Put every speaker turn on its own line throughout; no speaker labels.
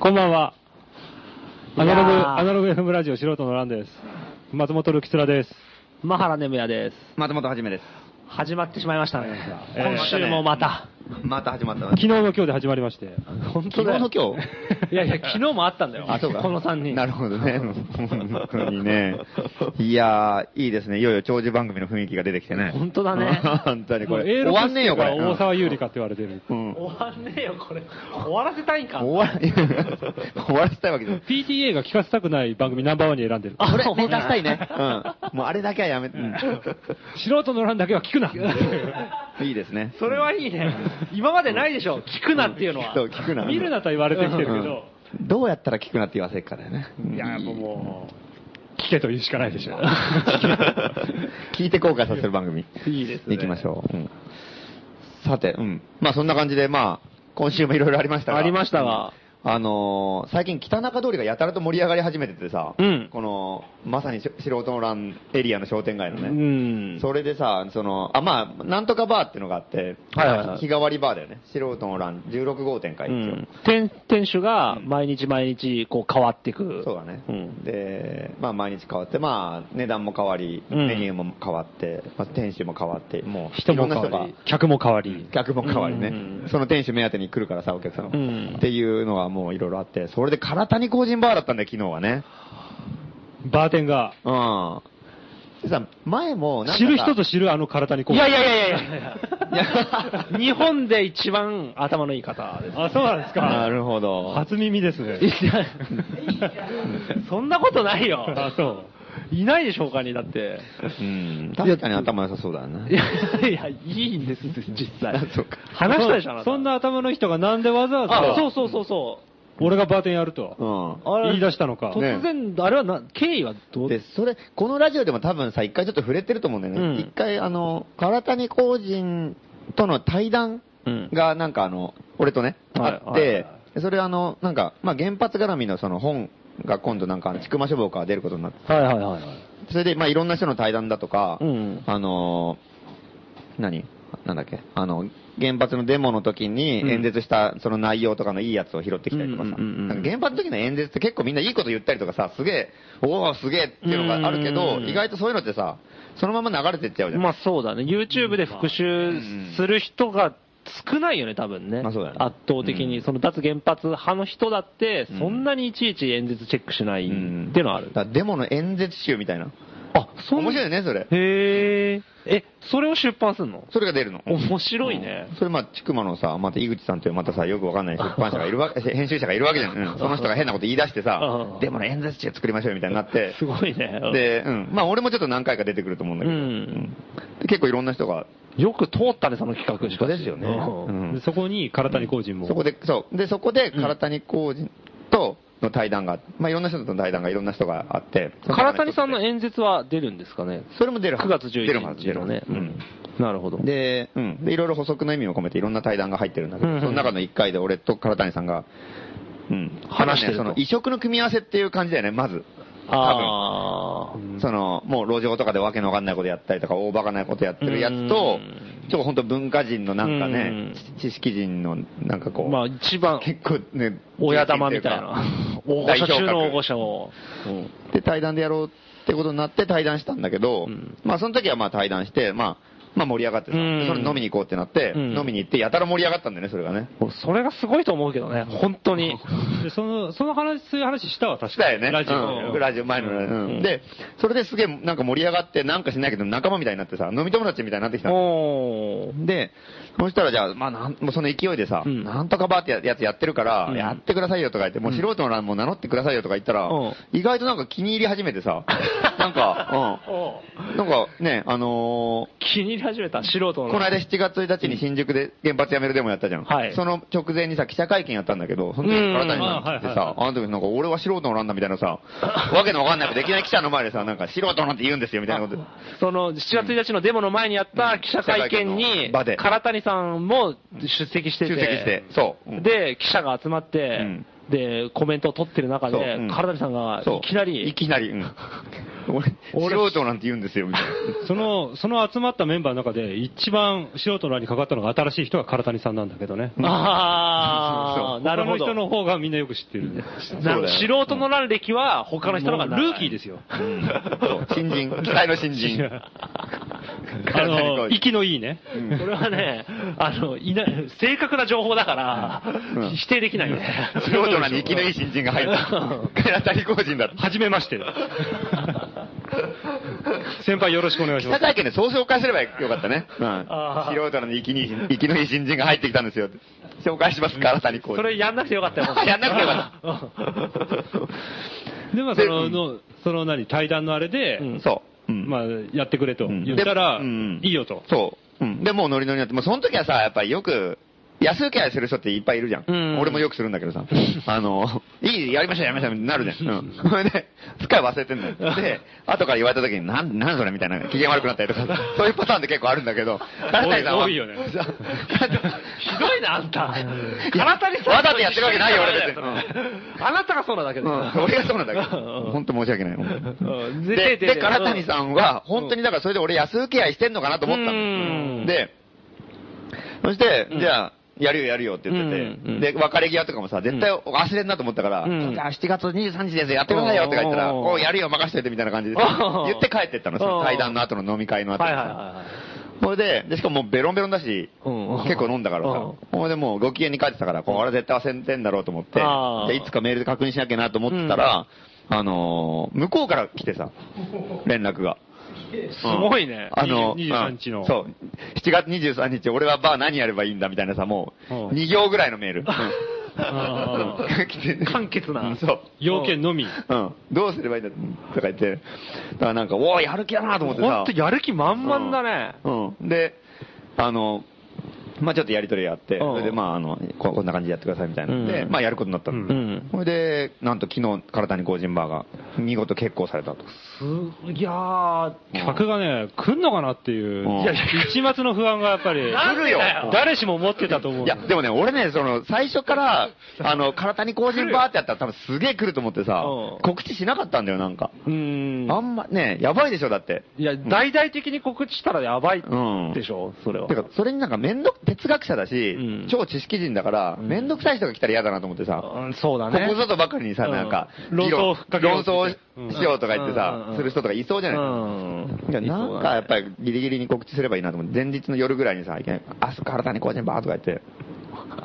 こんばんは。アナロ
い
グ、
やー
アナログ FM ラジオ素人のランです。松本るきつらです。
マハラネムヤです。
松本はじめです。
始まってしまいましたね。
えー
今週もまた。
また始まったわ
昨。日の今日で始まりまして。
本
昨日の今日
いやいや、昨日もあったんだよ。
あ、そうか。
この3人。
なるほ どね。本当にね。いやー、いいですね。いよいよ長寿番組の雰囲気が出てきてね。
本当だね
本当にこれ。
もう A6
終わんねえよ、これ。
っていうか大沢優里かって言われてる。
うん。うん
終わんねえよ、これ。終わらせたいんか。
終わら、 終わらせたいわけじゃない。
PTA が聞かせたくない番組ナンバーワンに選んでる。
あ
それ
そう、
目指したい ね。うん。もうあれだけはやめ、うん
素人のランだけは聞くな。
いいですね。
それはいいね。今までないでしょ。聞くなっていうのは。
そう聞くな。
見るなとは言われてきてるけど、
うんどうやったら聞くなって言わせるからね。
いやー、もうもう、聞けと言うしかないでしょ。
聞いて後悔させる番組。
いいですね。
行きましょう。うんさて、うん。まあそんな感じで、まあ、今週もいろいろありましたが。
ありましたが。
あのー最近北中通りがやたらと盛り上がり始めててさ、
うん
この、まさにし素人の欄エリアの商店街のね、
うん。
それでさ、その、あ、まあ、なんとかバーっていうのがあって、
はいはいはい
日替わりバーだよね。素人の欄16号店か一
う
応。
ん店店主が毎日毎日こう変わっていく。
そうだね、
うん
で、まあ、毎日変わって、まあ、値段も変わり、
うん
メニューも変わって、まあ、店主も変わって、もう
人
いろ
も
んな
変
人
わ
が
り、客も変わり。
客も変わりね、
うんうんうん
その店主目当てに来るからさ、お客さんは、
うん
っていうのはもういろいろあって、それで唐谷個人バーだったんだよ、昨日はね。
バーテンが、
うん。でさ、前もなんかさ、
知る人と知るあの体にこう。
いやいやいやいやいや。 日本で一番頭のいい方です。
あ、そうなんですか。
なるほど。
初耳ですね。
いやそんなことないよ。
あ、そう。
いないでしょうかに、だって。
うん。確かに頭良さそうだ
い
ね。
や、いや、いいんです、実際
あ。そうか
話したでしょ、あ
そ
な
う
た
そんな。頭の人がなんでわざわ
あ、そう
ざ、
そうそうそ
俺がバーテンやると
う。ん。
う。あれ
言い出したのか
ね
突然、あれはな、経緯はどう
で、それ、このラジオでも多分さ、一回ちょっと触れてると思うんだよ
うん
ね。一、回、あの、唐谷工人との対談
うん
が、なんかあの、俺とね、
はい
あ
はい
っ
はい
て、でそれあの、なんか、まあ、原発絡みのその本が今度なんか、ちくま書房から出ることになって、
はいはいはいはい。
それで、まあ、いろんな人の対談だとか、
うん
あのー何なんだっけあの、原発のデモの時に
うん
演説したその内容とかのいいやつを拾ってきたりとかさ、
うんうんうんうん
なんか原発の時の演説って結構みんないいこと言ったりとかさ、すげえ、おお、すげえっていうのがあるけ
うん
ど
う、んうん
意外とそういうのってさ、そのまま流れてっちゃうじゃん。
まあそうだね、YouTube で復習する人が少ないよね、多分ね、
まあそうだね
圧倒的に、
うん
その脱原発派の人だって
う、ん
そんなにいちいち演説チェックしないって
うん
いうのはある、
だからデモの演説集みたいな。
あそん
面白いよね、それ。
へえ、え、それを出版するの
それが出るの。
面白いね
うん。それまあ、ちくまのさ、また井口さんというまたさ、よくわかんな い出版社がいるわけ、 編集者がいるわけじゃん。うんその人が変なこと言い出して
う
さ
ん、
デモの演説集作りましょうみたいに なって、
すごいね。
で、うん。まあ、俺もちょっと何回か出てくると思うんだけど。
うん
で結構いろんな人が、
よく通ったね、その企画しかし。
ですよね
う
うんん
でそこに唐谷工人も。
そこで、そう。で、そこで、唐谷浩二との対談が、まあ、いろんな人との対談がいろんな人があって。その中
唐
の
谷さんの
一つで
演説は出るんですかね
それも出るは
?9
ず
月
出るは
11
ず
日のね。
出るはず
うんなるほど
う。んで、うん。で、いろいろ補足の意味を込めていろんな対談が入ってるんだけど、
うんうん
その中の1回で俺と唐谷さんが、うん。
話してると
その、異色の組み合わせっていう感じだよね、まず。多分。
あー
その、もう路上とかでわけのわかんないことやったりとか、大バカなことやってるやつと
う、
ちょっと本当文化人のなんか
う
ね
ん、
知識人のなんかこう、
まあ一番
結構ね、
親玉みたいな。 大御
代
所
表
中の大御
格。
所を。
で、対談でやろうってことになって対談したんだけど、
ん
まあその時はまあ対談して、まあ、まあ盛り上がってさ、
うん
それ飲みに行こうってなって、
うん
飲みに行って、やたら盛り上がったんだよね、それがね。
それがすごいと思うけどね、本当に。
でその、その話、そういう話したわ、確
した
か
よ
に。
ね。
ラジ
う
オ
んラジオ前のラジオ、うん
うん
で、それですげえなんか盛り上がって、なんかしないけど仲間みたいになってさ、飲み友達みたいになってきたの
おー
で、そしたらじゃあ、まあなん、もうその勢いでさ、
うん
なんとかバーってややつやってるから、
うん
やってくださいよとか言って、もう素人の欄も名乗ってくださいよとか言ったら、
うん
意外となんか気に入り始め てさ、なんか、
おー
うん。なんかね、あの
気に入り始めた、素人
ー
の。
この間7月1日に新宿で原発やめるデモやったじゃん。
はい
その直前にさ、記者会見やったんだけど、その時に
うん
唐谷さんって
あは
さ、あの時なんか俺は素人の欄だみたいなさ、わけのわかんないことできない記者の前でさ、なんか素人なんて言うんですよみたいなこと。
その7月1日のデモの前にやった記者会見
う
に、
ん場で
唐谷さんも出席してて、
出席してそううん
で、記者が集まって、で、コメントを取ってる中
そう
で
うん、
唐谷さんが
そう
いきなり、
いきなり。うん俺、素人なんて言うんですよ、みたいな。
その、その集まったメンバーの中で、一番素人の欄にかかったのが新しい人が唐谷さんなんだけどね。
あ
そ
あ、
う
なるほど。
他の人の方がみんなよく知ってる。
なるほど
そうだよ
素人の乱歴は他の人の方が長い
ルーキーですよ。
そう新人、期待の新 人。
あ
体にこ
の、
う
息のいいね。
これはね、あの、いな、正確な情報だから、
うん
否定できないね。
素人なんで生きのいい新人が入 った。体谷工人だって。
はじめまして。先輩よろしくお願いしま
北
す。
体験で総紹介すればよかったね。うん
あー
素人なんで生きにいい 新生きのいい新人が入ってきたんですよ。紹介します、唐谷工
それ
人。。
やんなくてよかったよ
やんなくてよか
で、まあ、その、のその何、対談のあれで、
うん
そう。うん
まあ、やってくれと
うん
言ったら、
でうん
いいよと。
そう。うんで、もうノリノリになって、もうその時はさ、やっぱりよく、安請け合いする人っていっぱいいるじゃん。
うん
俺もよくするんだけどさ。あの、いい、やりました、やりました、なるじゃん。うん。それで、すっかり忘れてんだよ。で、後から言われた時に、なん、なんそれみたいな、機嫌悪くなったりとか、そういうパターンって結構あるんだけど、唐谷さんは。
多いよね
さ
ひどいな、あんた。
いや
あなたに
わざとやってるわけないよ俺別に
あなたがそうなだけ
う
で。
ん、俺がそうなんだけど、本当申し訳ない。
うん絶
で、
対出て
で、
る
唐谷さんは、本当にだからそれで俺安請け合いしてんのかなと思った
う
の。
ん
で、そして
う、ん
じゃあ、やるよやるよって言って
うんうん
て、で、別れ際とかもさ、絶対忘れんなと思ったから、
うん
じゃあ7月23日ですよ、やってくださいよとか言ったら、
おー
おうやるよ任しといてみたいな感じで、
おー
言って帰ってったの、その
おー
対談の後の飲み会の後に
はいはい
さ。
は
それで、でしかももうベロンベロンだし、
うん
結構飲んだからさ
う、
ほんでもうご機嫌に帰ってたから、これは絶対忘れてんだろうと思って、
あー
でいつかメールで確認しなきゃなと思ってたら、あのー、向こうから来てさ、連絡が。
い。すごいね。
あの、
23日の
うんそう。7月23日、俺はバー何やればいいんだみたいなさ、もう
うん、
2行ぐらいのメール。
あ
うん来て
簡潔な
うんそう。
要件のみ。
うん。どうすればいいんだとか言って。だからなんか、おーやる気だなと思ってさ。
本当やる気満々だね。
うん。で、あの、まあちょっとやりとりやっ
う
て、
ん
それでまああの、ここんな感じでやってくださいみたいな。
うん
で、まあやることになった
う
の。
ん
うん。
それで、なんと昨日、唐谷工人バーが、見事結婚されたと。
す、いやー、
客がね、来んのかなっていう
うん、
いや一抹の不安がやっぱり、
なんでだよ
誰しも持ってたと思う。
いや、でもね、俺ね、その、最初から、あの、唐谷工人バーってやったら多分すげえ来ると思ってさ
うん、
告知しなかったんだよ、なんか。
うーん
あんま、ね、やばいでしょ、だって。
いや、大々的に告知したらやばい
うん
でしょ、それは。
てか、それになんかめんどく、哲学者だし、
うん
超知識人だから、めんどくさい人が来たら嫌だなと思ってさ、
うん、そうだ
こ
ね。
こぞとばかりにさ、
うん
なんか、
論争をふっかけよ
論
うって
争をしようとか言
うんうんう
って
んう
さ
ん、
する人とかいそうじゃないいやなんかやっぱりギリギリに告知すればいいなと思って、前日の夜ぐらいにさ、いきなり、あそこ新たに工人バーとか言って、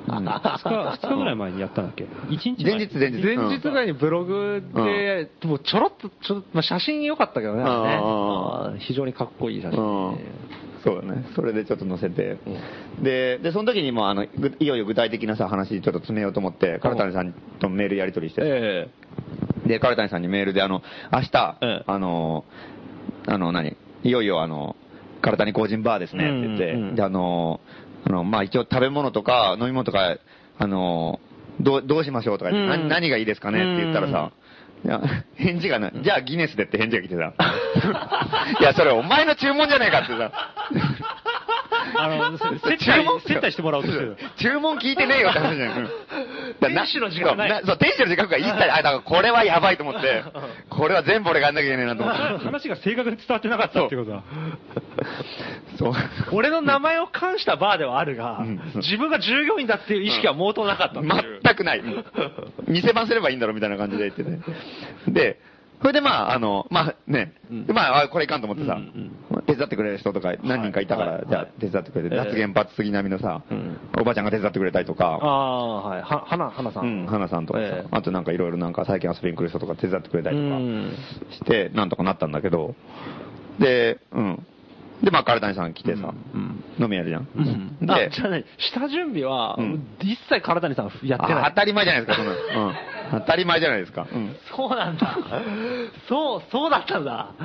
2日、二日ぐらい前にやったんだっけ ?1 日前
前日前日。
前日ぐらいにブログで、もうちょろっと、ちょまあ、写真良かったけどね、あれね
うん
あー非常にかっこいい写
う
真
ん。そうだね。それでちょっと載せて。で、で、その時にもうあの、ぐいよいよ具体的なさ、話ちょっと詰めようと思って、唐谷さんとメールやり取りして、
え
で、カルタニさんにメールで、あの、明日、
ええ
あの、あの、何いよいよ、あの、カルタニ個人バーですね、って言って、
うんうんうん
で、あの、あの、まあ、一応食べ物とか飲み物とか、あの、どう、どうしましょうとか言って、
うんうん
何何がいいですかねって言ったらさ、いや返事がない。じゃあギネスでって返事が来 てさ。いや、それお前の注文じゃねえかってさ。
あの、接待、接待してもらおうとしてる。
注文聞いてねえよって話じゃん。うんだから
店主の自覚ない
そうそう、店主の自覚が一切ない。あ、だからこれはやばいと思って、これは全部俺がやんなきゃいけないなと思って。
話が正確に伝わってなかったってことだ。
そ
え
う。
俺の名前を冠したバーではあるが、
うん
自分が従業員だっていう意識は毛頭なかったっていう。
全くない。店番すればいいんだろうみたいな感じで言ってて。で、それでまあ、あの、まあね、
うん
でまああ、これいかんと思ってさ、
うん
手伝ってくれる人とか何人かいたから、
はい
じゃあ手伝ってくれて、
ええ
脱原発杉並のさ、
うん
おばちゃんが手伝ってくれたりと
あ
か、
あ、はい。は、はな、はなさん。
うん、花さんとかさ、
ええ
あとなんかいろいろなんか最近遊びに来る人とか手伝ってくれたりとか、
うん
して、なんとかなったんだけど、で、うん。で、まあ、唐谷さん来てさ、
うん
飲みやるじゃん。
うんあ、
で
じゃあ何下準備は、
うん
一切唐谷さんやってな
あ
い
当。たり前じゃないですか、そんなの。うん。当たり前じゃないですか。うん。
そうなん だ。そう、そうだったんだ。あ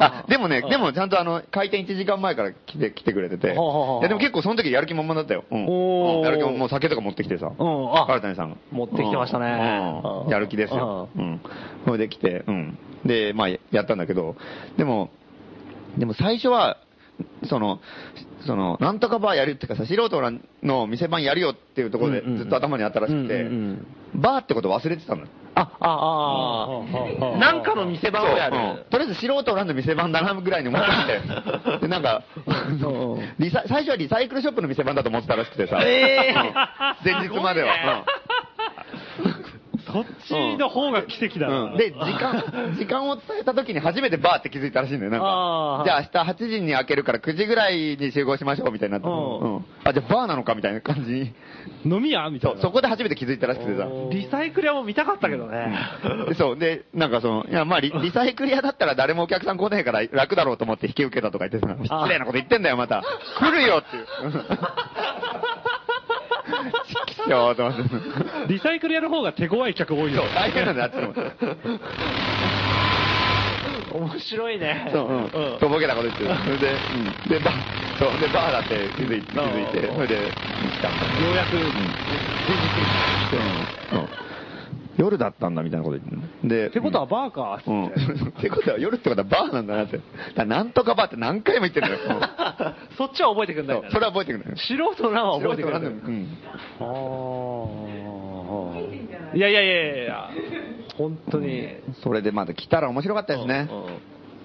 あ、でもね、でもちゃんとあの、開店1時間前から来て、来てくれてて。い
ほうほうほう
や、でも結構その時やる気満々だったよ。うん
おー
うんやる気ももう酒とか持ってきてさ。
うんあ
新谷さんが。
持ってきてましたね
うんうん
うん
やる気ですよ。うん。それで来て、うん。で、まあ、やったんだけど、でも、でも最初は、その、その、なんとかバーやるっていうかさ、素人の店番やるよっていうところで
うんうん
ずっと頭にあったらしくて
うんうん、
バーってこと忘れてたの。
あ、あ、あ
あ
あ、なんかの店番をや
うん
る。
とりあえず素人ランの店番だなぐらいに思ってて、 でなんか、リサ最初はリサイクルショップの店番だと思ってたらしくてさ、
え
前日までは。
そっちの方が奇跡だ
うんう
な。
んで、時 間、時間を伝えた時に初めてバーって気づいたらしいんだよ、なん
あ
か
ー。
じゃあ明日8時に開けるから9時ぐらいに集合しましょうみたいになって、
うん
うんあ、じゃあバーなのかみたいな感じ に、
飲み屋みた
そ
いうな。
そこで初めて気づいたらしくてさ。
リサイクル屋も見たかったけどね。
で そう。で、なんかその、いや、まあリ、リサイクル屋だったら誰もお客さん来ねえから楽だろうと思って引き受けたとか言ってさ、失礼なこと言ってんだよ、また。来るよっていう。 ちっきしょーと思って。
リサイクルやる方が手強い客多いよ。
大変なんだよ、あっちも。
面白いね。
そう、うん。とぼけたこと言ってる。それで、うん。で、バー、そう、で、バーだって気づい気づいて、それで、来たんだ。
ようやく。
うん夜だったんだみたいなこと言ってんので、
ってことはバーか。
うん、ってことは夜ってことはバーなんだなって。だからなんとかバーって何回も言ってんだよ。うん
そっちは覚えてくんない
そ
うから
それは覚えてくれない。
素人なは覚えてくれ
な。
ないい。
うん。
あーいやいやいやいやいや、本当に。
それでまだ来たら面白かったですね
う。ん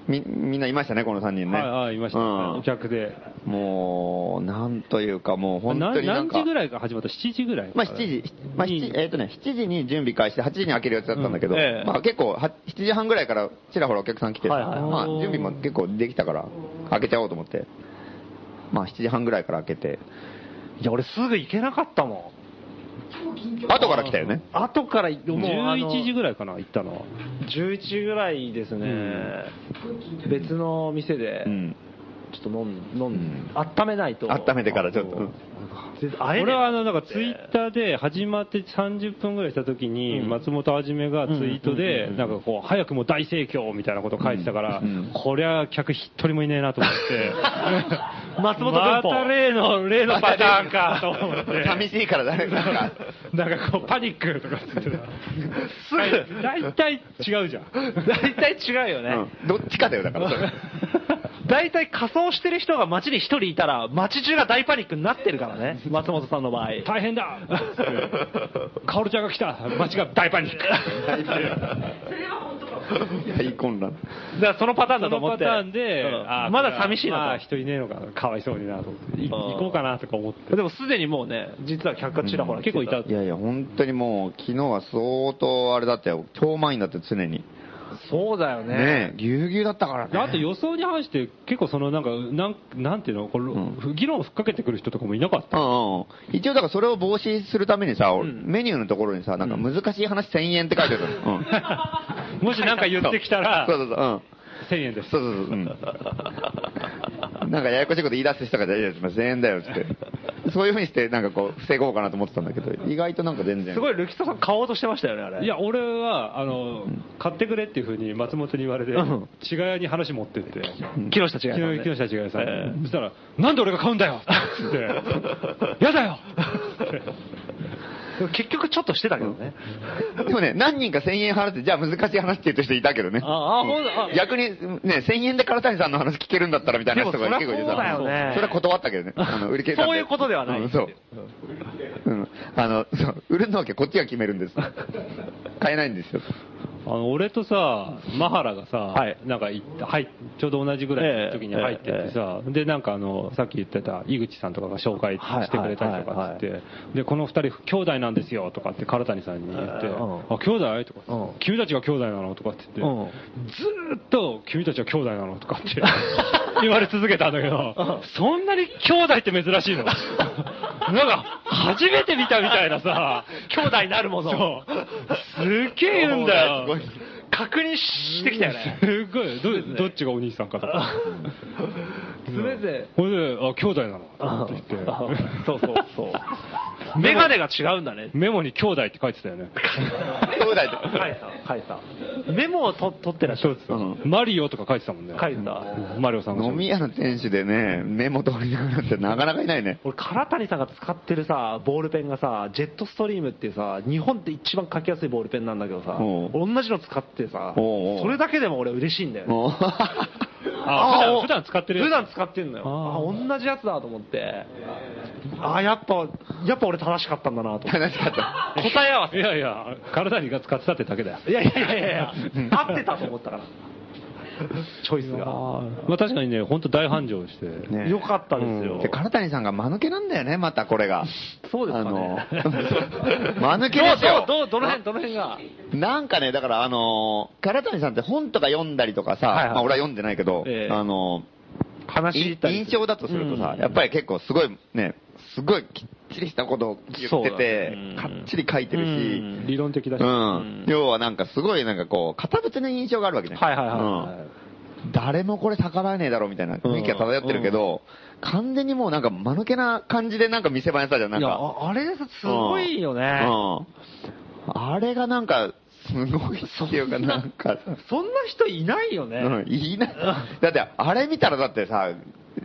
み、みんないましたね、この3人ね。
はいはい、いました。
うん
お客で。
もう、なんというか、もう本
な
当になん
何
か
時。ぐらいから始まった ?7 時ぐらい
まあ7時、まあ7、えっ、とね、7時に準備開始して、8時に開けるやつだったんだけど、
うんええ
まあ結構、は7時半ぐらいからちらほらお客さん来て、
はいはい
まあ準備も結構できたから、開けちゃおうと思って、まあ7時半ぐらいから開けて、
いや、俺すぐ行けなかったも
後から来たよね。
ん。後から、もうあの
11時ぐらいかな、行ったのは。
11時ぐらいですね、別の店で、
うん。
ちょっと飲ん飲ん、温めないと、
温めてからちょっと。うん
絶対会えね
俺
え
はあの、なんかツイッターで始まって30分ぐらいした時に、松本はじめがツイートで、なんかこう、早くも大盛況みたいなこと書いてたから
うん、
こりゃ客一人もいねえなと思って。
松本文
また
法、
例の、例のパターンか と思って。
寂しいからだね、なんか。
なんかこう、パニックとかって言ってた。大体違うじゃん。
大体違うよ ね、
うんどっちかだよ、だか らそれ。
大体仮装してる人が街に一人いたら、街中が大パニックになってるからね、松本さんの場合。
大変だカオルちゃんが来た街が大パ ニック
大混乱。
だからそのパターンだ
そ
と
の
思
パ
って。
ターンで、
うん
あー
まだ寂しい
まあ
な
人いねえのか、かわいそうになと思って、い
あー
行こうかなとか思って。
と。でもすでにもうね、実は客がちらほら来て
結構いた
いやいや、本当にもう、昨日は相当あれだったよ。超満員だって常に。
そうだよね。
ねえ、ぎゅうぎゅうだったからね。
あと予想に反して、結構そのなんか、なんなんていうの、これ
ん
議論をふっかけてくる人とかもいなかった。
うんうん、一応だからそれを防止するためにさ、俺メニューのところにさ、なんか難しい話1000円って書いてあるの。うん。
もしなんか言ってきたら
そう、そうそう。うん。
1000円です。
そうそうそう。うん。なんかややこしいこと言い出す人が、いやいや、1000円だよってって。そういうふうにして、なんかこう、防ごうかなと思ってたんだけど、意外となんか全然。
すごい、ルキトさん買おうとしてましたよね、あれ。
いや、俺は、あの、買ってくれっていうふうに松本に言われて、
ん
違いに話持ってって。
木下違い、
昨日、木下千賀さん、
ええ
そしたら、なんで俺が買うんだよって、やだよって
結局ちょっとしてたけどね。
でもね、何人か1000円払って、じゃあ難しい話って言った人いたけどね。
ああ、ほんとあ
逆に、ね、1000円で唐谷さんの話聞けるんだったらみたいな人が結構いて
でもそりゃ
さ、
そうだよね
それは断ったけ どね、あの売り切れたん
そういうことではない
うんそう。うん。あの、そう、売るのはこっちが決めるんです。買えないんですよ。
あの俺とさ、マハラがさ、
はい
なんか行ったはい、ちょうど同じぐらいの時に入ってってさ、で、なんかあの、さっき言ってた井口さんとかが紹介してくれたりとかっつって、で、この二人、兄弟なんですよとかって、唐谷さんに言って、
ええうん
あ、兄弟とかって、
うん
君たちが兄弟なのとかって言って、
うん
ずーっと君たちは兄弟なのとかって 言われ続けたんだけど、そんなに兄弟って珍 しいのなんか、初めて見たみたいなさ、
兄弟なるもの。
そう。すげえ言うんだよ。
確認してきたよね。
すごいどどっちがお兄さんかとか
すべて。
これであ兄弟なの
あ
って言
あ
って
そうそうそう。メガネが違うんだね。
メモに兄弟って書いてたよね
兄弟と。
はいさ、はいさ。メモをと取ってらっしゃ
そう
る
で。す
うん
マリオとか書いてたもんね
書いてた。
マリオさんが
飲み屋の店主でね、メモ通りなくなってなかなかいないね。
俺、唐谷さんが使ってるさ、ボールペンがさ、ジェットストリームっていうさ、日本で一番書きやすいボールペンなんだけどさ、
おう
同じの使ってさ、
おうおう
それだけでも俺嬉しいんだよね。
もう。
あ
あお
普段普段使ってるやつ
普段使ってんのよ。
あー
あ同じやつだと思って。あーやっぱ、やっぱ俺正しかったんだなと思って。
楽しかった。
答え合わせ。
いやいや、体にが使ってたってだけだよ。
いやいやいやいやいや、合ってたと思ったから。チョイスが。
まあ確かにね、本当大繁盛して。
ね
よかったですよ
で、。金谷さんが間抜けなんだよね、またこれが。
そうですか ね
あの間抜けですよ。
どう、どう、どうどの辺、どの辺が。
なんかね、だからあのー、唐谷さんって本とか読んだりとかさ、
はいはい
まあ俺は読んでないけど、
ええ
あの
話
ー、
し
い
たり
印象だとするとさ、
うん
やっぱり結構すごいね、すごいきっちりしたことを言
そう
って
だ
て、
ね
かっちり書いてるし、
うん
理論的だし。
うん要はなんかすごいなんかこう、堅物な印象があるわけね。
はいはいはいはい
うん誰もこれ逆らえねえだろうみたいな雰囲気が漂ってるけど、完全にもうなんか間抜けな感じでなんか見せ場やったじゃん、なん
いや、
か。
ああれです、すごいよね。
うん。あれがなんか、すごいっていうかなんか、
そんな人いないよね。
うん、いいな。だって、あれ見たらだってさ、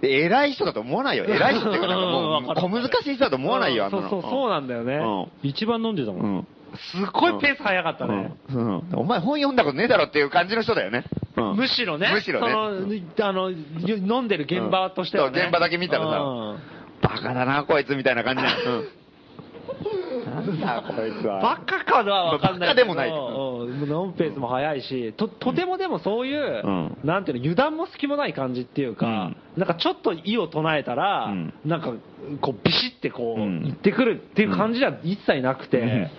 偉い人だと思わないよ。偉い人っていうか、なんか
うん
も
わ
う、
かる
小難しい人だと思わないよ、あ
うんん
な
そう
の。
そう、そうなんだよね。
一番飲んでたも。
うんん。うん。
すごいペース早かったね。
うんうんお前本読んだことねえだろっていう感じの人だよね。うん
むしろね。
むしろね
その、あの、飲んでる現場としては
そ
ね。
う現場だけ見たらさ
うん
バカだな、こいつみたいな感じなの。うんなんだ、こいつは。
バカかはわかんないけど。
バカでもない
うん飲むペースも早いし、と、とてもでもそういう
うん、
なんていうの、油断も隙もない感じっていうか、なんかちょっと意を唱えたら
うん、
なんか、こう、ビシってこう、
うん
行ってくるっていう感じじゃ一切なくて、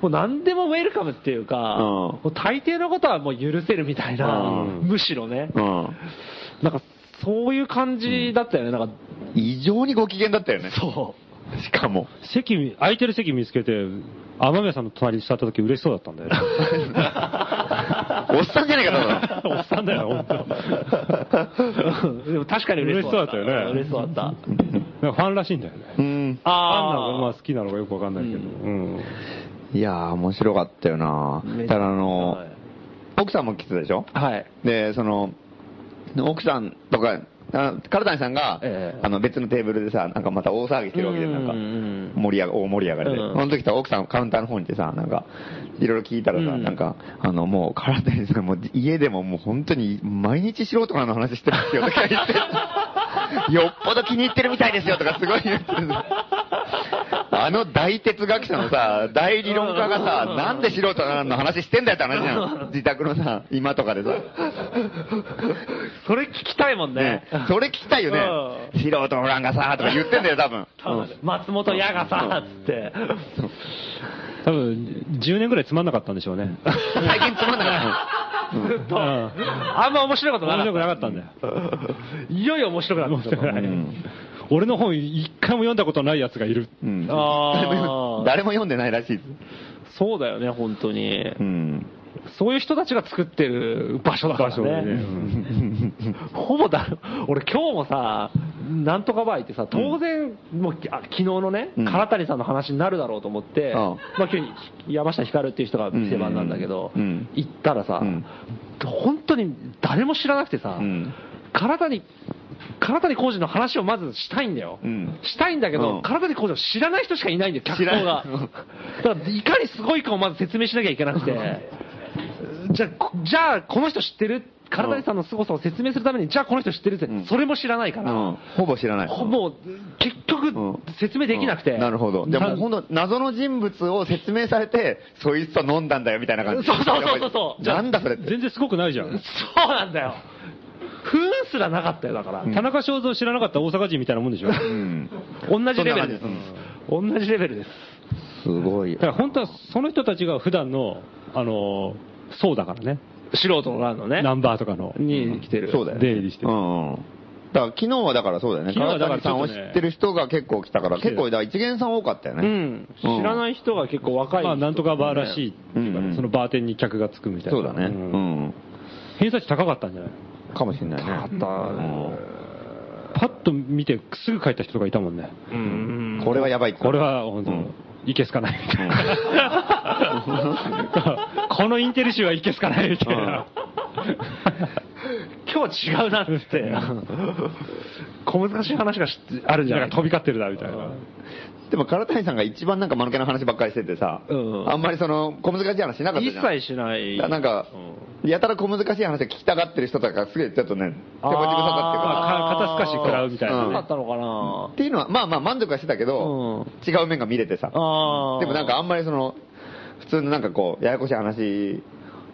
もう何でもウェルカムっていうか、
うん
もう大抵のことはもう許せるみたいな、
うん
むしろね、
うん。
なんか、そういう感じだったよね、なんか、
異常にご機嫌だったよね。そう。しかも。
席、空いてる席見つけて、雨宮さんの隣に座った時嬉しそうだったんだよ。
おっさんじゃねえか、ただの。
おっさんだよ、本
でも確かに嬉しそうだった。
嬉しそうだっ
嬉しそうだ
たよね
った。
当。なんかファンらしいんだよね。フ
うん。
ァンなのか、まあ
あ
好きなのかよくわかんないけど。うん。
いやー、面白かったよな
ー。
ただあの、奥さんも来てたでしょ
はい。
で、その、奥さんとか、あ唐谷さんが、
ええ
あの別のテーブルでさ、なんかまた大騒ぎしてるわけで、なんか
うんうん、
盛り上が、大盛り上がりで。
うん
その時さ、奥さんカウンターの方にいてさ、なんか、いろいろ聞いたらさ、
うん
なんか、あの、もう、唐谷さんも、家でももう本当に、毎日素人からの話してますよ、とか言 って。よっぽど気に入ってるみたいですよ、とかすごい言ってる。あの大哲学者のさ、大理論家がさ、なんで素人からの話してんだよって話じゃん。自宅のさ、今とかでさ。
それ聞きたいもんね
ね。、それ聞きたいよ
う
ね。素人のランがさ、とか言ってんだよ、多分。
多分松本矢がさ、つって。
多分、10年ぐらいつまんなかったんでしょうね。
最近つまんなか
ずっと。
うん
あんま面白いことな
面
か
白くな
っ
かったんだよ。
た。いよいよ面白くなった。
うん俺の本一回も読んだことないやつがいる。
った。うん
あー
誰も読んでないらしい。
そうだよね、本当に。
うん。
そういう人たちが作ってる場所だから
場所でねう
ね。ほぼだ、俺今日もさ、なんとかバー行ってさ、当然、もう、あ昨日のね、
うん
唐谷さんの話になるだろうと思って、
うん
まあ今日、山下光っていう人が店番なんだけど、
うん
行ったらさ、
うん
本当に誰も知らなくてさ、
うん
唐谷、唐谷浩二の話をまずしたいんだよ。
うん
したいんだけど、
うん
唐谷浩二を知らない人しかいないんだよ、客層が。だ
知らない
から、いかにすごいかをまず説明しなきゃいけなく て。じゃあ、こじゃあこの人知ってる唐谷さんの凄さを説明するために、じゃあこの人知ってるって、
ん
それも知らないか
う
ら、
ん。ほぼ知らない。
ほもう、結局
うん、
説明できなくて。
なるほど。でも、ほんと、謎の人物を説明されて、そいつと飲んだんだよ、みたいな感じ。
そうそうそうそうそう
なんだそれって。
全然すごくないじゃん。
そうなんだよ。ふーんすらなかったよ、だから。
田中正造知らなかった大阪人みたいなもんでしょ。
うん。
同じレベルです
そんな。
同じレベルです。
すごい
だから本当はその人たちが普段の、あのー、そうだからね。
素人の欄のね。
ナンバーとかの。
に来てる。
そうだよね。
出入りして
う
る
んうん。だから昨日はだからそうだよね。
昨日は
唐
だから
谷
ち
さ
ょ
ん
っと
を
ね
知ってる人が結構来たから、結構、だから一元さん多かったよ
う
ね。
ん。知らない人が結構若い人。
まあ、なんとかバーらしいっていうか
うんう
ね、
ん
そのバーテンに客がつくみたいな。
そうだね。うんん。
偏差値高かったんじゃない
かもしれないね。
あった。
パッと見てすぐ帰った人とかいたもんね。
うん
これはやばい。
これ。は本当、
うん
いけすかないみたい な。このインテリ集はいけすかないみたいな。
今日違うなって。小難しい話がしあるんじゃ
な
ない
んか飛び交ってるなみたいな。
でも、唐谷さんが一番なんか間抜けな話ばっかりしててさ
う、ん
あんまりその、小難しい話しなかったじゃん。
一切しない。
だからなんか、やたら小難しい話を聞きたがってる人とかがすげえちょっとね、手持ち無沙汰っていうか。
まあか肩透かし食らうみたいな
そう
ね
だったのかな
っていうのは、まあまあ満足はしてたけど、違う面が見れてさ。で
あー
もなんかあんまりその、普通のなんかこう、ややこしい話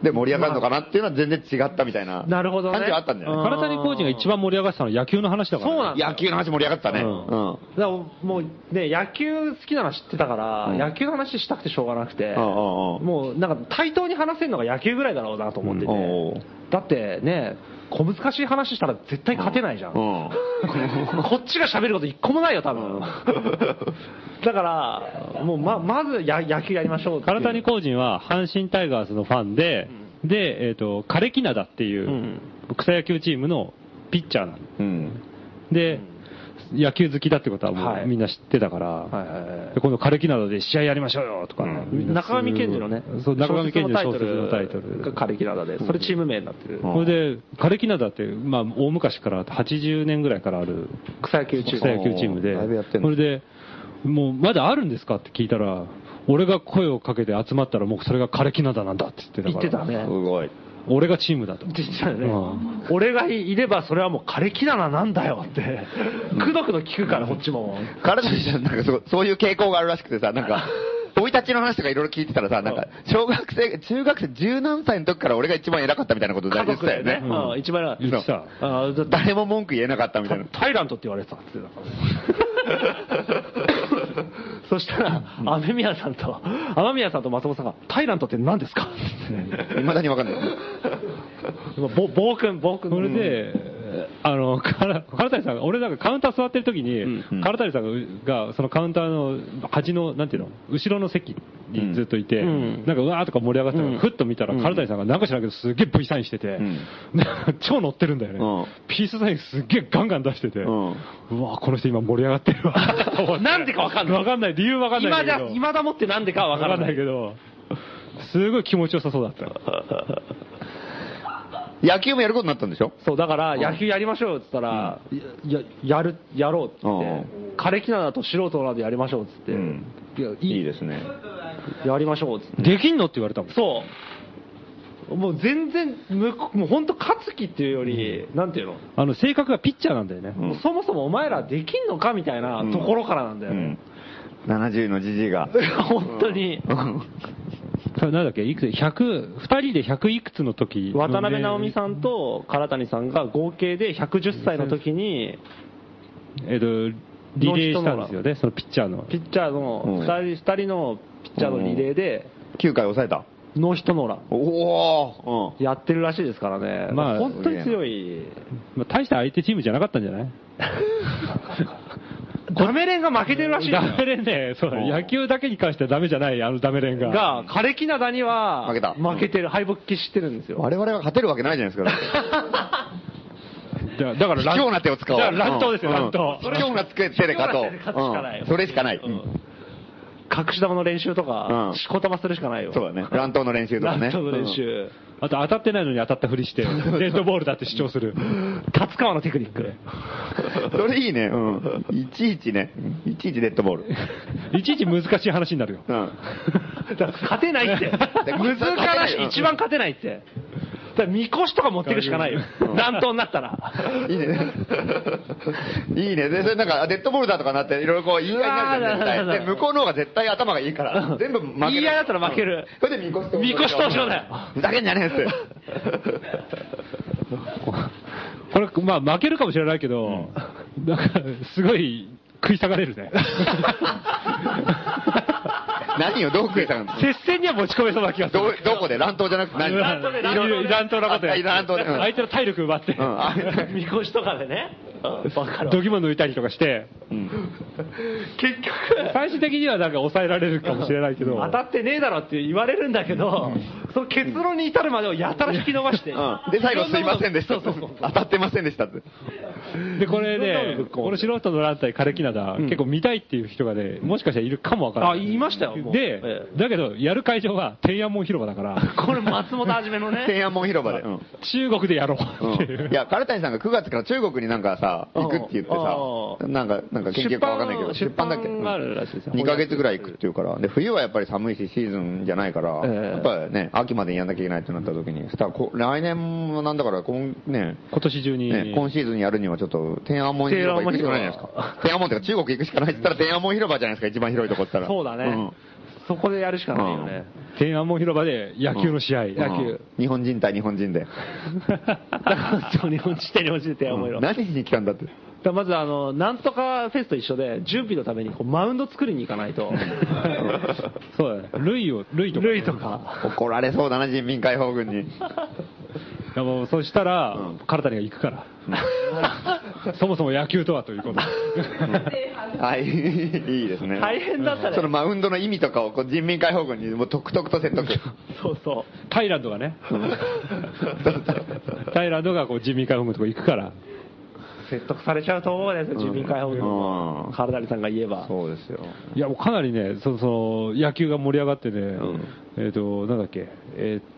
で盛り上がるのかなっていうのは全然違ったみたいな。
なるほどね
感じはあったんだよね。
体に工事が一番盛り上がってたのは野球の話だからね。
そうなんだ
野球の話盛り上がってたね。
う
うんん。
だからもうね、野球好きなのは知ってたから、
うん
野球の話したくてしょうがなくて、
うんうんうん
もうなんか対等に話せるのが野球ぐらいだろうなと思ってて、
うんおうおう
だってね、小難しい話したら絶対勝てないじゃん。
うん。
こっちが喋ること一個もないよ、多分。だから、もうま、まずや野球やりましょうっていう
唐谷工人は阪神タイガースのファンで、で、えっ、と、枯れ木灘っていううん草野球チームのピッチャーなの。
うん。
で、野球好きだってことは
は
もう
い
みんな知ってたから、
はいはいはい
で今度枯れ木灘で試合やりましょうよとか、
うん
みんなすご
中
い
上健二のね、
そう、中上健二の
小
小説
説
の
の
タ
タ
イ
イ
ト
ト
ル
ル。が枯れ木灘で、それチーム名になってる。
それで、枯れ木灘って、まあ、大昔から、80年ぐらいからある
草野球中
草野球チーム
お
で
ーだいぶやって、ん
そ
の
れで、もうまだあるんですかって聞いたら、俺が声をかけて集まったら、もうそれが枯れ木灘なんだって言ってたから。
言ってたね
す。ごい。
俺がチームだと。
って言ってたよね、
うん
俺がいればそれはもう枯れ木棚なんだよって、くどくど聞くから、こっちも。
体になんかそうそういう傾向があるらしくてさ、なんか、生い立ちの話とかいろいろ聞いてたらさ、なんか、小学生、中学生、十何歳の時から俺が一番偉かったみたいなこと
家
大事
族
だ
で
よ
ね
ね。、
うん一番偉い
言ってた。
あだ
誰も文句言えなかったみたいな。
タイラントって言われてた って言ってたからそしたら、雨宮さんと、雨宮さんと松本さんが、タイラントって何ですかって言ってね
未だにわかんない。
ぼ暴君、暴君。
それで、あの、から唐谷さんが、俺なんかカウンター座ってる時に、
うん
唐谷さんが、そのカウンターの端の、なんていうの、後ろの席にずっといて、
うん
なんか、うわーとか盛り上がってたから、ふっと見たら、唐谷さんがなんか知らんけど、すっげえ V サインしてて、
ん
超乗ってるんだよね。
うん
ピースサインすっげえガンガン出してて、う
うん
わーこの人今盛り上がっ てるわ。と思って
なんでかわかんない
わかんない。理由わかんない
今
んだ
だ
けど。、
今だもってなんでかはわ
わ
か
からん
な
ない
い。
けど、すごい気持ちよさそうだった。
野球もやることになったんでしょ
そう、だから、野球やりましょうって言ったら、や、やる、やろうって言って、枯れ木なだと素人なでやりましょうって言って、
うん
いや、い
い
い
いですね。
やりましょうって
できんのって言われたもん。
そう。もう全然、むもう本当勝つ気っていうより、なんていうの、
あの、性格がピッチャーなんだよね。
うん
もうそもそもお前らできんのかみたいなところからなんだ
う
よね
ん。。70のじじいが。
本当に。
なんだっけ、いくつ、100、2人で100いくつの時
渡辺直美さんと唐谷さんが合計で110歳の時に、
えっと、リレーしたんですよね、そのピッチャーの。
ピッチャーの
うん
2人、二人のピッチャーのリレーで、
9回抑えた。
ノーヒットノーラン。
おお
やってるらしいですからね。
ま
ま
あ
あ、本当に強い。
まあ、大した相手チームじゃなかったんじゃない
ダメレンが負けてるらしいんだよ
ダメレンね、そう
うん
野球だけに関してはダメじゃない、あのダメレンが。
が、枯れ木灘には
負けた
負けてる、敗北喫してるんですよ。
我々が勝てるわけないじゃないですか。
だだから
卑怯な手を使おう。
じゃあ乱闘ですよ、
うん
乱闘。
うん卑怯な手で勝とう。
卑怯な手で勝つしかない
うんそれしかない。
隠し玉の練習とか
うん、
しこたまするしかないよ。
そうだね。乱闘の練習とかね。
乱闘の練習。
あと当たってないのに当たったふりして、デッドボールだって主張する。
立川のテクニック。
うん。それいいね。うん。いちいちね。いちいちデッドボール。
いちいち難しい話になるよ。
うん。
だから勝てないって。難しい。一番勝てないって。だからみこしとか持っていくしかないよ。乱闘になったら。
いいね。 いいね。で、それなんか、あデッドボールだとかなって、いろいろこう、言い合いになるじゃ
うわー
ん、絶対
なる
で、
ほど
向こうの方が絶対頭がいいから、全部負ける。
言い合いだったら負ける
うんそれで、みこし
みこし登場だよ
ふざけんじゃねえって。
これ、まあ負けるかもしれないけど、なんか、すごい食い下がれるね。
何よ、どう食えたんど
接戦には持ち込めそうな気がする。
うどこで乱闘じゃなくて何
乱闘で乱闘で
なことやって。乱闘で。うん
相手の体力奪って、
うんあ
みこしとかでね。バカ
度肝抜いたりとかして、
結局、
最終的にはなんか抑えられるかもしれないけど、
当たってねえだろって言われるんだけど、その結論に至るまでをやたら引き伸ばして。
うんで、最後、すいませんでしたって。当たってませんでしたって。
で、これね、この素人の乱体、枯れ木灘、結構見たいっていう人がね、もしかしたらいるかもわから
あ、
ない。
言いましたよ、もう。
で
ええ、
だけど、やる会場は天安門広場だから、
これ松本はじめのね。
天安門広場で。うん
中国でやろうってい う
うん。いや、唐谷さんが9月から中国になんかさ、行くって言って
う
さ、なんか、なんか研究かわかんないけど、
出
出
版
版だっけ
出版があるらしいですよ
2ヶ月ぐらい行くっていうから、で、冬はやっぱり寒いし、シーズンじゃないから、
ええ
やっぱりね、秋までにやんなきゃいけないってなった時に、そしたらこ来年もなんだから、今ね、
今年中に、
ね、今シーズンやるにはちょっと、天安門広場行くしかないじゃないですか。天安門ってか中国行くしかないって言ったら天安門広場じゃないですか、一番広いとこって言ったら。
そうだね、
ん
そこでやるしかないよね。
天安門広場で野球の試合。
野球
うん日本人対日本人で。
だから、そう日本地点に落ちてて、思いろ。だか
何しに来たんだ って。
らまず、あの、なんとかフェスと一緒で、準備のためにこうマウンド作りに行かないと、
そうだね。ルイを、ルイとか。
ルイ とか。
怒られそうだな、人民解放軍 に。
いやもうそしたら、カラタリが行くから。 そもそも野球とはということで。
はい、いいですね。
大変だったね
そ。のマウンドの意味とかをこう人民解放軍にもうとくとくと説得。
そうそう。
タイランドがね。タイランドがこう人民解放軍のとこ行くから。
説得されちゃうと思うですよ、自民解放
う
軍
ん。
カラダリさんが言えば。
そうですよ。
いや、もうかなりね、そのその野球が盛り上がってね、
ん
えっ、と、なんだっけ、えー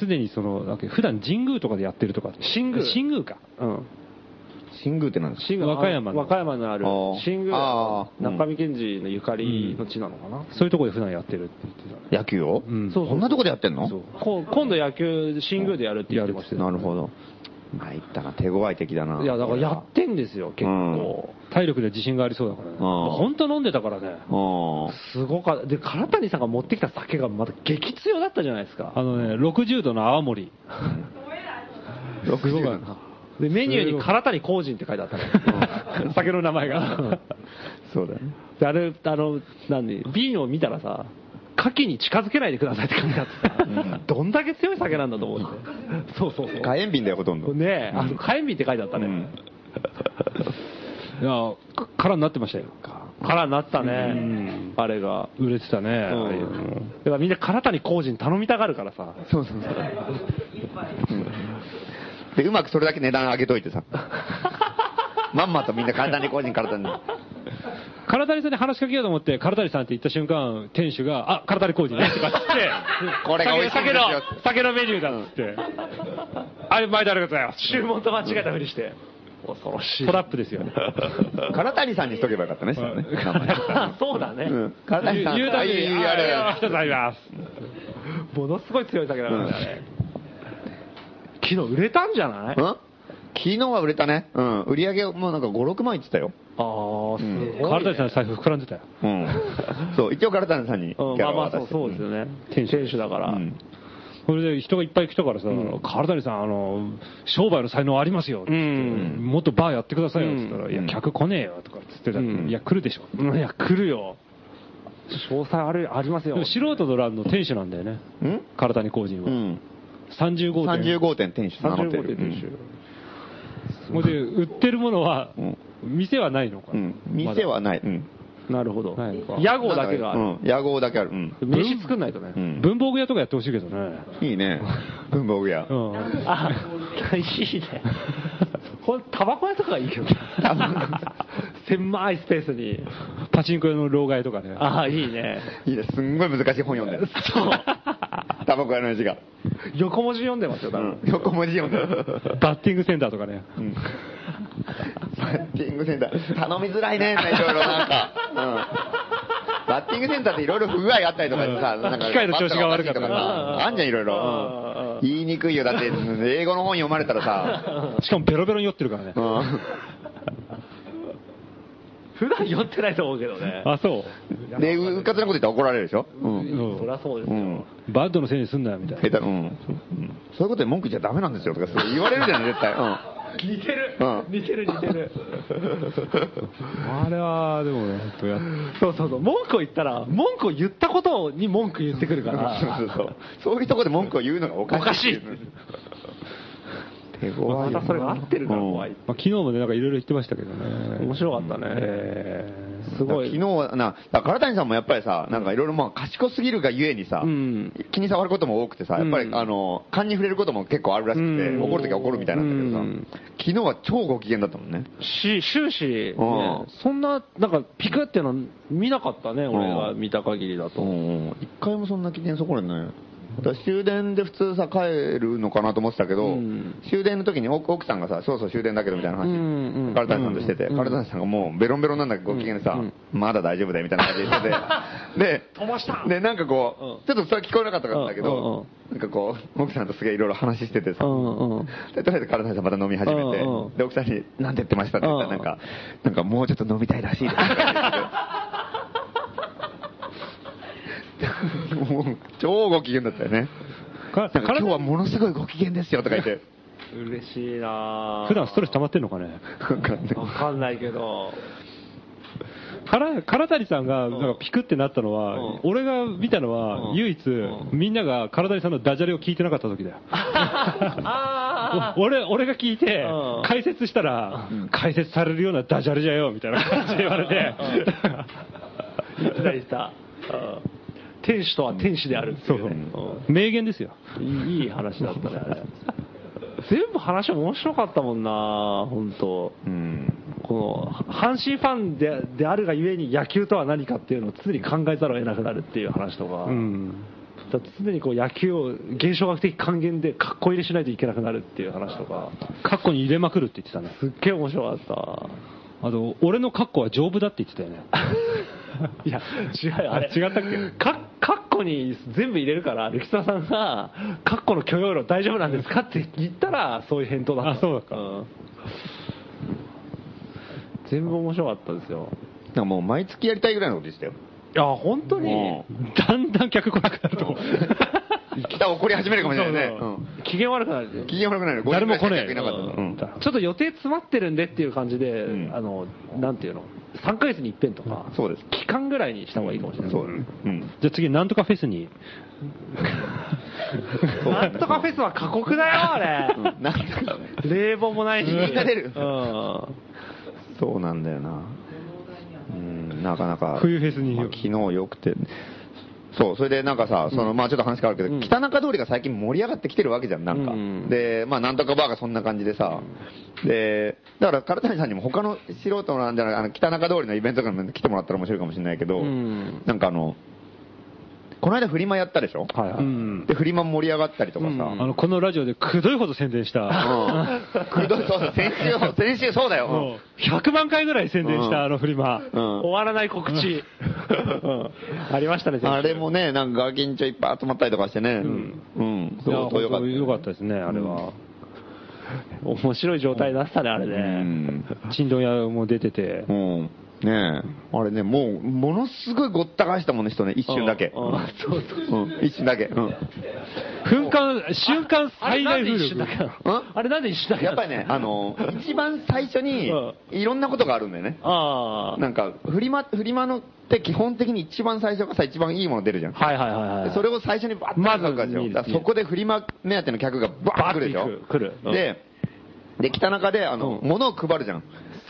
すでにその、なんだっけ普段神宮とかでやってるとか、神
宮
神宮か。うん。
新宮ってなんですか
新宮
和歌山の
和歌山のある
あー
新宮
あー
中見賢治のゆかりの地なのかな、
そういうとこで普段やってるって言ってた。
野球を
うん
そんなとこでやってんの
そう
こ今度野球新宮でやるって言ってましたよ
なるほど。入ったな、手強い敵だな。
いやだからやってんですよ結構、
体力で自信がありそうだからね。
ん
本当飲んでたからね。
うん。
すごかったで唐谷さんが持ってきた酒がまた激強だったじゃないですか
あのね、60度の泡盛。
すご
い
でメニューに唐谷工人って書いてあったの酒の名前が
そうだよね。
であれあの何瓶を見たらさ牡蠣に近づけないでくださいって書いてあった、どんだけ強い酒なんだと思ってそうそうそう
火炎瓶だよ、ほとんど。
ねえ、あの火炎瓶って書いてあったね、
うん
いや、か空になってましたよ。
からなったね、あれが。
売れてたね。
う、
ああいうん
だからみんな唐谷浩二に頼みたがるからさ、
そうそうそう。で、うまくそれだけ値段上げと いてさ。まんまとみんな簡単に個人からだね。
唐谷さんに話しかけようと思って、唐谷さんって言った瞬間、店主が、あ、唐谷工事ねとか言って、
これが美味しいんで
酒
す
の
よ。、
酒のメニューだっつって。あれ、前でありがとうございます。
注文と間違えたふりして、恐ろしい。
トラップですよね。
唐谷さんにしとけばよかったね、したらね。
そうだね、
うん唐谷さん。
言うたび
あいい
に、
いい
あ
あ
り
れ
がとうござい ます。
ものすごい強い酒だからね、あれ昨日売れたんじゃない、
う
あ
ん昨日は売れたね。うん。売り上げもうなんか5、6万いってたよ。
あ、す
唐
ごい、
谷さんの財布膨らんでたよ。
うん。そう、一応唐谷さんにギ
うん
ャ
まあ
ラ
ま
を
あ
渡
そう
して。
そうですよね、
店
選
主
手だから、
うん
それで人がいっぱい来たからさ、唐谷さん、あの、商売の才能ありますよ、つって
うん
もっとバーやってくださいよ、つった
う
ら、
ん
いや、客来ねえよ、とかっつってた、
うん
いや、来るでしょ。
うんいや、来るよ、詳細あるあります
で
よ
も、素人の欄の店主なんだよね、
うん
唐谷工人は。
うん。
35点。
35点店主名乗って
35点
る。
店主。
もうで、売ってるものは
う、ん
店はないのか
う
な、
ん。店はない。うん。
なるほど、
ないのか
屋号だけがある、
うん。屋号だけある。うん。
名刺作んないとね、
うん
文房具屋とかやってほしいけどね。
いいね。文房具屋
う。ん。
あ、いいね。これ、タバコ屋とかがいいけどね。狭いスペースに。
パチンコ屋の老害とかね。
ああ、いいね。
いいね。すんごい難しい本読んでる。そう。 タバコ屋の字が。
横文字読んでますよ、多
う
分
ん。横文字読んでる。
バッティングセンターとかね。
うんバッティングセンター、頼みづらいね、いろいろなんか。うんバッティングセンターっていろいろ不具合があったりとかでさ、
うん
なんか
機械の調子が悪かった
バッ
り
トがおしいとさあんじゃん、いろい
うんうんう
ろ
ん。
言いにくいよ、だって、英語の本読まれたらさ。
しかもベロベロに酔ってるからね
う。ん
普段読んでないと思うけどね。
あ、そう。
で、ううかつなこと言ったら怒られるでしょ。うん
うん
そりゃそうです
う
よ。
ん
バッドのせいにすんなよ、みたい
下手うんそういうことで文句じゃダメなんですよとかそう言われるじゃない、絶対。うん
似てる
うん
似てる似てる。
な。あれは、でもね、ほんとやっ
そうそうそう。文句を言ったら、文句を言ったことに文句言ってくるか
そうそう
ら。
そうそういうとこで文句を言うのがおかしい。
おかしい
手強いよな
またそれが合ってるから怖い
うん
まあ、昨日もね、なんかいろいろ言ってましたけどね。
面白かったね。
え
すごい。
昨日はな、だから唐谷さんもやっぱりさ、なんかいろいろまあ賢すぎるがゆえにさ、
うん
気に触ることも多くてさ、やっぱり、
うん
あの、勘に触れることも結構あるらしくて、
うん
怒るときは怒るみたいなんだけどさ、
うん
昨日は超ご機嫌だったもんね。
し終始、ね
うん
そんな、なんかピクっての見なかったね、
ん
俺が見た限りだと。
うん一回もそんな機嫌損ねない。だから終電で普通さ、帰るのかなと思ってたけど、
うん
終電の時に奥奥さんがさ、そうそう終電だけどみたいな
う
話、
んうん
カルタニさんとしてて、
うん
カルタニさんがもうベロンベロンなんだけどご機嫌でさ、
うん
まだ大丈夫だよみたいな感じで言ってて、で、
飛ばした
で、なんかこう、ちょっとそれは聞こえなかったんだけど、
うんうんうん
なんかこう、奥さんとすげえいろいろ話しててさ、
うんうん。
で、とりあえず体さんまた飲み始めて、
うんうん
で、奥さんに、なんて言ってましたって言ったら、なんか、なんかもうちょっと飲みたいらしいですとか 言ってもう、超ご機嫌だったよね。
か
なんか今日
体
はものすごいご機嫌ですよとか言って、
嬉しいなぁ
普段ストレス溜まってんのかね
なんかね
わかんないけど。
から唐谷さんがなんかピクってなったのは、
うん
俺が見たのは、
うん
唯一、
うん
みんなが唐谷さんのダジャレを聞いてなかった時だよ。
あ
お 俺俺が聞いて
うん、
解説したら、解説されるようなダジャレじゃよみたいな感じで言われて、
あ言ってた言ってた。うん天使とは天使であるっていうね。
名言ですよ。
うんいいいい話だったね、あれ。全部話面白かったもんな本当。
うん、
この阪神ファンでであるがゆえに野球とは何かっていうのを常に考えざるを得なくなるっていう話とか,、
うん
だから常にこう野球を現象学的還元でかっこ入れしないといけなくなるっていう話とか
カッコに入れまくるって言ってたね。
すっげえ面白かっ
あと、俺のカッコは丈夫だって言ってたよね。
たいや違うよあれ
あ違ったっけ
かカッコに全部入れるから力澤さんが「カッコの許容量大丈夫なんですか?」って言ったらそういう返答だった
あそうか
ん全部面白かったですよ
なんかもう毎月やりたいぐらいのこと言ってたよ。
いや本当に、
も
だんだん客来なくなると思う。
北怒り始めるかもしれないね。
そうそう
うん
機嫌悪くなる
機嫌悪くないの
誰も来ね
50ぐらいしか
え
客いなかったから
う
うんん
ちょっと予定詰まってるんでっていう感じで、
うん
あのなんていうの3ヶ月に一遍とか、
そうです
期間ぐらいにした方がいいかもしれない、
そうだね。うん。
じゃあ次、なんとかフェスに。
なんとかフェスは過酷だよあれ、
なんだかね。
冷房もないし
みんな出る
うん
そうなんだよな。うん、なかなか。
冬フェスに
まあ昨日良くて。そう、それでなんかさ、その、まあちょっと話変わるけど、北中通りが最近盛り上がってきてるわけじゃん、なんか。
うん
で、まあなんとかバーがそんな感じでさ、で、だから、唐谷さんにも他の素人なんじゃない、あの、北中通りのイベントとかにも来てもらったら面白いかもしれないけど、
うん
なんかあの、この間フリマやったでしょ
はいはい
うん
で、フリマ盛り上がったりとかさ、
あのこのラジオでくどいほど宣伝した、
うん。くどい、 そうだ、先週、先週そうだ
も
よ。
う100万回ぐらい宣伝し
うん
た、あのフリマ。
うん。
終わらない告知、 うんありましたね先週
あれもね、なんか緊張いっぱい集まったりとかしてね。うん。うん。
いや
相当良かった。
本当良かったですね、あれは。
面白い状態になってたねあれね、
うん。
ちんどん屋も出てて
う、ん。ねえ。あれね、もう、ものすごいごった返したもんね、人ね、一瞬だけ。
うんうんそう
うん。一瞬だけ。うん。
噴火、瞬間
あれ
最
な
大
んで
風
一瞬だけ
力。
なの
ん
あれなんで一瞬だけな
や
の
っぱりね、あの、一番最初に
うん、
いろんなことがあるんだよね。
ああ
なんか、フリマ、フリマのって基本的に一番最初がさ、一番いいもの出るじゃん。
はいはいはいはい
でそれを最初にバッと
ま
買
ず
うからでしょ
見る
だからそこでフリマ目当ての客がバーッと来るでしょ
バーッと来る来るうん
で、で、北中で、あの、
うん
物を配るじゃん。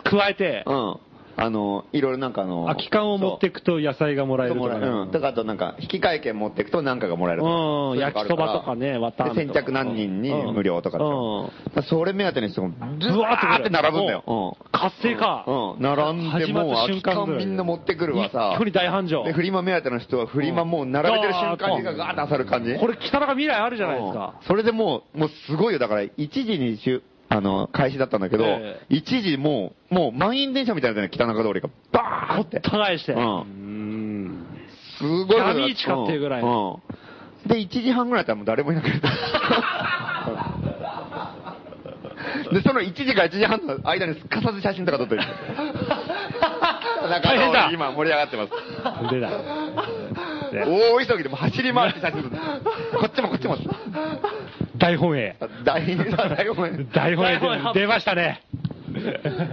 加えて
うん。あの、いろいろなんかあの、
空き缶を持っていくと野菜がもらえ
そ
る
う
と
も
から
える。うん。とか、あとなんか、引き換え券持っていくと何かがもらえると
う
か。
ん
そういうのがあるら
焼きそばとかねわたあめと
で
か
先着何人に
うん
無料とかでしょ
う
だからそれ目当ての人が、ず
ぶわーっ
わー
と
っ
来る
て並ぶんだよ。うん。
活性化、
うん、並んで
始ま
もう
った
空
瞬
き
間ぐ
缶
らい
みんな持ってくるわさ
一。挙に大繁盛
で、フリマ目当ての人はフリマもう並べてる瞬間に
うん
ガーッとあさる感じ。
これ北中未来あるじゃないですか
うん、それでもう、もうすごいよ。だから、1時にしゅあの、開始だったんだけど、
え
1時もう、もう満員電車みたいなね、北中通りが、バーンって。
互いして、
うん。
うん
すごいことだ
闇市かっていうぐらい
んうんで、1時半ぐらいだったらもう誰もいなくな った。で、その1時から1時半の間にすかさず写真とか撮ってる。北
大変
中
だ
通り今盛り上がってます。
出た。
大急ぎでもう走り回って写真撮ってこっちもこっちも。
大本営。
大変だ、大変だ。
大本営
大本営発表
出ましたね。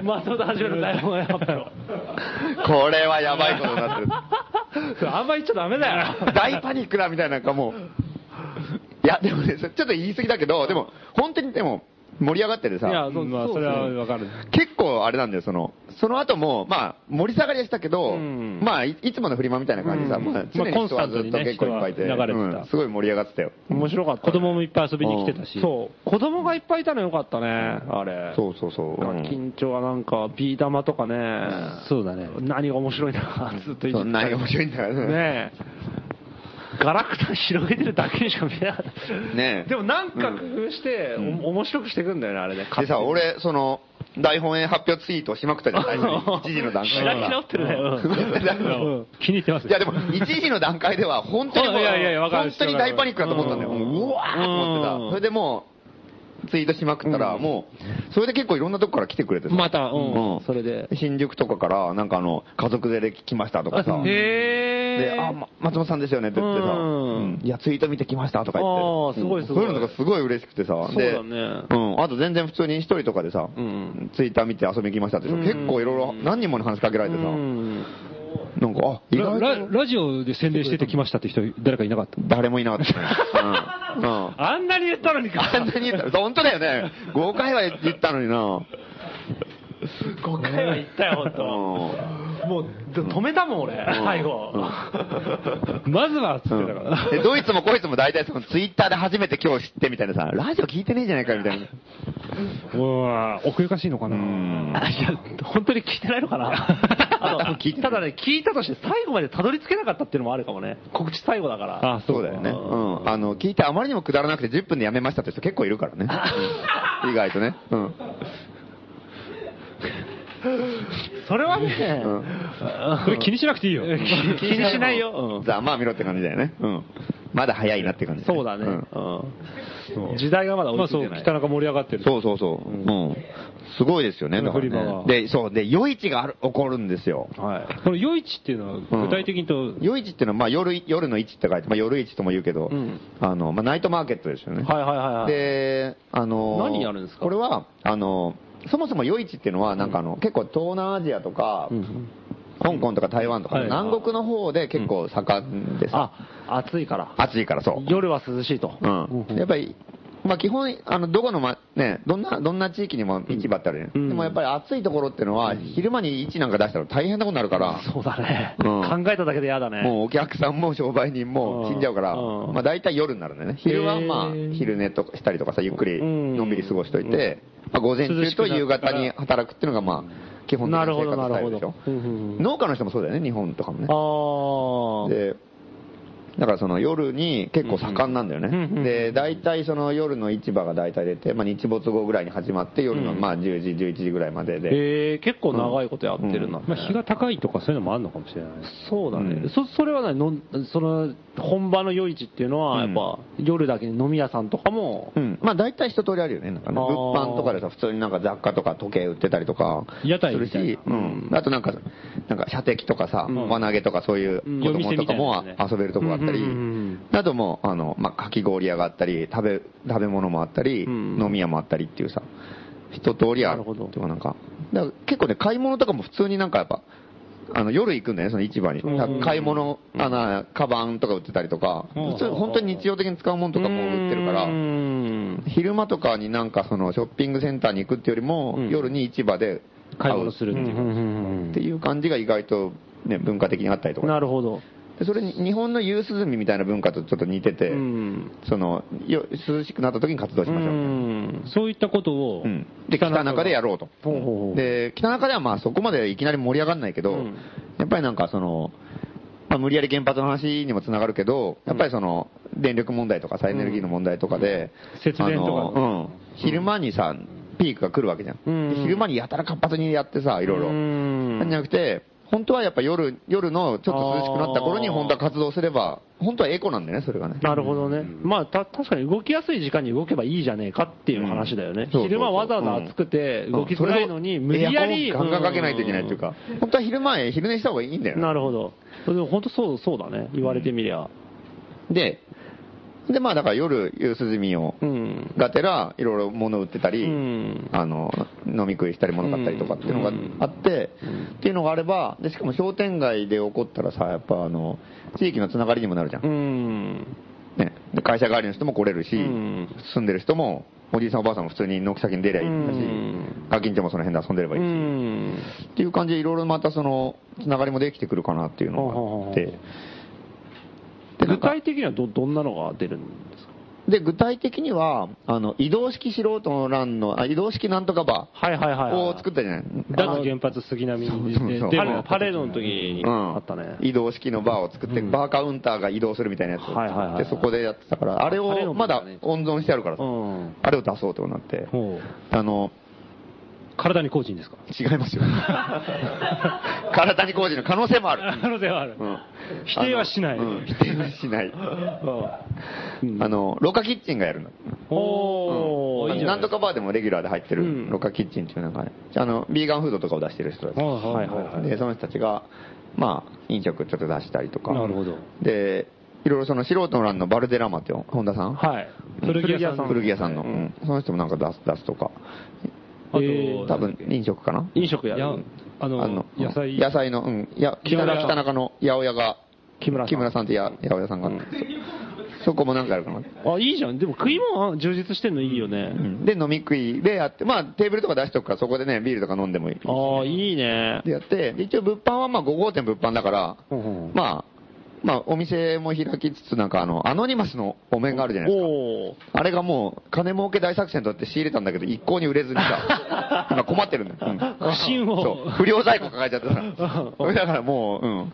松本はじめの大本営発表
これはやばいことになってる。
そ れあんま言っちゃダメだよ
大パニックだみたいな、なんかもう。いや、でもね、ちょっと言い過ぎだけど、でも、本当にでも、盛り上がって
い
て
や
さ、
そう
まあ、
そう
それはわかる。
結構あれなんだよ、その、その後も、まあ、盛り下がりはしたけど、
ん
まあ、いいつものフリマみたいな感じでさ、
うん
まあ、常
まあ
に
コンス
人
タ
は
ン
ず
ト
っ
に
と
ね
結構いっぱいいて、
人は流れてた
うんすごい盛り上がってたよ。
面白かった
子供もいっぱい遊びに来てたし。
そう子供がいっぱいいたのよかったねあれ
そうそうそう。
なんか緊張はなんかビー玉とかね、
そうだね。
何が面白いのかずっと言
そ
って
んなに面白いんだからね。
ねえ。ガラクタ広げてるだけにしか見えなかった。
ねえ
でもなんか工夫して、お面白くしていくんだよね、あれね。
でさ、俺、その、大本営発表ツイートをしまくったじゃない 一時の段階で
開き直ってるね。
は。
気に入ってます
いやでも、一時の段階では本当にもう、
いやいやいやわかる
本当に大パニックだと思ったんだよ。
う
もううわーって思ってた。それでもう、ツイートしまくったら、もう、それで結構いろんなとこから来てくれてさ
また、う
うん
ん。それで。
新宿とかから、なんかあの、家族連れで来ましたとかさ。
へ
で、あ、ま松本さんですよねって言ってさ、
うん
うんいや、ツイート見てきましたとか言って。
あーすごいすごい
うんそういうのとかすごい嬉しくてさ。
そう
で
だね
うん。あと全然普通に一人とかでさ、
うん
ツイッター見て遊びに来ましたってさ、
うん
結構いろいろ何人もに話しかけられてさ、
うん。
なんか、あ、意
ラ
外
ラ
と
ラジオで宣伝しててきましたって人、誰かいなかった
誰もいなか った。うん。うん。
あんなに言ったのにか。
あんなに言ったら、本当だよね。5回は言ったのにな。
5回は言ったよ、ほんと。もう、止めたもん、俺、最後。
まずはっつって
う
たから
ん。でドイツもこいつも大体そのツイッターで初めて今日知ってみたいなさ、ラジオ聞いてねえじゃないかみたいな。
うわー奥ゆかしいのかな
あいや本当に聞いてないのか なあ
聞いて
の
ない
ただね、聞いたとして最後までたどり着けなかったっていうのもあるかもね。告知最後だから。
あ、
そうだよね。うん。あの、聞いてあまりにもくだらなくて10分でやめましたって人結構いるからね。うん意外とね。うん。
それはね、
それ気にしなくていいよ。
気にしないよ。うん
ざまあ見ろって感じだよね。うん。まだ早いなって感じだよ。
そうだね。
ん
うん時代がまだ追
ま
い
あ
つい
そう、
てない。
北中盛り上がってる。
そうそうそう。うん。すごいですよね、だか
フリマ
ら
は
ね。で、そう。で、夜市がある起こるんですよ。
はい。
この夜市っていうのは、具体的にと、
夜市っていうのは、まあ夜、夜の市って書いて、まあ夜市とも言うけど、
うん
あの、まあナイトマーケットですよね。
はいはいはいはい。
で、あの、
何やるんですか
これは、あの、そもそも夜市っていうのは、なんかあの、結構東南アジアとか、香港とか台湾とか、
はい
南国の方で結構盛んでさ、
あ、暑いから。
暑いからそう。
夜は涼しいと。
うん。やっぱり、まあ基本、あの、どこのま、ね、どんな、どんな地域にも市場ってあるよね。
うん
でもやっぱり暑いところっていうのは、昼間に市なんか出したら大変なことになるから、
そうだね。
うん
考えただけで嫌だね。
もうお客さんも商売人も死んじゃうから、
うん
まあ大体夜になるんだよね。昼はまあ
へー
昼寝とかしたりとかさ、ゆっくり
うん
のんびり過ごしといて、まあ午前中と夕方に働くっていうのがまあ基本的
な
な
るほ
生
ど
活
な
スタ
る
イ
ほ
ルでし
ど
ょ。。
うんうんうん
農家の人もそうだよね、日本とかもね。
あー。
で、だからその夜に結構盛んなんだよ
うんうんう
ね。
ん
で、大体その夜の市場が大体出て、まあ日没後ぐらいに始まって夜の
うん
まあ10時、11時ぐらいまでで。
えー、結構長いことやってるな。
まあ、日が高いとかそういうのもあるのかもしれない。
そうだね、
うん
そそれは何のその本場の夜市っていうのは、
う
や
ん
っぱ、夜だけに飲み屋さんとかも、
うん、まあ大体一通りあるよね、なんかね
あー
物販とかでさ、普通になんか雑貨とか時計売ってたりとか
屋台
する
みたい
し
な、
うん、あとなんか、なんか射的とかさ、
うん
輪投げとかそういう
うん
子供とかも
夜店みたいなやつね
遊べるとこがあったり
うんうんうん、
あともうあの、まあ、かき氷屋があったり、食べ食べ物もあったり、
うん
飲み屋もあったりっていうさ、一通りあ
な
る
るほど
っていうか、なんか、だから結構ね、買い物とかも普通になんかやっぱ、あの夜行くんだよね、その市場に。
んうんうん
買い物、あの、カバンとか売ってたりとか、
うん
普通本当に日常的に使うものとかも売ってるから
うー、ん
昼間とかになんかそのショッピングセンターに行くっていうよりも、
うん
夜に市場で
買
買
いう物するっていう。
っ
っててい
いう感じが意外と、ね、文化的にあったりと
う
か
なるほど、
でそれに日本の夕涼みみたいな文化とちょっと似てて、
うん
そのよ涼しくなった時に活動しましょうみたいな、
そういったことを、
うんで北中でやろうと
ほうほうほう
で北中ではまあそこまでいきなり盛り上がらないけど、
うん
やっぱりなんかその、まあ、無理やり原発の話にもつながるけど、やっぱりその電力問題とかさエネルギーの問題とかで、
節電とか
あのうん、昼間にさ、ピークが来るわけじゃん、
うん
で昼間にやたら活発にやってさ、いろいろ。
うん
なんじゃなくて、本当はやっぱ夜夜のちょっと涼しくなった頃に、
あー
本当は活動すれば、本当はエコなんだよね、それがね。
なるほどね、まあた確かに動きやすい時間に動けばいいじゃねえかっていう話だよね、
うんそうそうそう
昼間わざわざ暑くて、動きづらいのに、
うん
無理やり、
エアコンをガンガンかけないといけないっていうか、本当は昼前、昼寝した方がいいんだよね
なるほど、でも本当そうそうだね、言われてみりゃ。
で、で、まあだから夜、夕涼みを、
うん
がてら、いろいろ物売ってたり、
うん
あの、飲み食いしたり物買ったりとかっていうのが
うん
あって、っていうのがあれば、で、しかも商店街で起こったらさ、やっぱあの、地域のつながりにもなるじゃん
う。ん
ね。で会社帰りの人も来れるし、
うん
住んでる人も、おじいさんおばあさんも普通に軒先に出りゃいいんだし
うん、
ガキンちゃんもその辺で遊んでればいいし、
うん
っていう感じでいろいろまたその、つながりもできてくるかなっていうのがあっ
ほうほう
て、でなん
具
か
体的にはどどんなのが出るんですか
で、具体的には、あの、移動式素人ランの、あ移動式なんとかバ
はいはいはい、
ー
は
を
い。
作ったじゃない。
脱原発杉並で、
そうそうそう
で
パ
も
レパレードの時に
うん
あったね。
移動式のバーを作って、バーカウンターが移動するみたいなやつを
はいはいはい
作って、そこでやってたから、あれ
パレー
を
ド
まだ
みたいなね
温存してあるからさ
うん
あれを出そうとなって、
ほう
あの、
体に工事ですか
違いますよ。体に工事の可能性もある。
可能性はある。
うん
否定はしない。
あのうん否定はしない。
うん
あの、廊下キッチンがやるの。
おー、いいじゃな
ないん
です
と
か。
かバーでもレギュラーで入って
うん
る、ロカキッチンっていうのがある、あの、ビーガンフードとかを出してる人たち。
はいはいはいはい
で、その人たちが、まあ、飲食ちょっと出したりとか。
なるほど。
で、いろいろその素人の欄のバルデラマって、本田さん
はい。
うん
古着屋さん。
古着屋さんの。う
はい
んその人もなんか出す、出すとか。
あと
えー
多分、飲食かな
飲食や
や
る。
あ
あ
の、
うん
野菜。
野菜の、うん。や
木村
北北中の八百屋が、
木村さん
さんってや八百屋さんがあって、そこもなんかあるかな。
あ、いいじゃん。でも食い物は充実してんのいいよね。
で、飲み食いでやって、まあ、テーブルとか出しとくから、そこでね、ビールとか飲んでもいい。
ああ、いいね。
でやって、で一応物販はまあ5号店物販だから、
ほうほう
まあ、まあお店も開きつつ、なんかあの、アノニマスのお面があるじゃないですか。
おお。
あれがもう、金儲け大作戦とって仕入れたんだけど、一向に売れずに さ、今困ってるんだよ。うん
不審を
そう不良在庫抱えちゃってさ。それだからもう、うん。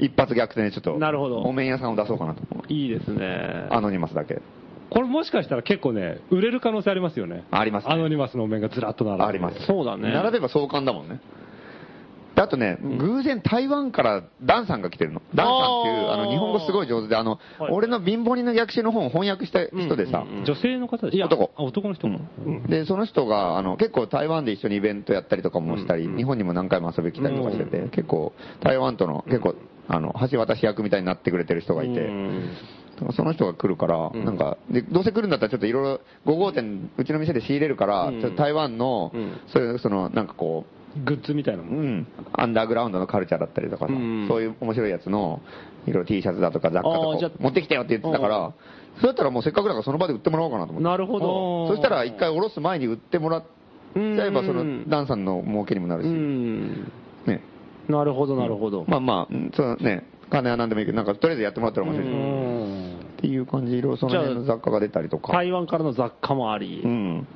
一発逆転でちょっと、
なるほど
お面屋さんを出そうかなと思う。
いいですね。
アノニマスだけ。
これもしかしたら結構ね、売れる可能性ありますよね。
ありますね
アノニマスのお面がずらっと並んで
あります。
そうだね
並べば壮観だもんね。であとね、偶然台湾からダンさんが来てるの。ダンさんっていう、
あー
あの、日本語すごい上手で、あの、
はい
俺の貧乏人の逆襲の本を翻訳した人でさ、
女性の方です
いや男
あ、男の人か。うん
で、その人が、あの、結構台湾で一緒にイベントやったりとかもしたり、日本にも何回も遊び来たりとかしてて、結構、台湾との、結構、あの、橋渡し役みたいになってくれてる人がいて、なんかその人が来るから、なんか、で、どうせ来るんだったらちょっといろいろ、5号店、うちの店で仕入れるから、ちょっと台湾の、そういう、その、なんかこう、
グッズみたいなも。
うんん、アンダーグラウンドのカルチャーだったりとかさ、
うん
そういう面白いやつの、いろいろ T シャツだとか雑貨
あー
と
じゃ
か
あ
持ってきたよって言ってたか
う
ら、そうやったらもうせっかくだからその場で売ってもらおうかなと思って。
なるほど。
そしたら一回下ろす前に売ってもらっちゃえば、そのダンさんの儲けにもなる
う
し、
ん。
ね。
なるほど、なるほど。
まあまあ、うんそのね、金は何でもいいけど、なんかとりあえずやってもらったら面白いし、っていう感じ、いろいろその辺の
じゃ
雑貨が出たりとか。
台湾からの雑貨もあり
う。ん。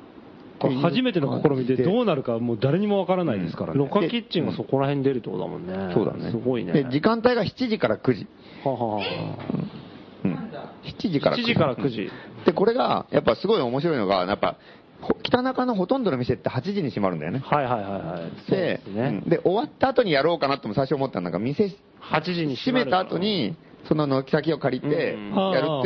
これ初めての試みでどうなるかもう誰にもわからないですからね。
ロカキッチンがそこら辺に出るってことだもんね。
そうだね。
すごいね。
で、時間帯が7時から9時。
ははは
うん。7時から
7時から9時。
で、これが、やっぱすごい面白いのが、やっぱ、ほ北中のほとんどの店って8時に閉まるんだよね。
はいはいはいはい。そうですね。
うんで終わった後にやろうかなとも最初思ったんだが、店
8時に
閉めた後に、その軒先を借りて、やるって
う
い
ん
う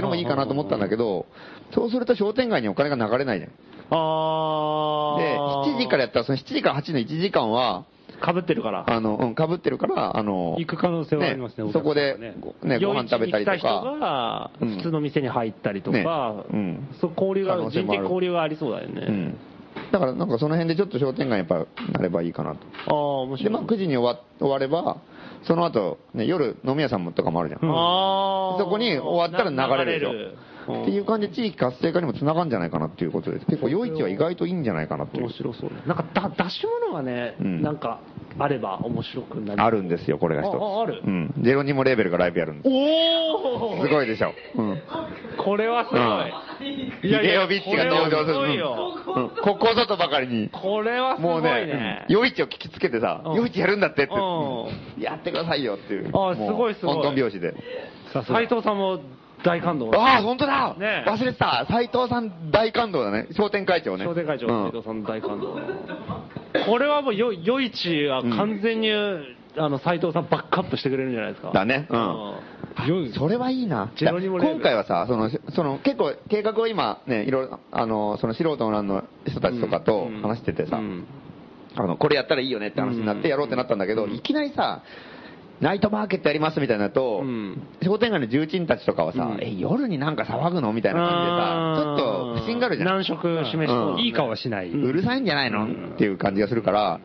のもいいかなと思ったんだけど、そうすると商店街にお金が流れないじゃん。
あ
で、
ー。
7時からやったら、その7時から8時の1時間は、
かぶってるから。
あの、うん、被ってるから、あの、
行く可能性はありますね、お
ねそ
客様
こで
ね、
ごね、ご飯食べたりと
夜市に来た
か
人、が、
うん
普通の店に入ったりと
ね
か、
うん
そう交流が、
可能
人的
性もある
交流がありそうだよね。
うん。だからなんかその辺でちょっと商店街やっぱなればいいかなと。
ああ、面白い。
で、まあ9時に終わ終われば、その後、ね、夜飲み屋さんもとかもあるじゃん。
あー
そこに終わったら流れる
流れる
っていう感じで地域活性化にもつながるんじゃないかなっていうことです。結構夜市は意外といいんじゃないかなっていう
面。白そうね。なんかだ、出し物がね、
うん
なんか、あれば面白くなる。
あるんですよ、これが一つ。
ああある
うん。ジェロニモレーベルがライブやるんです。
おお
すごいでしょ。うん。
これはすご
ヒ
い。いやいや
デオ ビッチが登場す
これはすごい
る。
よ。
うんうんここぞとばかりに。
これはす
も
ご
う
い
ね
ね、。
夜市を聞きつけてさ、
うん
夜市やるんだってって、
う
やってくださいよっていう。
あーすごいすごい
もうトントン拍子で。
さすが
斉藤さんも大感動。
ああ、本当だ、
ねえ
忘れてた斎藤さん大感動だね。商店会長ね。
商店会長、
う
斉
ん
藤さんの大感動。これはもう、よ、夜市は完全に、あの、斉藤さんバックアップしてくれるんじゃないですか。
だね。うん。
夜
それはいいな。
ジェロニモレーベル
今回はさ、その、その、結構計画を今、ね、いろいろ、あの、その素人の欄の人たちとかと
うん
話しててさ、
うん
あの、これやったらいいよねって話になってやろうってなったんだけど、いきなりさ、ナイトマーケットやりますみたいなと、
うん
商店街の重鎮たちとかはさ、
うん
え、夜になんか騒ぐのみたいな感じでさ、ちょっと不審があるじゃん。
難色を示して、
うん
いい顔はしない。
うるさいんじゃないのっていう感じがするから、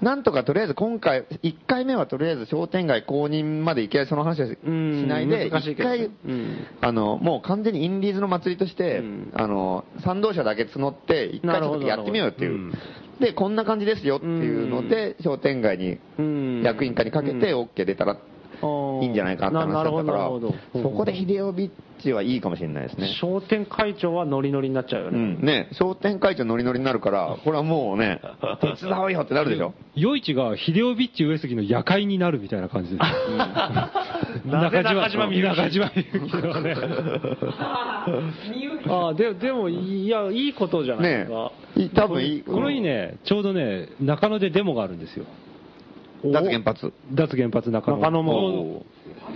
なんとかとりあえず今回、1回目はとりあえず商店街公認までいきなりその話はしし
うん
ないで、
難しい
1
けどね
回
うん、
あの、もう完全にインディーズの祭りとして
うん、
あの、賛同者だけ募って、1回ちょっとやってみようよってい
なるほ
う
ど。
で、こんな感じですよっていうので、商店街に、
うん
役員課にかけて OK 出たら、
うんー
いいんじゃないかって話
なな
だ
る
っ
ほ
た
どな
から
るほど、
そこで秀夫ビッチはいいかもしれないですね。
商店会長はノリノリになっちゃうよ
う
ね。
ん、ね商店会長ノリノリになるから、これはもうね、手伝おうよってなるでしょ。
余市が秀夫ビッチ上杉の夜会になるみたいな感じです。
なぜ中島みゆき
中島みゆきのね。
ああ、ででも、いや、いいことじゃないで
ね
すか。
い多分いい。
この日ね、ちょうどね、中野でデモがあるんですよ。
うん、脱原発。
脱原発中野。
中野も
こ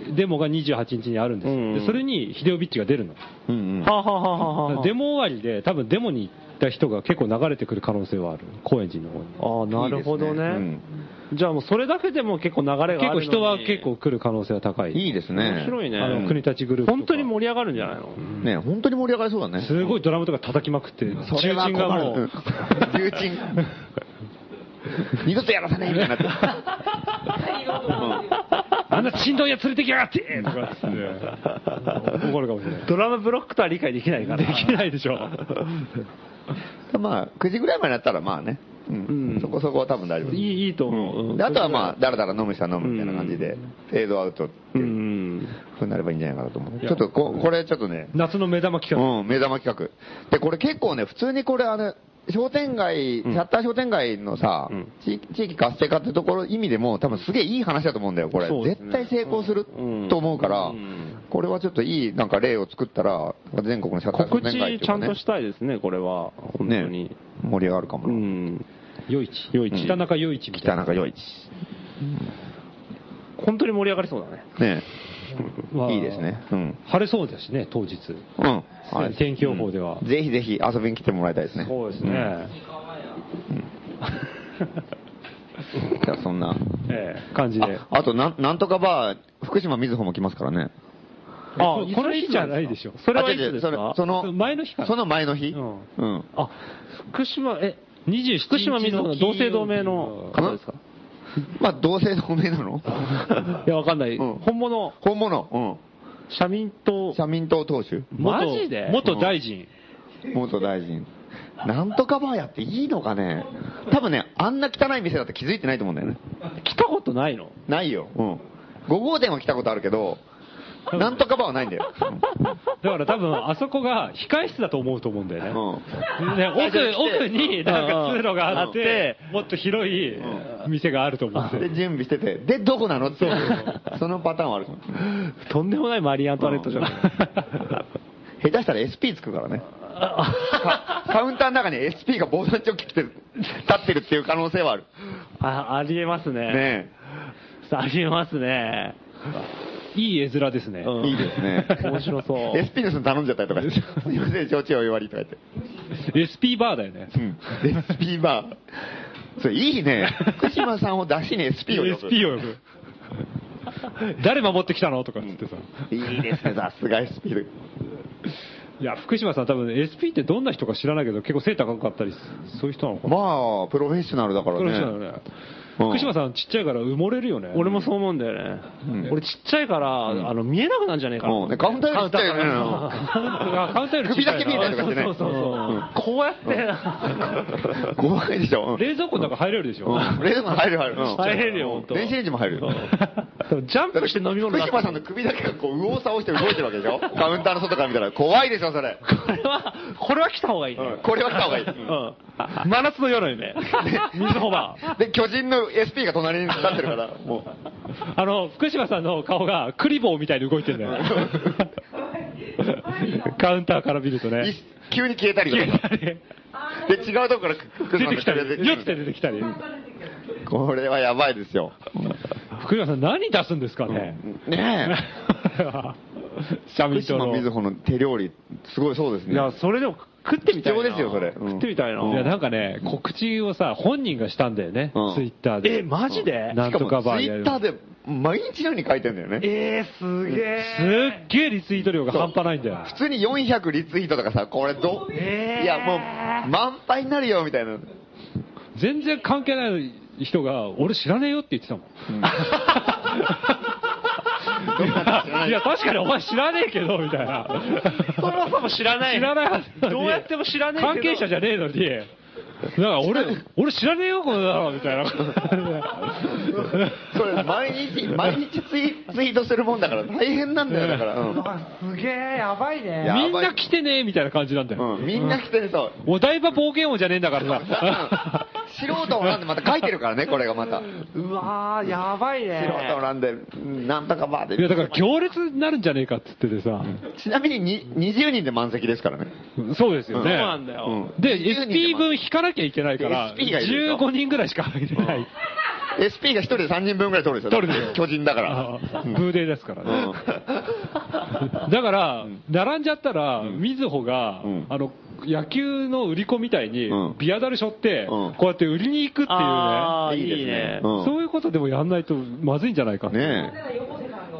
のデモが28日にあるんですよ
うんうん
でそれに秀夫ビッチが出るの。
うんうん。
はあ、はあはあはあ、
デモ終わりで、多分デモに行った人が結構流れてくる可能性はある。高円寺の方に。
ああ、なるほどね。じゃあもうそれだけでも結構流れがあるのに
結構人は結構来る可能性は高い。
いいですね。
面白いね
あの、国立グループとか。
本当に盛り上がるんじゃないの、
ね本当に盛り上がりそうだね。
すごいドラムとか叩きまくって、重
それは
鎮がもう、
困 るうん重鎮。二度とやらさねえみたいになって。
あんな振動や連れてきやがってとかっつって、怒るかもしれない。
ドラムブロックとは理解できないから。
できないでしょ。
まあ、9時ぐらいまでだったらまあね、うん
うん
そこそこは多分大丈 夫
いいいいと思う。うん
であとはまあ、だらだら飲む人は飲むみたいな感じで、フェードアウトって
う
いう、
ん。
ふうになればいいんじゃないかなと思う。
いや
ちょっとこ、これちょっとね、
夏の目玉企
うん、目玉企画。で、これ結構ね、普通にこれあの、商店街、シャッター商店街のさ、地域地域活性化ってところ意味でも多分すげえいい話だと思うんだよ、これ。
そうです
絶
ね
対成功する
うん
と思うから、
うん
これはちょっといいなんか例を作ったら、全国のシャッター商
告
店街っ
知
ていう
ちゃ
か
ん
ね
としたいですね、これは。本当に。
ね、盛り上がるかも
う
な。
ん。
画。余市。余市。北中余市みた
北
いな。
中良一。
本当に盛り上がりそうだね。
ね
まあ
いいですね。うん。
晴れそうだしね、当日。
うん。
ね天気予報では
うんぜひぜひ遊びに来てもらいたいですね。
そうですね。
うん。じゃあそんな。
ええ、感じで。
ああとなん、なんとかバー、福島みずほも来ますからね。
あこの日じゃないでしょ
それは
あ
いつ
違う違
で
う
す
それ
か
その、
前の日かな
その前の日。
うん
うん。
あ、福島、え、
27
福島みずほの同姓同名の方ですか
まあ、同姓同名なの
いや、わかんない。
うん
本物、
本物。
社民
うん。
党、
社民党党首。
元
マジで
元大臣。
元大臣。なんとかバーやっていいのかね多分ね、あんな汚い店だって気づいてないと思うんだよね。
来たことないの
ないよ。うん。5号店は来たことあるけど、なんとかバーはないんだよ。
だから多分、あそこが控室だと思うと思うんだよね。
うん。
ね、奥、奥になんか通路があって、もっと広い店があると思うん
で、
で。
準備してて、で、どこなのっていう、そのパターンはあるかも。
とんでもないマリー・アントワネットじゃない。
下手したら SP つ くからね。カカウンターの中に SP が防弾チョッキ着てる、立ってるっていう可能性はある。
あ、ありえますね。
ね
ありえますね。
いい絵面ですね。
うん
え。いいですね。
面白そう
SP の人に頼んじゃったりとかして、 すいません、承知お弱りとか言って。
SP バーだよね。
うん。SP バー。それいいね。福島さんを出しに SP を呼ぶ。
SP を呼ぶ。誰守ってきたのとかっつってさ。
いいですね、さすが SP で。
いや、福島さん多分 SP ってどんな人か知らないけど、結構背高かったり、そういう人なのかな。
まあ、プロフェッショナルだから
プロフェッショナ
ね。
ル
う
ね
ん
福島さんちっちゃいから埋もれるよね。
俺もそう思うんだよね。俺ちっちゃいから、あの、見えなくなんじゃねえかな。
もうね、カウンターよりちっちゃいよね。
カウンターカウンターより小
首
さ
だ
い
け見えたりとかしてね。
そうそうそうそう
うん
こうやって、
怖いでしょ。うん
冷蔵庫の中入れるでしょ。
うん冷蔵庫入る入る。うん
入れるよほんと
電子レンジも入るよ。
ジャンプして飲み物出
福
す。
島さんの首だけがこう、右往左往して動いてるわけでし ょカウンターの外から見たら。怖いでしょ、それ。
これは、これは来た方がいいね。
うんこれは来た方がいい。
うん。真夏の夜に ね。水穂場。
で、巨人の SP が隣に立ってるから、もう。
あの、福島さんの顔がクリボーみたいに動いてんだよ。 カウンターから見るとね。
い急に消えたりとか。で、違うとこから福
出
島
てきた
が
り、よって出てきたり。
これはやばいですよ。
福島さん何出すんですかね。
ね
社
え。
民
福
党
島
の。
みず
い
ほの手料理、すごいそうです
い
ね。
や、それでも食ってみたいな。
貴重ですよそれうん
食ってみたいな。
や、なんかね、告知をさ、本人がしたんだよね
うん。
ツイッターで。
え、マジで
な
し
ん
か
と
も、
かバ
ツ
ー
イ
や
ッ
る
ターで毎日のように書いてんだよね。
えー、すげ
すっげえリツイート量が半端ないんだよ。
普通に400リツイートとかさ、これど、
えー
いやもう、満杯になるよみたいな。
全然関係ない人が、俺知らねえよって言ってたもん。いや、確かにお前知らねえけど、みたいな。
そもそも知らない。
知らないはずなのに
どうやっても知らないけど
関係者じゃねえのに、から俺、俺知らねえよ、これだろ、みたいな。
それ毎日、毎日ツイツイートするもんだから大変なんだよ、だから。うん
あすげえ、やばいね。
やばい
みんな来てね、みたいな感じなんだよ。
うんみんな来てるそう。
お台場冒険王じゃねえんだから さ。
素人もなんでまた書いてるから ね、これがまた。
うわー、やばい
素人も
ね。
なんで、うんなんとかまで。
いや、だから行列になるんじゃねえかって言っててさ。
ちなみにに20人で満席ですからね。
そうですよね。
そうなんだよ。
で、
20人で
SP 分引かなきゃいけないから、
SP がいるでしょ
15人ぐらいしか入れない。
SP が一人で3人分ぐらい取るでしょ。
取るでしょ
巨人だから。
ブーデーですからね。だから、並んじゃったら、みずほが、
うん
あの、野球の売り子みたいに
うん、
ビアダル背負っ
う
て、
ん
こうやって売りに行くっていうね。
あー、
いいですね
いいね。
うん
そういうことでもやんないとまずいんじゃないかって
ねえ。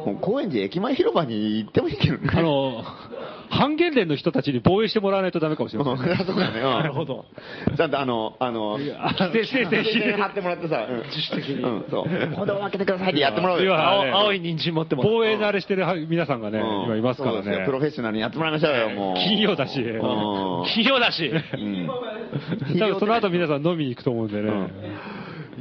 もう高円寺駅前広場に行ってもいいけどね。
あの、半減連の人たちに防衛してもらわないとダメかもし れ
う
ま
ん
せ
そ
ん。
りゃそうだね。 なるほ
ど。
ちゃんとあの、あの、
規制規制
規制貼ってもらってさ、うん自主的に。うん、そう。歩道を開けてくださいってやってもらおう
い
よ。
や
青
ね
青い人参持ってもらう
防衛慣れしてる皆さんがね、
うん
今いますから
そうですよ
ね
プ。ロフェッショナルにやってもらいましょうよ、もう。
金曜だし。
うん
企業だし。
うん
多分その後皆さん飲みに行くと思うんでね。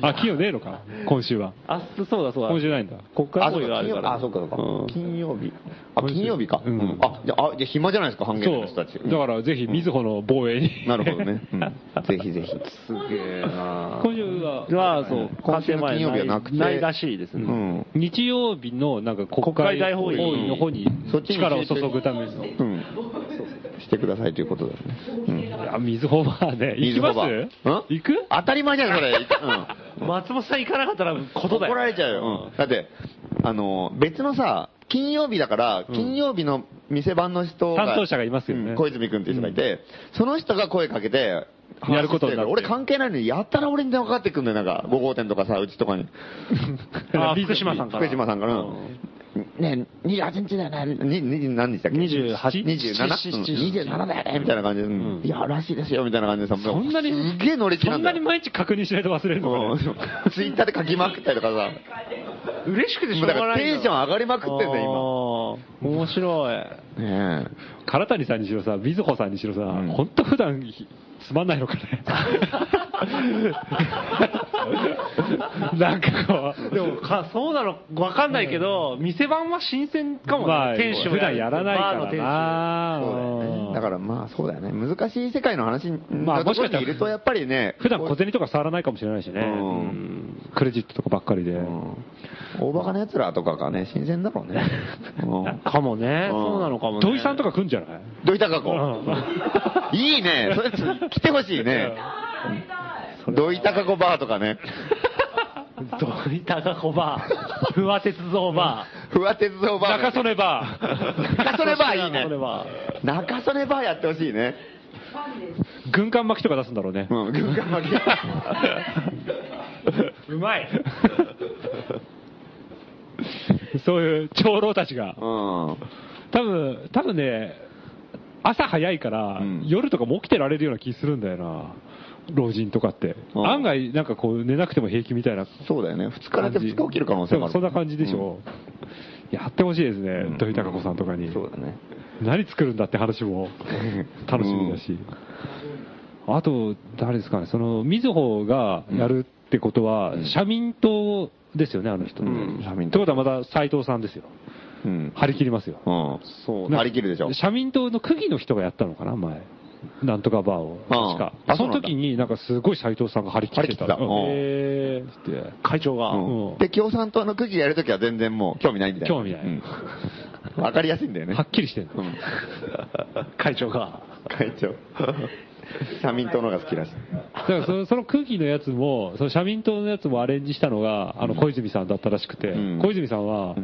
あ、金曜ねえのか今週は。
あ、そうだそうだ。
今週ないんだ。
こっから
あ、そ
思い
う
が
か、
あ
金
るか
曜日。
ら。
あ、そうか、そうか
うん。
金曜日。あ、金曜日か。
うん
うんあ、じゃあ、あじゃあ暇じゃないですか、半減の
そう。
人
だ
たち。
からぜひ、みずほの防衛 に。
なるほどね。うんぜひぜひ。すげえな
今週は、
まあ、そう、
今週の金曜日はなくて
ないらしいです
う
ね。
ん。
日曜日のなんか国
国
会
会大法委員
の方に
そっちに
力を注ぐための。い
うん。してくださいということだね。うん
や、みずほはね、行き
水
ま
穂
す
場ん
行く
当たり前じゃん、それ。うん
松本さん行かなかったら、ことだよ。
怒られちゃうよ、だってあの別のさ金曜日だから金曜日の店番の人が
担当者がいますよね
うん小泉君っていう人がいて、その人が声かけて
やる
話
ことになって
してるから俺関係ないのにやったら俺に電話かかってくんだよなんか5号店とかさうちとか に
あ福島さんから
福島さんからうんねえ28日だよねにに何日だっけ
28
27? うん27だよねみたいな感じで、うんいやらしいですよみたいな感じでさそ
そんなに、
すげえ乗り気
そ
なんん
な
だ
に
よ
毎日確認しないと忘れるのかね
うんツイッターで書きまくったりとかさ
嬉しくてしょ
も
う
うだ
が
から
ない
テンション上がりまくってんだよ、
よ、今。面白い。
今。ね
唐谷さんにしろさ、みずほさんにしろさ、
ん
本当普段ひつまんないのかね。なんかこう。
でもか、そうなの、わかんないけど、店番は新鮮かもね。
まあ、
店主が
普段やらないか
バーの店主
ら
そうだよね。だ
な。
からまあそうだよね。難しい世界の話
ま
の
あ
ところにいるとやっぱりね、
普段小銭とか触らないかもしれないしね。
うん
うんクレジットとかばっかりで。
うん大バカな奴らとかがね、新鮮だろう ね。うん
かもね。
うん
そうなのかもね。
土井さんとか来んじゃない
どういたかこ
う
いいね。それ来てほしいね。どいたかこバーとかね。
土井高子バー。不破鉄造バ
ふわ鉄道バー。
中曽根バ
ー。
中曽根バーいいね
それは。
中曽根バーやってほしいね。
ー。軍艦巻きとか出すんだろうね。
うん、軍艦 巻き。
うまい。
そういう長老たち
うん。
が。多分、多分ね、朝早いから、
うん
夜とかも起きてられるような気するんだよな。老人とかって。
うん
案外、なんかこう、寝なくても平気みたいな
そうだよね。2日寝
感
て
じ。
2日起きる可能性もある。
でそんな感じでしょ。やってほしいです
う
ね
ん。
土井孝子さんとかに。
そうだね。
何作るんだって話も楽しみだし、あと、誰ですかね、そのみずほがやるってことは、社民党ですよね、あの人、
ん社民
っ
党
てことはまた斎藤さんですよ、
うん。
張り切りますよ、
うん。そう。張り切るでしょ。
社民党の区議の人がやったのかな、前、なんとかバーを、
ああ
確か
あ、そ
そう
なん
の
だ
時に、なんかすごい斎藤さんが張り切ってた、
張り切ってたうん
へーって
会長が。
うん
で、共産党の区議やるときは全然もう興味ないみたいな。
興味ない
うんわかりやすいんだよね。
はっきりしてるの、
うん
会長が。
会長。社民党の方が好きらしい。
だからそのその空気のやつも、その社民党のやつもアレンジしたのが、あの小泉さんだったらしくて、
うん
小泉さんは、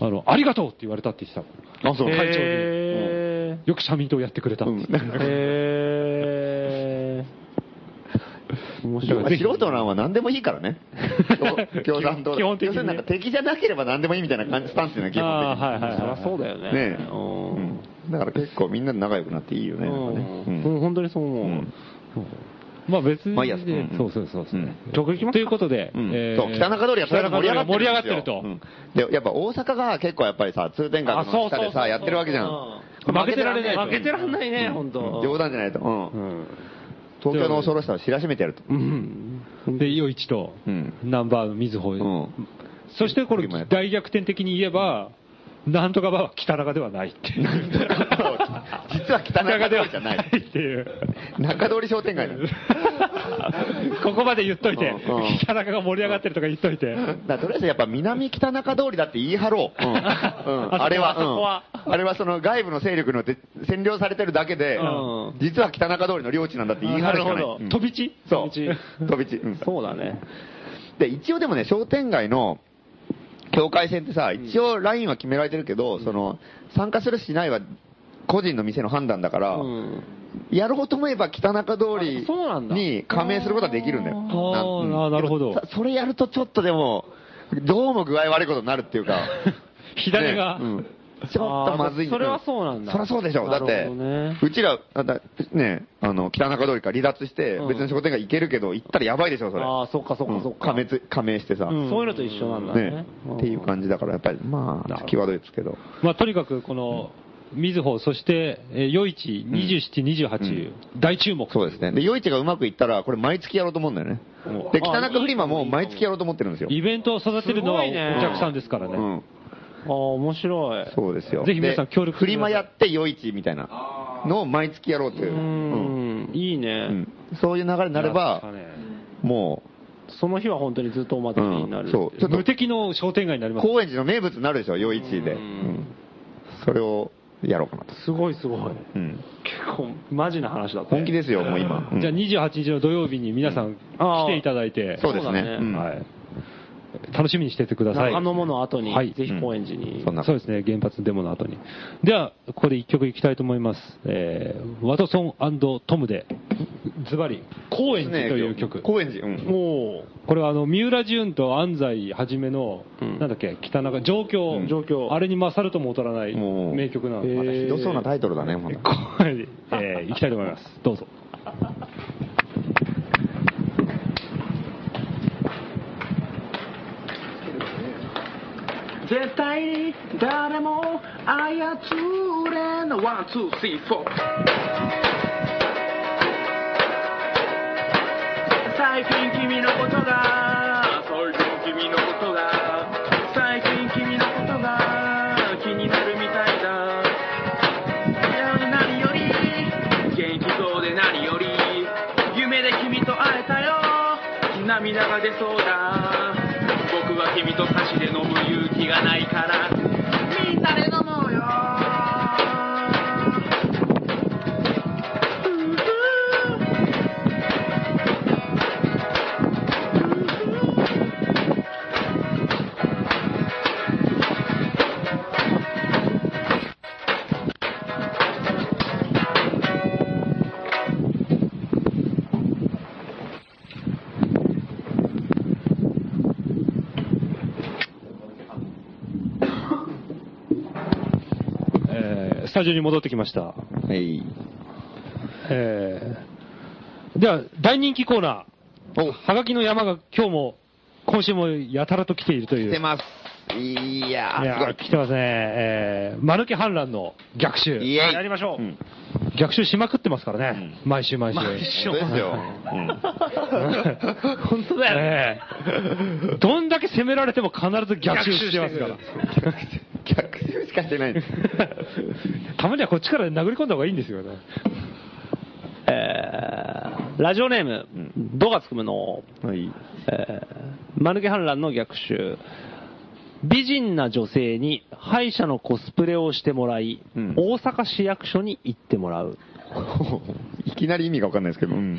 あの、ありがとうって言われたって言ってた
あ、そう。
の、会長に。
へ
よく社民党やってくれたって
う
言っ
ん
てた。
ー。へー。面白い。
まあ素人なんは何でもいいから ね。共産党
基本的にね
要するになんか敵じゃなければ何でもいいみたいな感じスタンスっていうのは
あー
基本
はいはいはい
そりゃそうだよね。
的に。ねえ
うん
うんだから結構みんなで仲良くなっていいよね。なんかね
うんうん本当にそう思う。
うん
まあ別に、
まあいいやうん
そうそうそうそう、
うん
曲行きますということで、
うん
えー
そう、北中通りはとにかく盛り上がってるんですよ
北中通りが盛り上がってると。
うんで、やっぱ大阪が結構やっぱりさ、通天閣
あそ
の
うそう
下
そう
でさ、やってるわけじゃん。
負けてられない
負けてらんないね、本当。
冗談じゃないと。うん
うん
東京の恐ろしさを知らしめてやると。
うん。で、イオイチと、
うん
ナンバーみずほ
うん。
そしてこれ、大逆転的に言えば、なんとかばは北中ではないっていう。
実は北中通りじゃない。
っていう。
中通り商店街なんだ。
ここまで言っといて
うんうん、
北中が盛り上がってるとか言っとい
だ
て。
からとりあえずやっぱ南北中通りだって言い張ろう。うん。うんあれは、うんあれはその外部の勢力によって占領されてるだけで
うん、
実は北中通りの領地なんだって言い張るしか
な
ない。
るほど
うん
飛び地
そう。
飛び地
飛び地。うん
そうだね。
で、一応でもね、商店街の境界線ってさ、一応ラインは決められてるけど、その、参加するしないは個人の店の判断だから、
うん。
やろうと思えば北中通り
あそうなんだ
に加盟することはできるんだよ。なうん
あーなるほど
でもさそれやるとちょっとでも、どうも具合悪いことになるっていう か、
火種が
ねうんちょっとまずい
あーそれはそうなんだ
そりゃそうでしょ。だっ
な
て
るほどね、
うちら、だってね、あの、北中通りから離脱して
うん、
別の商店街行けるけど、行ったらやばいでしょ、それ。
ああ、そっかそっ
う
か
ん
そっか。
加盟つ加盟して
そ
さ。
ういうのと一緒なんだね
ね。っていう感じだから、やっぱり、ま
なるほ
あ、
ど
際どいですけど。
まあ、とにかくこの、みずほ、そして、えー余市、27、28、大注目。
そうですね。で、夜市がうまくいったら、これ毎月やろうと思うんだよね。で、北中フリマも毎月やろうと思ってるんですよ。
イベントを育てるのはお
すごいね
お客さんですから
う
ね。
ん。
ああ、面白い。
そうですよ。
ぜひ皆さん
で
協力し
フ
てください
リマやって夜市みたいなのを毎月やろうという。
う
うん
ん、いいね。
うんそういう流れになれば、も
その日は本当にずっとお
う、
祭りにな
うん
る。
そう。ちょっ
無
と、
敵の商店街になります。
高円寺の名物になるでしょ、夜市で。
う
うんんそれをやろうかなと。
すごいすごい。結
うん
構、マジな話だった。
本気ですよ、もう今。うん
じゃあ28日の土曜日に皆さん
あー
来ていただいて、
そうで
そ
すね
うだね
うん
はい楽しみにしててください。
中野もの後に、
はい
ぜひ高円寺に。
そんな
そうですね、原発デモの後に。では、ここで一曲いきたいと思います。えーワトソントムで、ズバリ、高円寺という曲。
高円寺、うん。
おー
これはあの、三浦淳と安西はじめの、
うん
なんだっけ、北中、状況、
うん状況
あれに勝るとも劣らない
もう
名曲なの
へ
で、
ー
またひどそうなタイトルだね、ほんと
はい、えー、いきたいと思います。どうぞ。
絶対に誰も操れないワンツースリーフォー最近君のことが最近君のことが最近君のことが気になるみたいだ何より元気そうで何より夢で君と会えたよ涙が出そうだ僕は君と歌詞で飲む勇気がないからみんなで飲もうよ
えースタジオに戻ってきました。
はい。
えー、では、大人気コーナー、はがきの山が今日も、今週もやたらと来ているという。
来てます。いや
いや
ー、
ー来てますね。えー、マヌケ反乱の逆襲。
イエイ
やりましょう、
ん
逆襲しまくってますからね。毎週毎週。
すごい。そうですよ。うん
本当だよね、ええどんだけ攻められても必ず逆襲してますから。
逆襲しかしてないです。
たまにはこっちから殴り込んだ方がいいんですよね。
えーラジオネーム、ドがつくむの、
はい。
えー、マヌケ反乱の逆襲。美人な女性に歯医者のコスプレをしてもらい、
うん
大阪市役所に行ってもらう。
いきなり意味がわかんないですけど、うん。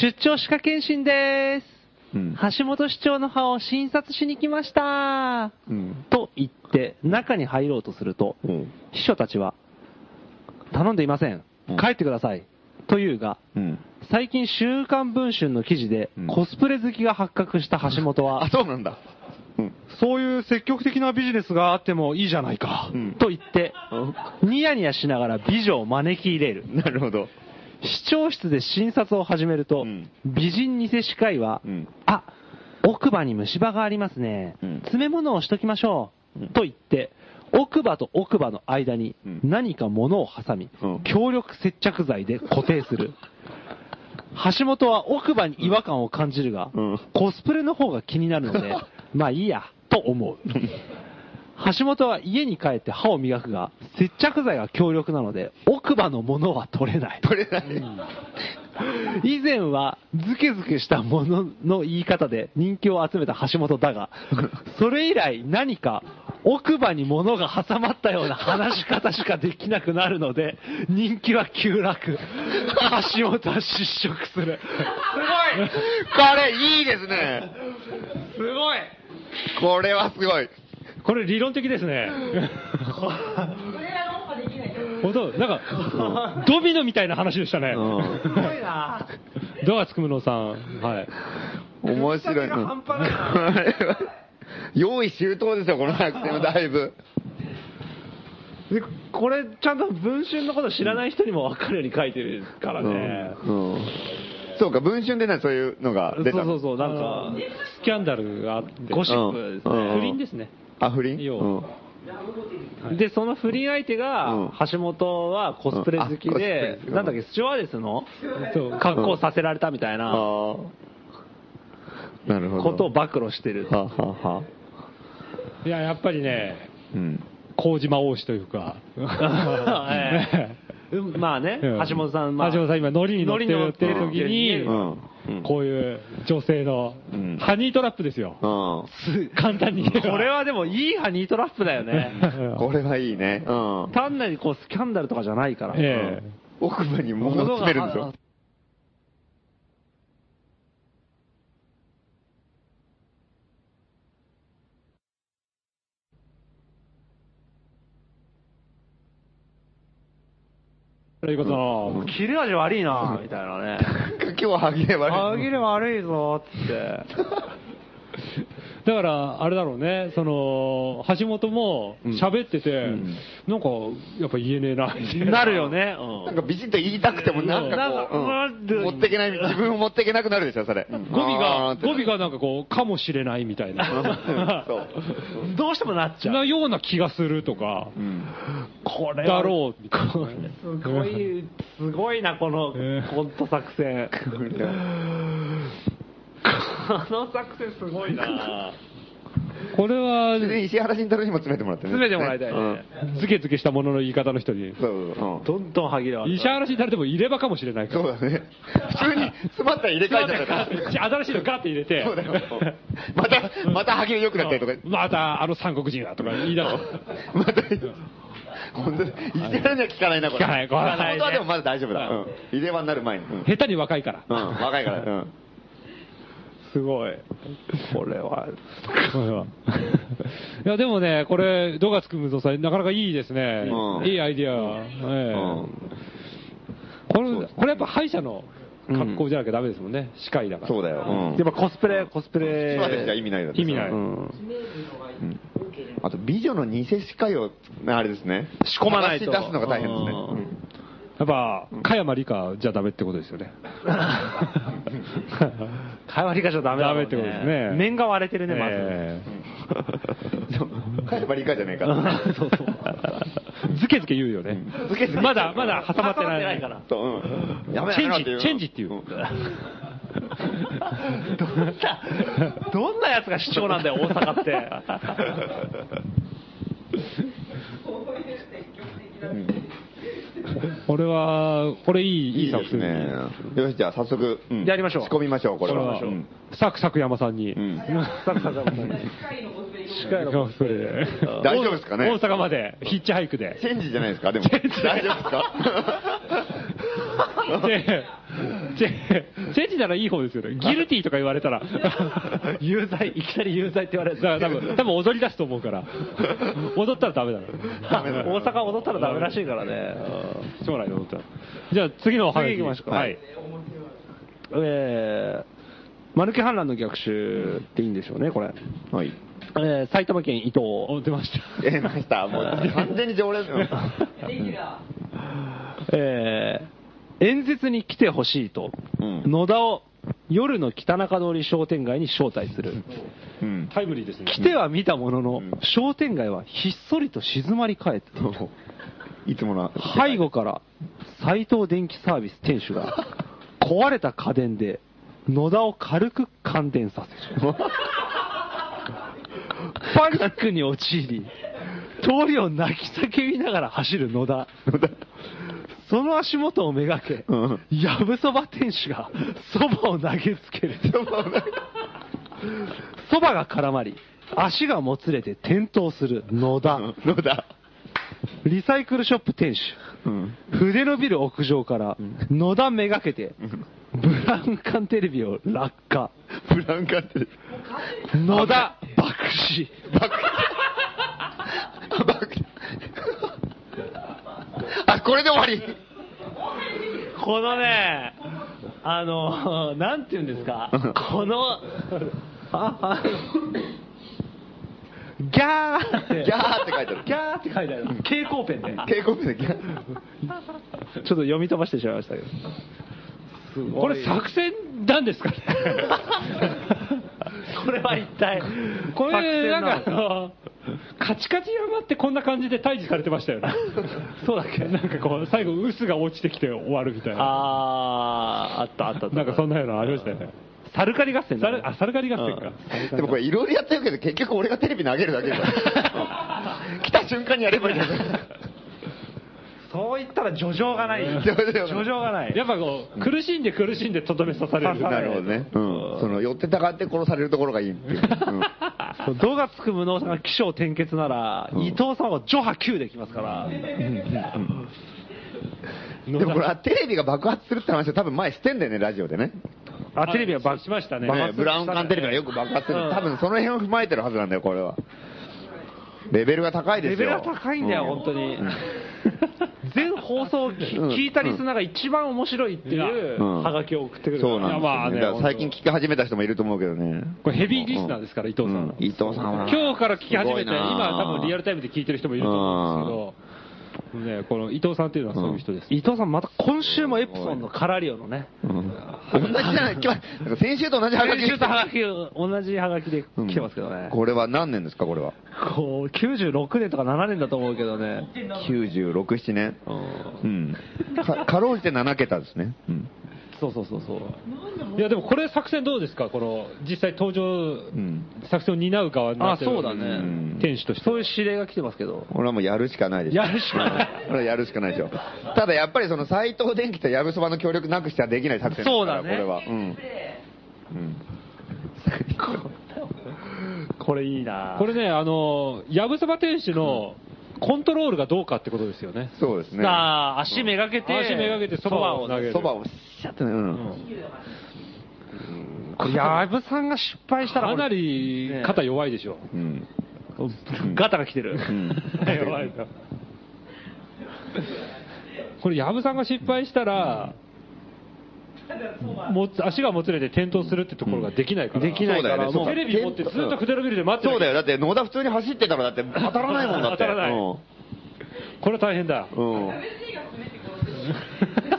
出張歯科検診です。
うん
橋本市長の歯を診察しに来ました。
うん。
と言って中に入ろうとすると、
うん
秘書たちは、頼んでいません
うん。
帰ってください。というが、
うん。
最近週刊文春の記事で
うん
コスプレ好きが発覚した橋本は
あ、、そうなんだ。うん。
そういう積極的なビジネスがあってもいいじゃないか。
うん
と言って、ニヤニヤしながら美女を招き入れる。
なるほど。
市長室で診察を始めると、
うん
美人偽歯科医は、
うん
あ、奥歯に虫歯がありますね。
うん
詰め物をしときましょう。
うん
と言って、奥歯と奥歯の間に
うん
何か物を挟み、
うん
強力接着剤で固定する。橋本は奥歯に違和感を感じるが、
うん
コスプレの方が気になるの で、まあいいや、と思う。橋本は家に帰って歯を磨くが、接着剤が強力なので、奥歯のものは取れない。
取れない。
以前はズケズケしたものの言い方で人気を集めた橋本だが、それ以来何か奥歯に物が挟まったような話し方しかできなくなるので、人気は急 落。橋本は失職する。
これ、いいですね。
すごい
これはすごい。
これ理論的ですね。本当なんか、ドミノみたいな話でしたね。
ん
すごいなドアつくむのさん。はい。
面白い。うんこれは 用意周到ですよ、この作戦はだいぶ。
でこれ、ちゃんと文春のこと知らない人にも分かるように書いてるからね。
うんうんそうか、文春でね、そういうのが
そう
出たの
そうそう、なんか、
スキャンダルがあって。
ゴシップですね。
うん
不倫ですね。
あ、不倫
要
うん
で、その不倫相手
うん
が、橋本はコスプレ好き
うんあコ
で
スプレ、
なんだっけ、スチュワーデスの
そう
格好させられたみたいな
ああ。なるほど。
ことを暴露してる。
はあはあはあ
いや、やっぱりね、
うん。
麹島王子というか。
ええうんまあね、
うん
橋本さん、まあ、
橋本さん今ノリに乗ってるってる時に
う
うんん。うん
こういう女性の
うん、
ハニートラップですよ。
うん
簡単に言えば
これはでも、いいハニートラップだよ ね。
これはいいね。うん。
単なるこうスキャンダルとかじゃないから。
ええ
奥歯に物を詰めるんですよ。
ということの、
切れ味悪いなみたいな ね。
今日は歯切れ
歯
悪い。
切れ悪いぞっつって。
だから、あれだろうね、その、橋本も喋ってて、
ん
なんか、やっぱ言えねえな、みたいな
なるよね。
なんかビシッと言いたくても、なんかこ
なん
う、
か
うん持ってけない、自分を持ってけなくなるでしょ、それ。
語尾
あー
が
っ、て、
語尾がなんかこう、かもしれないみたいな
そう。
うんどうしてもなっちゃう。
なような気がするとか、
うん。
これは
だろう、みたいなね
すごい、すごいな、この
ええ
コント作戦。この作戦すごいな
これは、
それで石原慎太郎にも詰めてもらってね。
詰めてもらいたいね
うん
ズケズケしたものの言い方の人に、
そうそう。うん
どんどん歯切れは。
石原慎太郎でも入れ歯かもしれないか
そう
ら。
だね。普通に詰まったら入れ替えちゃったから。
新しいのガッて入れて
そう、だよ。また、また歯切れ良くなったりとか。
またあの三国人だとか言い出す。
また、本当に、石原には効かないな、これ。
効かない効かない
本
ね
当はでもまだ大丈夫だ。うん入れ歯になる前に。うんうん
下手に若いから。
若いから。うん
すごい。これは。
いや、でもね、これ、ドガつくむぞさん、なかなかいいですね。
うん
いいアイディア。ええ
うん
これ、これやっぱ歯医者の格好じゃなきゃダメですもんね。歯科医だから。
そうだよ。うん
やっぱコスプレ、コスプレ。
今でじゃ意味ないだろ
意味ない
うんあと、美女の偽司会を、あれですね。
仕込まないと
出すのが大変ですね。
うん
うん
やっぱ、加山理香じゃダメってことですよね。
会話理科じゃダメだもん
ダメってことですね
面が割れてるね、まず。
え
カリバリカじゃねえか。
そう
えズケズケ言うよね。
ズケズケ
まだ、まだ挟まってない。
ら。
そううんやめろ
チェ
やめろっていう
ンジ、チェンジっていう。
どんな、どんなやつが市長なんだよ、大阪って。
これは、これいい、い
い
い
い
作
です
戦。
ね。よし、じゃあ早速、うん
やりましょう
仕込みましょう、これ
これ
は。
は
うん、
サクサク山さんに。
うん
サクサクサクサク
大丈
大丈夫ですかね
大阪まで、ヒッチハイクで。
チェンジじゃないですか、でも。大丈夫です
チェチェチェンジならいい方ですよね。ギルティーとか言われたら。
有罪、いきなり有罪って言われ
だ
て
から多分、多分踊り出すと思うから。踊ったらダメだろ。
大阪踊ったらダメらしいからね。
将来の踊ったら。じゃあ次のお話。
次行きましょうか
はい。
えー、マルケ反乱の逆襲っていいんでしょうね、これ。
か。はい。
えー、埼玉県伊東。
お出ました。
ええ、ました。もう完全に常連。うん
えー、演説に来てほしいと、
うん
野田を夜の北中通り商店街に招待する。
うん。
タイムリーですね。
来ては見たものの、
ん
商店街はひっそりと静まり返っている
いつもの。
背後から、斎藤電機サービス店主が、壊れた家電で、野田を軽く感電させる。パニックに陥り、通りを泣き叫びながら走る野田。その足元をめがけ、
うん
やぶそば店主がそばを投げつける。そばが絡まり、足がもつれて転倒する野田。
どうだ
リサイクルショップ店主。
うん。
筆のビル屋上から野田めがけて、ブラウン管テレビを落下。
ブラウンカンテレビ。
野田爆死。
あ、これで終わり
このね、あの、なんていうんですか、この、ああギャーって、
ギャーって書いてある
ギャーって書いてある。蛍光ペンで。
蛍光ペンでギ
ちょ
ャ
っと読み飛ばしてしまいましたけど。
これ作戦なんですかね
これは一体、
これ、
作戦
な
の
んかあの、カチカチ山ってこんな感じで退治されてましたよね。 そうだっけなんかこう、最後、薄が落ちてきて終わるみたいな。
あー、あったあったあった。
なんかそんなようなのありましたよね。
サルカリ合戦
サ
だ
ルあ、サルカリ合戦か。
ー。でもこれいろいろやってるけど、結局俺がテレビ投げるだけだ。 来た瞬間にやればいいんだ
そう言ったら叙情がない。
情がない
叙情がない。
やっぱこう、苦しんで苦しんでとどめ刺される。
なるほどね。うん。その、寄ってたかって殺されるところがいいっていう。うん
度がつく無能さんが起承転結なら、伊藤さんは除波球できますから。
でもこれ、テレビが爆発するって話は多分前してんだよね、ラジオでね。
あ、テレビは爆しましたね。
ねブラウン管テレビがよく爆発する。多分その辺を踏まえてるはずなんだよ、これは。レベルが高いですよ。
レベルが高いんだよ、
う
本当に
うん。
全放送をき
うん
聞いたリスナーが一番面白いっていう
うん
ハガキを送ってくるから
そうなんです
いやまあ
よ、
ね
ね。だから最近聞き始めた人もいると思うけどね。
これヘビーリスナーですから、伊藤さんは
う。伊藤さんは。
今日から聞き始めて、
すごいな
今多分リアルタイムで聞いてる人もいると思うんですけど、ね、この伊藤さんっていうのはそういう人です。
伊藤さん、また今週もエプソンのカラリオのね、
うん同じじゃない、今日はなんか先週と同じハガキ
先週とハガキ、同じハガキで来てますけどね、
これは何年ですか、これは。
こう96年とか7年だと思うけどね、
96、7年。うん。かかろうじて7桁ですね。うん。
そうそうそうそう、
いや、でもこれ作戦どうですかこの、実際登場
ん、
作戦を担う側になってる
あそうだね
うん店主として。
そういう指令が来てますけど、
俺はもうやるしかないです。
やるしかない。
これはやるしかないですよ。ただやっぱりその斎藤電機とやぶそばの協力なくしてはできない作戦ですから
そうだね
これは。うん。うん。
これいいな
これね、あの、やぶそば店主のコントロールがどうかってことですよね。
そうですね。
さあ、足めがけて、
足めがけてそばを投げる。
そばをしちゃってね。うん。
これ矢部さんが失敗したら、
かなり肩弱いでしょ。
うん。
ガタが来てる。
弱いなこれ、藪さんが失敗したら、もつ足がもつれて転倒するってところができないから、
できないから
そうだよ
そう
ねもうテレビ持ってずっと筆のビルで待って
そうだ
よ、
よ。だって野田普通に走ってたらだって当たらないもんだって。
当たらないこれは大変だ、
うん。うん。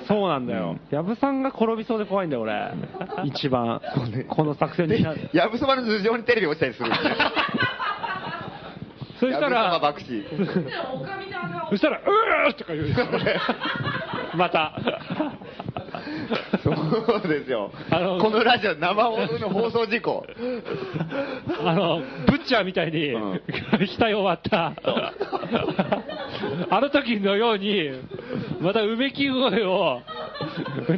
そうなんだよ。矢部さんが転びそうで怖いんだよ、俺。一番。この作戦
で
にな、
やぶそばの頭上にテレビ落ちたりするんですね。
そし
や
た
ぶそば
ら、
爆死。
そしたら、うーとか言う、また、
そうですよ。
あの
このラジオ生放送の放送事故。
あのブッチャーみたいに、
うん
額を割った、あの時のように、またうめき声を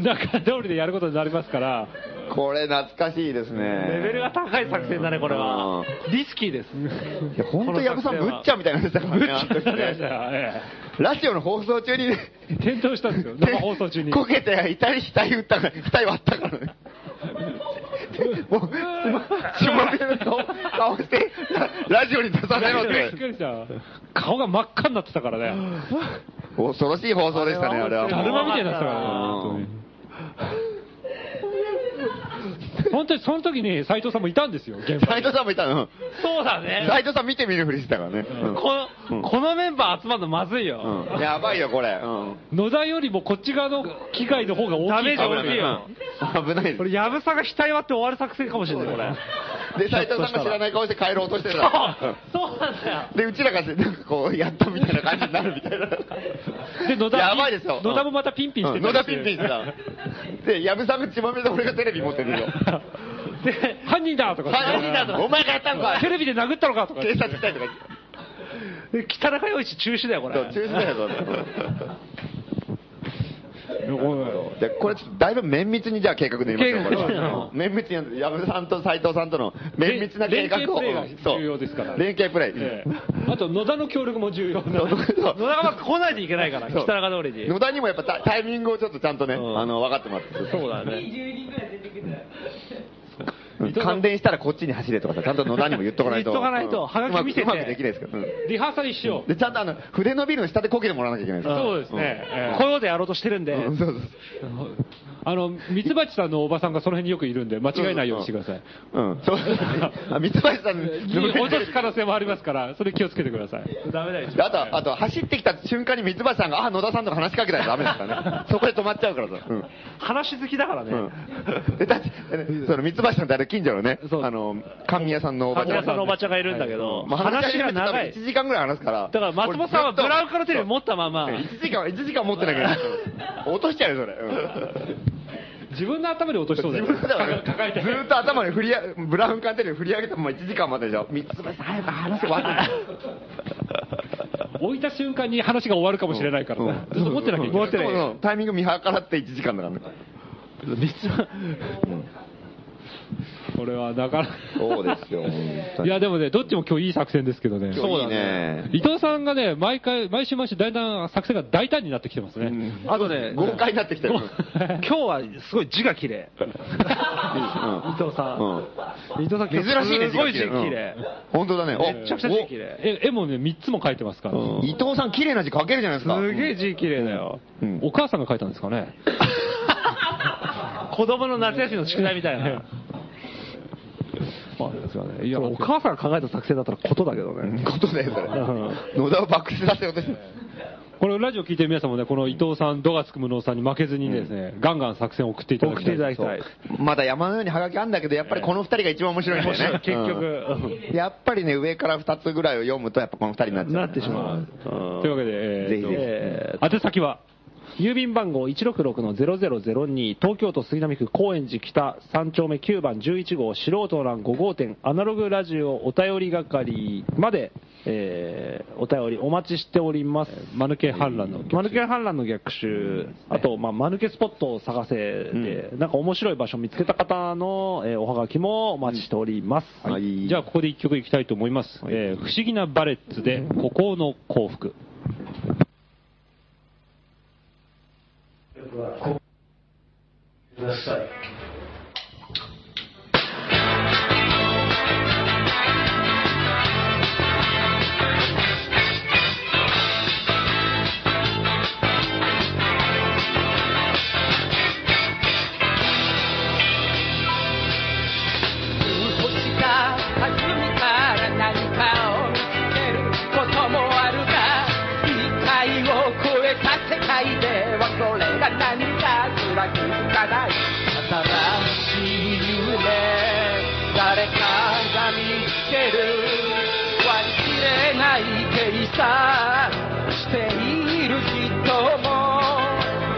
中通りでやることになりますから。
これ懐かしいですね。
レベルが高い作戦だね、これは
う。
リスキーです。
いや、本当、藪さん、ぶっちゃみたいな話だからね、あの時ね。
え
ラジオの放送中にね、
え転倒したんですよ、生放送中に。
こけて、いたり、額打ったから、額割ったからね。もう、しもべの顔顔して、ラジオに出さないわ
びっ
け。
くりした顔が真っ赤になってたからね、
恐ろしい放送でしたね、あれは
だるまみ
も
たいになってたからね
うん、
本当にその時に斎藤さんもいたんですよ、現
う。
場
斎
に。
藤さんもいたの。
そうだね。
斎藤さん見て見ぬふりしてたからね。うん
こ
う
の、
ん
このメンバー集まるのまずいよ。
うんやばいよ、これ。うん
野田よりもこっち側の機械の方が大きい
ダメージ大きいよ
危ないです。
これ、矢部さんが額割って終わる作戦かもしれない、これ。
で、斎藤さんが知らない顔して帰ろうとして た。
そうなんだよ。
で、うちらが、なんかこう、やったみたいな感じになるみたいな。
で野田
やばいですよ。
野田もまたピンピンして
うん野田ピンピンしてた。で、矢部さんが血まみれで俺がテレビ持ってるよ。
で、犯人だとか、
犯人だと。お前がやったんか
テレビで殴ったのかとか、
警察来たいとか。
北中陽一中止だよ、これ。
そう中止だよ、そんなでこれちょっとだいぶ綿密にじゃあ計画で言いま しょうこれは綿密に矢部さんと斎藤さんとの綿密な計画を
連連携プレーが重要ですから
そう連携プレイ、
ええあと野田の協力も重要な
そう
野田がまず来ないといけないから、
そう
北中通りに。
野田にもやっぱタタイミングをちょっとちゃんとね、
ん
あの分かってもらって
そうだね。
うん感電したらこっちに走れとかさちゃんと野田にも言っとかないと
言っとかないと
うん
はがき見せて
うまくうまくできないですから、うん
リハーサルしよう
でちゃんとあの筆のビルの下でこけてもらわなきゃいけないですから
そうですね、ええ
こういうことやろうとしてるんで、
うんそうそう
あの、ミツバチさんのおばさんがその辺によくいるんで、間違えないようにしてください。
うんそう ですねあ三橋 さん
落とす可能性もありますから、それ気をつけてください。
ダメだよ。
であとは、あとは走ってきた瞬間に三橋さんが、あ、野田さんとか話しかけたらダメだか らね。そこで止まっちゃうからさ。うん。
話好きだからね。
うん。で、だって、その三橋さんってあれ近所のね、あの、神谷さんのおばち
皆
ゃん。
さんのおばちゃんがいるんだけど、
まあ
話が長い。
1時間ぐらい話すから。
だから松本さんはブラウンカのテレビ持ったまま、
1時間、一時間持ってなきゃいけない。落としちゃうよ、それ。うん
自分の頭で落としそうだ
自
よ。
分だから
抱えて
ずーっと頭に振り上げ、ブラウンカンテレビ振り上げたまま1時間までじゃん。三橋さん、早く話終わって。
置いた瞬間に話が終わるかもしれないからさ、ずっと持ってなきゃいけない。
そうそうそうタイミング見計らって1時間だからね。
これはなかなか。
そうですよ、本当
い
に
や、でもね、どっちも今日いい作戦ですけどね。
そうだね。
伊藤さんがね、毎回、毎週毎週、だんだん作戦が大胆になってきてますね。
あとね、
豪快になってきたよ。
今日はすごい字が綺 麗。伊藤さん。伊藤さん、
珍しいね、
すごい字綺
字が
麗。
うん本当だね。お
めちゃくちゃ字綺麗。
え絵もね、3つも描いてますから。
お伊藤さん、綺麗な字書けるじゃないですか。
すげえ字綺麗だよ。
うん
お母さんが描いたんですかね。
子供の夏休みの宿題みたいな。いや、お母さんが考えた作戦だったらことだけどね。
ことだよ、それ。野田を爆死させようとして。
これラジオ聞いてる皆さんもね、この伊藤さん、度がつく無能さんに負けずにですね、ガンガン作戦を送っていただ
送っ
きた
て
い。
いただきたい。
まだ山のようにハガキあんだけど、やっぱりこの二人が一番面白いんだよね。
結局、
うん。やっぱりね、上から二つぐらいを読むと、やっぱこの二人になっちゃう。
なってしまう。
というわけで、えー
ぜひぜひ
えー
と宛先は、
郵便番号166-0002東京都杉並区高円寺北3丁目9番11号素人欄5号店アナログラジオお便り係まで、えーお便りお待ちしております
マヌケ反乱の
マヌケ反乱の逆襲、あと、まあ、マヌケスポットを探せで、なんか面白い場所を見つけた方の、えーおはがきもお待ちしております。
はい
じゃあここで一曲いきたいと思います。えー不思議なバレッツで、孤高の幸福。
少しか初みから何かを見つけることもあるが理解を超えた世界ではそれが何かすら気づかない新しい夢誰かが見つける割り切れない計算している人も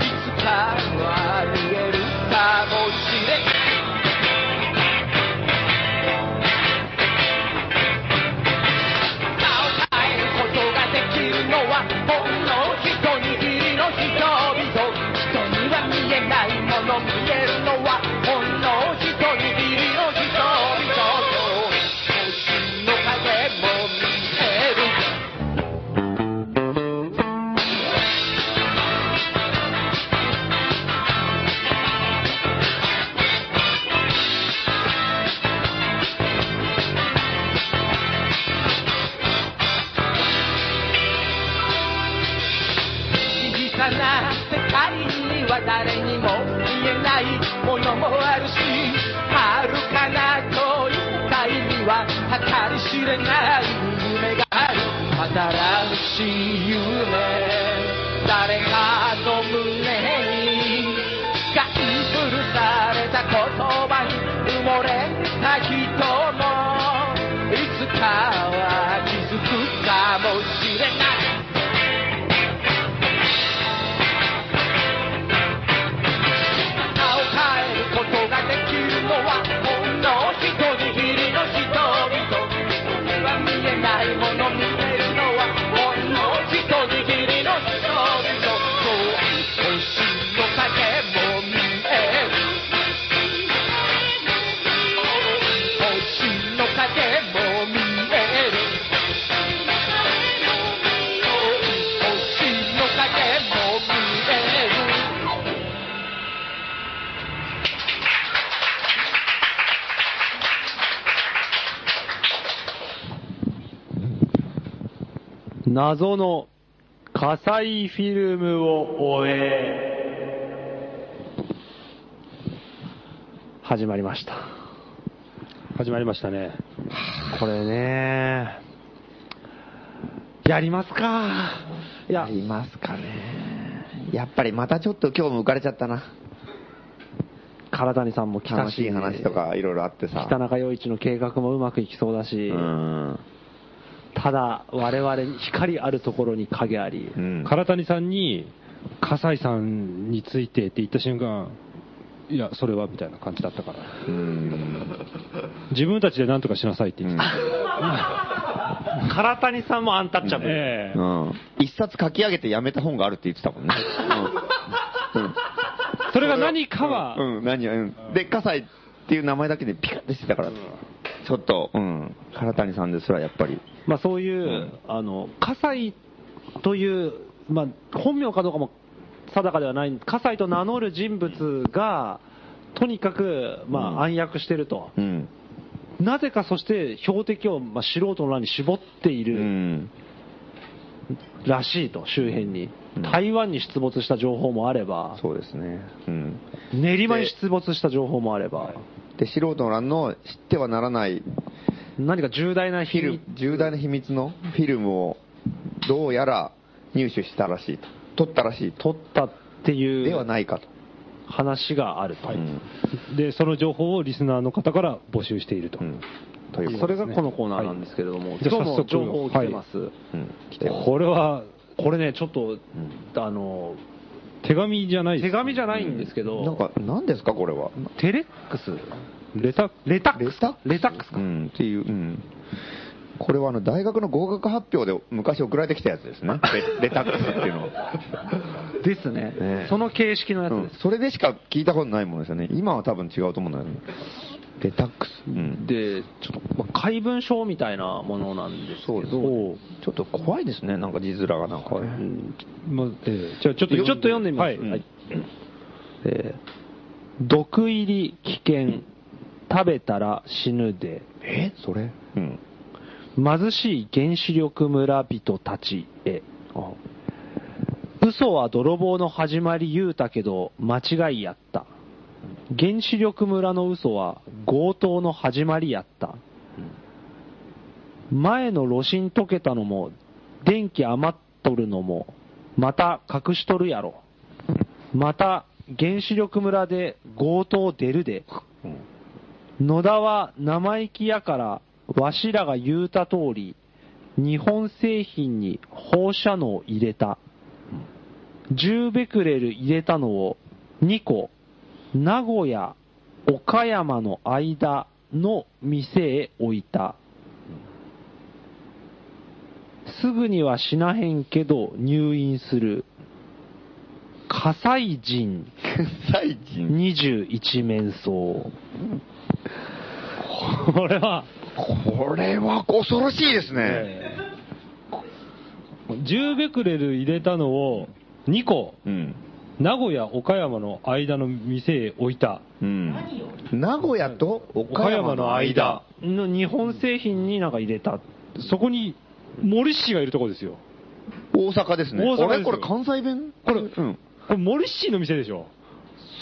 いつかはありえるかもしれない考えることができるのはほんの一握りの人々人には見えないもの見えるのはほんの一握りの人々星の影も見える小さな世界には誰にも見えないものもあるし遥かな遠い世界には計り知れない夢がある新しい夢誰かの胸に使い古された言葉に埋もれた人も
謎の火災フィルムを終え、始まりました。
始まりましたね。
これね、やりますか。いや
あ、りますかね。やっぱりまたちょっと今日も浮かれちゃったな。
唐谷さんも来た
楽し
し、
い話とかいろいろあってさ。
北中陽一の計画もうまくいきそうだし、
うん。
ただ、我々、光あるところに影あり
う、ん。
唐谷さんに、葛西さんについてって言った瞬間、いや、それはみたいな感じだったから、
うん
自分たちで何とかしなさいって言ってた、
唐谷さんもアンタッチャブル。
ええ
うん。一冊書き上げてやめた本があるって言ってたもんね。
それが何かは、
うん、うん何うん。で、葛西っていう名前だけでピカッてしてたから、ちょっと、うん。唐谷さんですらやっぱり。
まあ、そういう、あの葛西という、まあ、本名かどうかも定かではない、葛西と名乗る人物が、とにかく、まあ、暗躍してると、
うん。
なぜかそして標的を、まあ、素人の欄に絞っていうる
ん。
らしいと、周辺に
うん。
台湾に出没した情報もあれば、
そうですね。うん。
練馬に出没した情報もあれば、
で、素人の欄の知ってはならない
何か重大な
フィ
秘
ル
密、
重大な秘密のフィルムをどうやら入手したらしいと。撮ったらしいと。
取ったってい
では
う
ないかと。
話があると。
うん
でその情報をリスナーの方から募集していると、
うん。という
そ
こと
れ
で
がこのコーナーなんですけれども、今日も情報来てます、
うん。来てます
これは
これね、ちょっと、あの
手紙じゃないで
手
す
紙じゃないんですけど、
なんか、何ですか、これは。
テレックス、
レタ
レタックスか、
レ
レタックス
う
か、
ん、っていう、うん。これはあの大学の合格発表で昔送られてきたやつです ね。レレタックスっていうのは。
ですね
え
その形式のやつ
う
で
ん、それでしか聞いたことないものですよね。今は多分違うと思うんだよね。レタックス。うん。
す、で、ちょっと、まあ、怪文書みたいなものなんですけ
そう
ど、
ですちょっと怖いですね、なんか字面がなんか。
まあええじゃあちょっと
ちょっと読んでみます、
はい
はいえー毒入り危険、食べたら死ぬで、
えそれうん。
貧しい原子力村人たちへ。嘘は泥棒の始まり言うたけど、間違いやった。原子力村の嘘は強盗の始まりやった。前の炉心溶けたのも、電気余っとるのも、また隠しとるやろ。また原子力村で強盗出るで。 野田は生意気やから、わしらが言うた通り、日本製品に放射能を入れた。10ベクレル入れたのを2個、名古屋、岡山の間の店へ置いた。すぐには死なへんけど入院する。火災人
最近。
21面相。
これは
これは恐ろしいですね。
10ベクレル入れたのを2個
うん。
名古屋岡山の間の店へ置いた
うん。名古屋と岡山の間。
の日本製品になんか入れた。
そこに森氏がいるとこですよ
大阪ですね。
大阪ですよ
あれこれ関西弁これ、うん。
これ森氏の店でしょ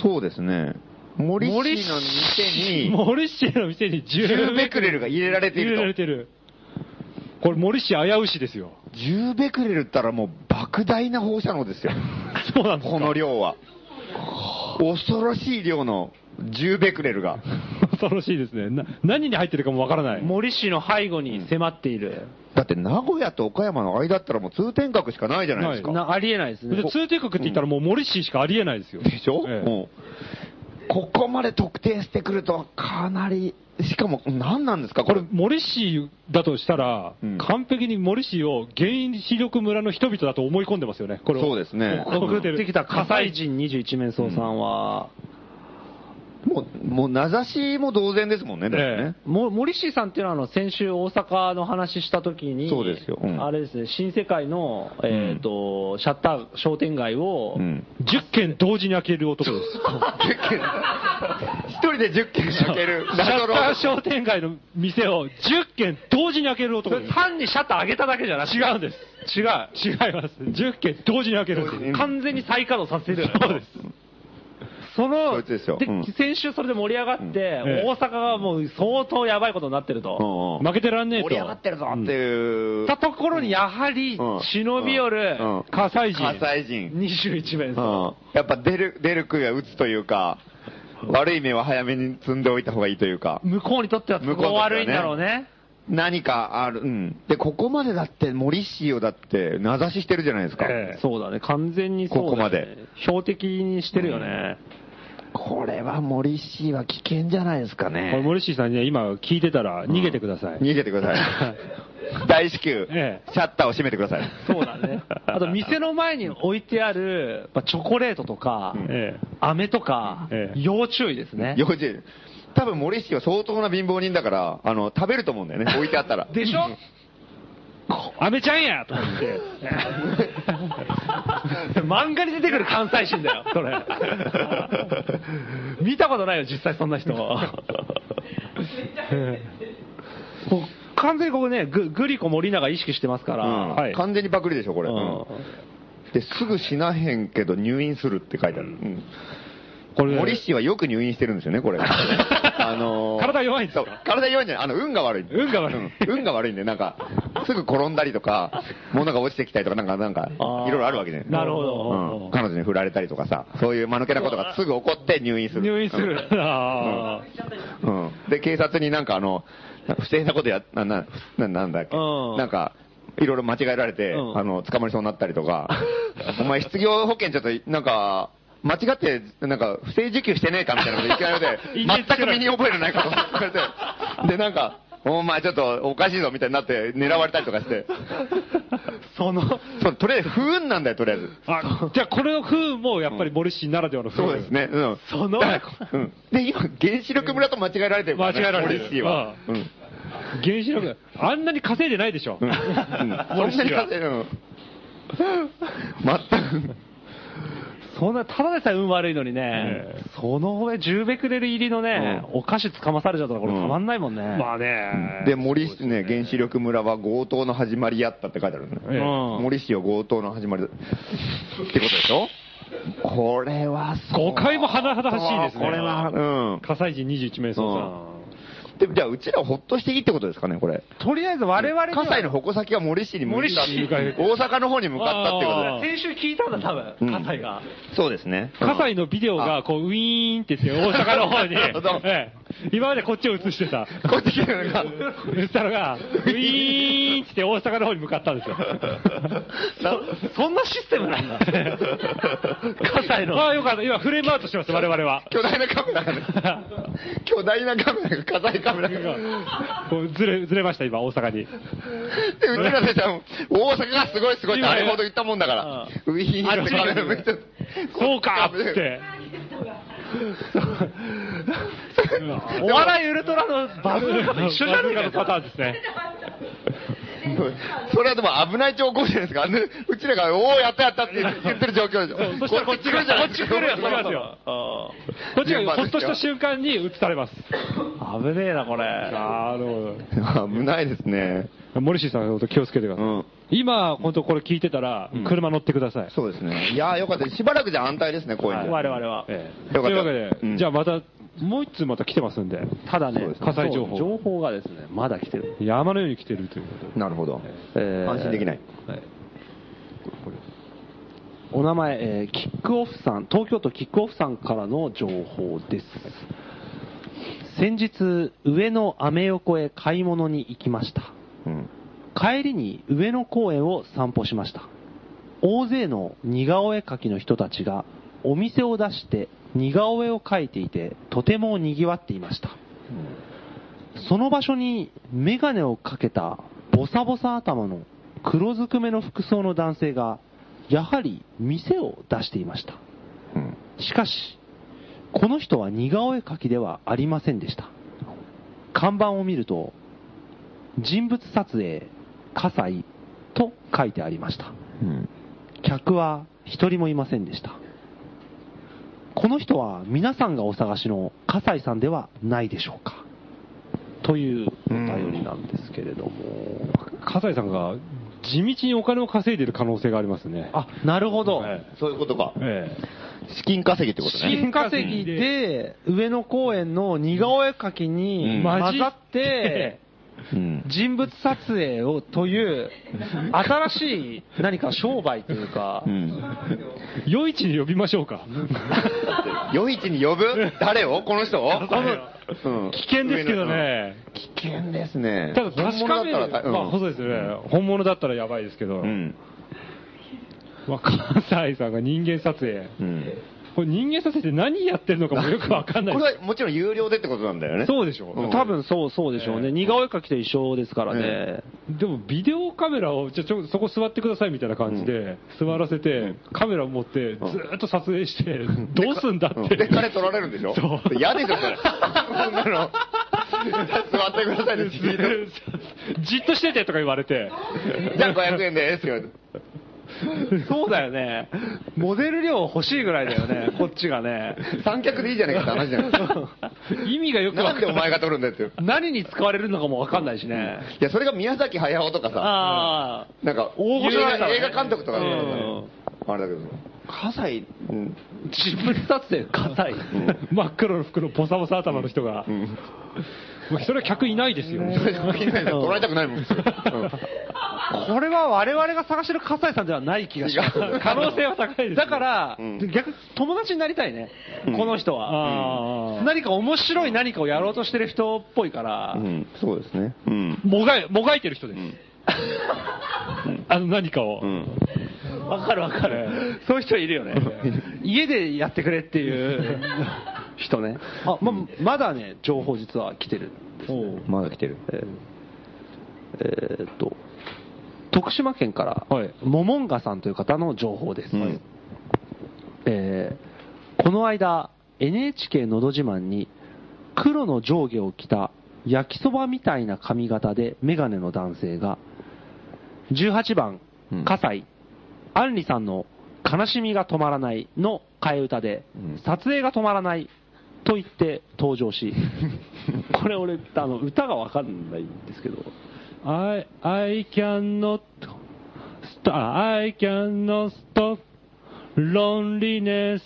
そうですね。森氏の店に、
森氏の店に
10
10
ベ
ベ
ク
ク
レ
レ
ル
ル
が入れられてい
入れられ
ると。
てるこれ森氏危うしですよ
10ベクレルったらもう莫大な放射能 ですよ。
そうなんです
この量は。恐ろしい量の10ベクレルが。
恐ろしいですねな何に入ってるかもわからない
森氏の背後に迫っている。
だって名古屋と岡山の間だったらもう通天閣しかないじゃないですか。
なありえないですね
で。通天閣って言ったらもう森氏しかありえないですよ
でしょ、
ええ
うんここまで特定してくるとかなり、しかも何なんですかこ
こ
れ
れ、森氏だとしたら、
うん
完璧に森氏を原子力村の人々だと思い込んでますよね、これを
そうですね
送って
送
る
ってきた火災人21面相さんは、
もう、もう名指しも同然ですもんね、だってね。
も森氏さんっていうのはあの先週大阪の話した時に、
そうですようん
あれですね、新世界の、えー、とシャッター商店街を、
うん
10件同時に開ける男です。
一人人で10軒開け る
シャ
謎
ッ
の
ター商店街の店を10軒同時に開ける男です。
単にシャッター上げただけじゃなくて
違うんです。違う。違います。10軒同時に開けるんです。
完全に再稼働させてるそうですそ
そ
の
いつですようん
先週それで盛り上がって、
ええ
大阪がもう相当やばいことになってると、
うんうん
負けてらんねえと。
盛り上がってるぞっていう
たところにやはり
うん
忍び寄る
うん
火災人。
関西人
21名さん
やっぱ出る、出る杭は打つというか、悪い目は早めに積んでおいた方がいいというか、
向こうにとっては都合悪いんだろうね
何かある、うん。で、ここまでだって、森氏をだって、名指ししてるじゃないですか。
ええ
そうだね完全にそうだ、ね、
ここまで
標的にしてるよね、
これは森氏は危険じゃないですかね。
これ、モリシーさんにね、今聞いてたら逃げてください。
逃げてくださ い。大至急、
ええ
シャッターを閉めてください。
そうだ ねあと店の前に置いてある、まあ、チョコレートとか、
え
飴とか、
ええ
要注意ですね
幼稚園。多分森氏は相当な貧乏人だから、あの、食べると思うんだよね、置いてあったら。
でしょ
え。アメちゃんやと思って。
漫画に出てくる関西人だよ、それ。見たことないよ、実際そん な人。もう完全にここね、ググリコ森永意識してますから、
うん
はい
完全にパクリでしょ、これ。
うん
ですぐ死なへんけど入院するって書いてある。うん
これ、
森氏はよく入院してるんですよね、これ。 あのー
体弱いんです
そう
か
体弱いんじゃない、あの、運が悪い。
運が悪い
うん運が悪いんで、なんか、すぐ転んだりとか、物が落ちてきたりとか、なんか、なんか、い
あー
ろいろあるわけね。
なるほ
うん
ど。
彼女に振られたりとかさ、そういう間抜けなことがすぐ起こって入院する。
入院する。あ
うん。で、警察になんかあの、不正なことや、な、な、ななんだっけ、
うん
なんか、いろいろ間違えられて、
うん
あの、捕まりそうになったりとか、お前失業保険ちょっと、なんか、間違って、なんか、不正受給してねえかみたいなこといきなり言われて、全く身に覚えのないことを言われて、で、なんか、お前ちょっとおかしいぞみたいになって狙われたりとかして、
その、
そうとりあえず不運なんだよ、とりあえず。
あ。あ、じゃあこれの風もやっぱりモリシーならではの風。
そうです。ね。うん。
その、
うん、で、今、原子力村と間違えられてるからね、
間違えられてる
森氏は。うん
原子力、あんなに稼いでないでしょ。
うんうんそんなに稼いでる全く。
そんな、ただでさえ運悪いのにね、
え
その上10ベクレル入りのね、お菓子掴まされちゃったらこれ
うん
たまんないもんね。
まあね。
で、森氏ね、原子力村は強盗の始まりやったって書いてあるね。
ええ
うん
森氏よ強盗の始まりだ。ってことでしょこれはそう
誤解も甚だしいですね
これは、うん。
火災人21名相
でじゃあ、うちらをほっとしていいってことですかね、これ。
とりあえず我々には
葛西の矛先が森氏に向いた。
森氏に向かえ
大阪の方に向かったってこと
あ
で
ー
先週聞いたんだ、多分、
うん
葛西が。
そうですね。
さん。火災のビデオがこうウィーンって言って大阪の方 に、
なるほど
ええ今までこっちを映してた。
こっち来てるのか。
映したのが、ウィーンって言って大阪の方に向かった んですよ。
そんなシステムなんだ。葛西の。
ああ、よかった。今フレームアウトしました、我々は。
巨大なカメラが、巨大なカメラが、火災カメラが。
こうずれ、ずれました、今、大阪に。
で、うちらでちゃん、大阪がすごいすごいってあれほど言ったもんだから、ウィーンってカメラめっちゃ、
そうかっつって。
お笑いウルトラのバズーカと一緒じゃねえか
のパターンですね。
それはでも危ない兆候じゃないですか。あのうちらが、おお、やったやったって言ってる状況でし
そう
ょ。
そしたらこっち来るじゃん
こっち来るよ、
こっち来ますよこっちがほっとした瞬間に映されます。
危ねえな、これ。
なる
危ないですね。
ほど。モリシーさん、本当気をつけてください。
うん
今、本当これ聞いてたら、車乗ってください。
そうですね。いやーよかった。しばらくじゃ安泰ですね、こういうの。
我々は。
ええ
よ
と
かった
いうわけで、
うん
じゃあまた、もう一通また来てますんで、
ただ
そう
ね
で、す
火災情報
そう情報がですね、まだ来てる。
山のように来てるということで。
なるほど。
えー
安心できない。
はいお名前、えーキックオフさん、東京都キックオフさんからの情報です。先日、上野アメ横へ買い物に行きました。
うん。
帰りに上野公園を散歩しました大勢の似顔絵描きの人たちがお店を出して似顔絵を描いていてとても賑わっていましたその場所に眼鏡をかけたボサボサ頭の黒ずくめの服装の男性がやはり店を出していました
うん。
しかし、この人は似顔絵描きではありませんでした。看板を見ると、人物撮影、火災と書いてありました。
うん。
客は一人もいませんでした。ここの人は皆さんがお探しの笠井さんではないでしょうかというお便りなんですけれども、
笠井さんが地道にお金を稼いでる可能性がありますね。
あなるほど、
はい
そういうことか。
え
資金稼ぎってこと
資
ね。
金稼ぎで上野公園の似顔絵描きに
うん
混ざ って、
うん
人物撮影をという、新しい何か商売というか
う、ん。
え夜市に呼びましょうか。
夜市に呼ぶ誰をこの 人をうん
危険ですけどね。
危険ですね。
ただ確かめ
本物だっ
る、
たら
まあ、細いですよね。本物だったらやばいですけど、
うん。
まあ、関西さんが人間撮影。
うん。
これ人間撮影って何やってるのかもよくわかん
こ
な
れ
い。
はもちろん有料でってことなんだよね。
そうでしょ
うん
多分そうそうでしょう
え
ね、
え
似顔絵描きと一緒ですからね
え、
でもビデオカメラを、じゃあちょそこ座ってくださいみたいな感じで、座らせて、カメラを持って、ずーっと撮影して、どうすんだ
うん
って
で、。彼取られるんでしょ
そう
嫌でしょ、それ。そんなの。座ってくださ いね、じっ
じっとしててとか言われて。
とじゃあ500円ですよ。
そうだよね、モデル量欲しいぐらいだよ ね、こっちがね、
三脚でいいじゃねえかって話じゃない
意味がよくわ
なん
か
で
ん
お
ない、
前が取るんだよっていう。
何に使われるのかもわかんないしね、
いや、それが宮崎駿とかさ、
ああ、
なんか、
大御所だからね
映画監督とかだったらね
うん
あれだけど、葛西、うん
自分撮影、硬い、
真っ黒の服のボサボサ頭の人が、
ん
まあそれは客いないですよ、
それでもいないの取られたくないもん。うん
これは我々が探してる葛西さんではない気がします
違う、
可能性は高いです
だから、
うん
逆に友達になりたいね、この人は。
ああ
何か面白い何かをやろうとしてる人っぽいから、
うん、そうですね。うん。
もがいもがいてる人です、 あの何かを、
うん。
わかるわかる。そういう人いる よね。家でやってくれっていう人ね。あ、ま、まだね、情報実は来てる。
まだ来てる。
えーっと、徳島県から、
はい
モモンガさんという方の情報です。
はい
えーこの間、NHK のど自慢に、黒の上下を着た焼きそばみたいな髪型でメガネの男性が、18番
うん、
葛西、杏里さんの悲しみが止まらないの替え歌で、
うん
撮影が止まらないと言って登場 し、これ俺、あの歌がわかんないんですけど、
I, I cannot stop, I cannot stop loneliness